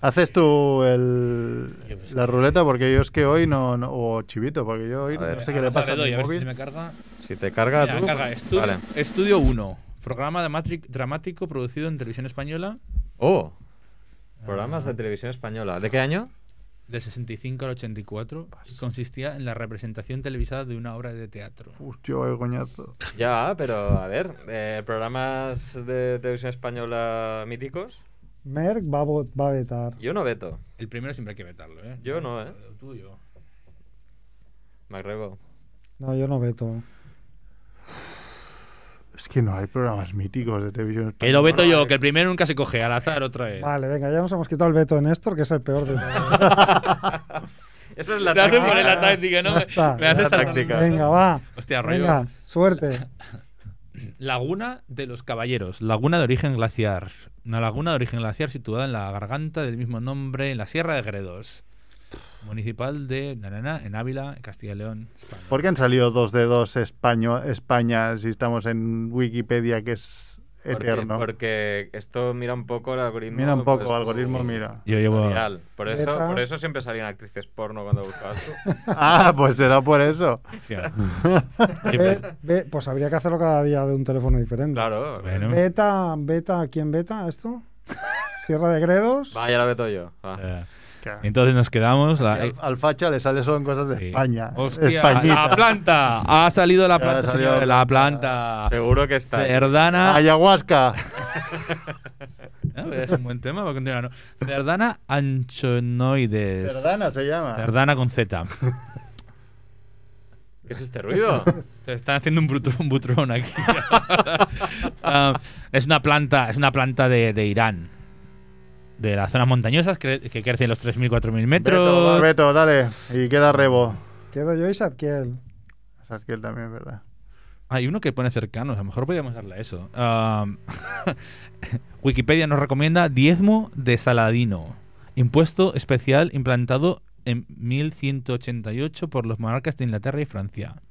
[SPEAKER 4] Haces tú el,
[SPEAKER 2] Yo qué sé.
[SPEAKER 4] la ruleta porque yo es que hoy no, no- o chivito, porque yo hoy
[SPEAKER 1] A ver.
[SPEAKER 4] no sé qué le
[SPEAKER 2] Ahora
[SPEAKER 4] pasa a
[SPEAKER 2] doy,
[SPEAKER 4] mi
[SPEAKER 2] a ver si se
[SPEAKER 4] móvil.
[SPEAKER 2] me carga.
[SPEAKER 1] Si te carga
[SPEAKER 2] Mira,
[SPEAKER 1] Ah, tú.
[SPEAKER 2] carga. Estudio,
[SPEAKER 1] Vale.
[SPEAKER 2] Estudio 1. Programa dramatri- dramático producido en televisión española
[SPEAKER 1] Oh. Programas de televisión española. ¿De qué año?
[SPEAKER 2] de 65 al 84. y consistía en la representación televisada de una obra de teatro.
[SPEAKER 4] Hostia, qué coñazo.
[SPEAKER 1] Ya, pero a ver. eh, programas de televisión española míticos.
[SPEAKER 3] Merck va a, vo- va a vetar.
[SPEAKER 1] Yo no veto.
[SPEAKER 2] El primero siempre hay que vetarlo, ¿eh?
[SPEAKER 1] Yo no, ¿eh?
[SPEAKER 2] Tú y yo.
[SPEAKER 1] Me agrego.
[SPEAKER 3] No, yo no veto.
[SPEAKER 4] Es que no hay programas míticos de televisión.
[SPEAKER 2] Que lo veto yo, que el primero nunca se coge, al azar otra vez.
[SPEAKER 3] Vale, venga, ya nos hemos quitado el veto de Néstor, que es el peor de todos.
[SPEAKER 1] Esa es la
[SPEAKER 2] Te hace
[SPEAKER 1] táctica.
[SPEAKER 2] poner la táctica, ¿no?
[SPEAKER 3] Ya está.
[SPEAKER 2] Me haces
[SPEAKER 1] La
[SPEAKER 2] saltar.
[SPEAKER 1] táctica.
[SPEAKER 3] venga, va.
[SPEAKER 2] Hostia, rollo.
[SPEAKER 3] Venga, suerte.
[SPEAKER 2] Laguna de los Caballeros, laguna de origen glaciar. Una laguna de origen glaciar situada en la garganta del mismo nombre en la Sierra de Gredos. Municipal de Nanana, en Ávila, Castilla y León, España.
[SPEAKER 4] ¿Por qué han salido dos de dos España, España si estamos en Wikipedia que es
[SPEAKER 1] Porque-
[SPEAKER 4] eterno?
[SPEAKER 1] Porque, esto mira un poco el algoritmo.
[SPEAKER 4] Mira un poco,
[SPEAKER 1] pues,
[SPEAKER 4] algoritmo,
[SPEAKER 1] sí,
[SPEAKER 4] mira.
[SPEAKER 2] Yo llevo.
[SPEAKER 1] real. Por eso,
[SPEAKER 3] Beta.
[SPEAKER 1] por eso siempre salían actrices porno cuando buscabas. tú.
[SPEAKER 4] Ah, pues será por eso.
[SPEAKER 2] Hostia. Sí,
[SPEAKER 3] Ve-
[SPEAKER 2] pues,
[SPEAKER 3] ve- pues habría que hacerlo cada día de un teléfono diferente.
[SPEAKER 1] Claro.
[SPEAKER 2] Bueno.
[SPEAKER 3] Beta, beta, ¿quién beta esto? Sierra de Gredos.
[SPEAKER 1] Va, ya la veto yo. va.
[SPEAKER 2] eh,
[SPEAKER 4] Claro.
[SPEAKER 2] Entonces nos quedamos. la- eh,
[SPEAKER 4] al, al facha le sale solo en cosas de
[SPEAKER 2] sí.
[SPEAKER 4] España.
[SPEAKER 2] Hostia,
[SPEAKER 4] Españita.
[SPEAKER 2] la planta. Ha salido la
[SPEAKER 4] Ya
[SPEAKER 2] planta,
[SPEAKER 4] salió.
[SPEAKER 2] señores, la planta.
[SPEAKER 1] Seguro que está. ahí.
[SPEAKER 2] Cerdana.
[SPEAKER 4] Ayahuasca.
[SPEAKER 2] Ah, es un buen tema, va a continuar. ¿no? Cerdana anchonoides.
[SPEAKER 4] Cerdana se llama.
[SPEAKER 2] Cerdana con Z.
[SPEAKER 1] ¿Qué es este ruido?
[SPEAKER 2] Te están haciendo un, brutro- un butrón aquí. Ah, es una planta, es una planta de, de Irán. De las zonas montañosas que, que crece en los 3.000, 4.000
[SPEAKER 4] Beto,
[SPEAKER 2] metros.
[SPEAKER 4] va, Beto, dale. Y queda Rebo.
[SPEAKER 3] Quedo yo y Sadkiel.
[SPEAKER 4] Saskiel también, ¿verdad?
[SPEAKER 2] Hay uno que pone cercanos, a lo mejor podríamos darle a eso. Ah, Wikipedia nos recomienda diezmo de Saladino. Impuesto especial implantado en 1188 por los monarcas de Inglaterra y Francia.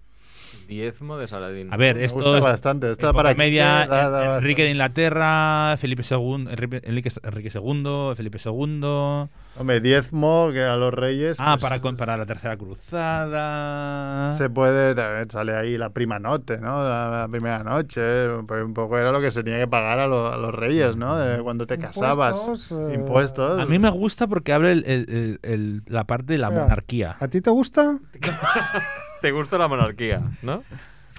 [SPEAKER 1] Diezmo de Saladín.
[SPEAKER 2] A ver,
[SPEAKER 4] Me
[SPEAKER 2] esto
[SPEAKER 4] gusta
[SPEAKER 2] es-
[SPEAKER 4] bastante. Está
[SPEAKER 2] Época
[SPEAKER 4] para
[SPEAKER 2] media,
[SPEAKER 4] Quique, da- da
[SPEAKER 2] en- Enrique de
[SPEAKER 4] bastante.
[SPEAKER 2] Inglaterra, Felipe II, Enrique, Enrique II, Felipe II.
[SPEAKER 4] Hombre, diezmo que a los reyes.
[SPEAKER 2] Ah,
[SPEAKER 4] pues,
[SPEAKER 2] para, con- para la tercera cruzada.
[SPEAKER 4] Se puede, también sale ahí la prima noche, ¿no? La, la primera noche, eh, pues un poco era lo que se tenía que pagar a, lo- a los reyes, ¿no? De cuando te casabas.
[SPEAKER 3] Impuestos, eh,
[SPEAKER 4] Impuestos.
[SPEAKER 2] A mí me gusta porque abre el- el- el- el- la parte de la
[SPEAKER 3] Espera.
[SPEAKER 2] monarquía.
[SPEAKER 3] ¿A ti te gusta?
[SPEAKER 1] Te gusta la monarquía, ¿no?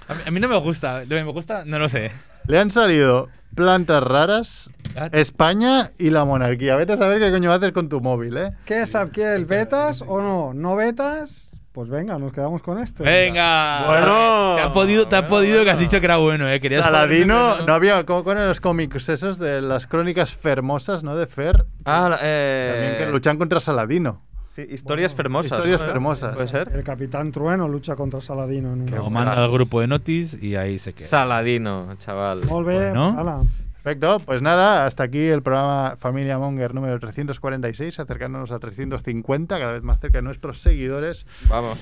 [SPEAKER 2] A mí, a mí no me gusta. Lo que me gusta, no lo sé.
[SPEAKER 4] Le han salido plantas raras,
[SPEAKER 2] Ah,
[SPEAKER 4] España y la monarquía. Vete a saber qué coño haces con tu móvil, ¿eh?
[SPEAKER 3] ¿Qué es Sadkiel? ¿Betas o no? ¿No betas? Pues venga, nos quedamos con este.
[SPEAKER 2] Venga.
[SPEAKER 1] Bueno.
[SPEAKER 2] Te ha podido, te ha
[SPEAKER 1] Bueno,
[SPEAKER 2] podido que has
[SPEAKER 1] bueno.
[SPEAKER 2] dicho que era bueno, eh. Querías
[SPEAKER 4] Saladino,
[SPEAKER 2] joderme,
[SPEAKER 4] no había, ¿cómo cómo eran los cómics esos de las crónicas fermosas, ¿no? De Fer.
[SPEAKER 1] Ah, la- eh,
[SPEAKER 4] También que luchan contra Saladino.
[SPEAKER 1] sí, historias fermosas.
[SPEAKER 4] Historias
[SPEAKER 1] ¿no?
[SPEAKER 4] fermosas.
[SPEAKER 1] ¿Puede ser?
[SPEAKER 3] El Capitán Trueno lucha contra Saladino en un...
[SPEAKER 2] O manda al grupo de Notis y ahí se queda.
[SPEAKER 1] Saladino, chaval.
[SPEAKER 3] Molt bé,
[SPEAKER 2] Bueno.
[SPEAKER 3] pues, ala.
[SPEAKER 4] Perfecto, pues nada, hasta aquí el programa Familia Monger número 346, acercándonos a 350, cada vez más cerca de nuestros seguidores.
[SPEAKER 1] Vamos.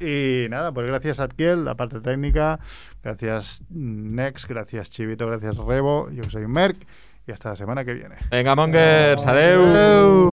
[SPEAKER 4] Y nada, pues gracias a Adkiel, la parte técnica, gracias Nex, gracias Chivito, gracias Rebo, yo soy Merck y hasta la semana que viene.
[SPEAKER 1] Venga, mongers,
[SPEAKER 3] Adeu.
[SPEAKER 1] adeu.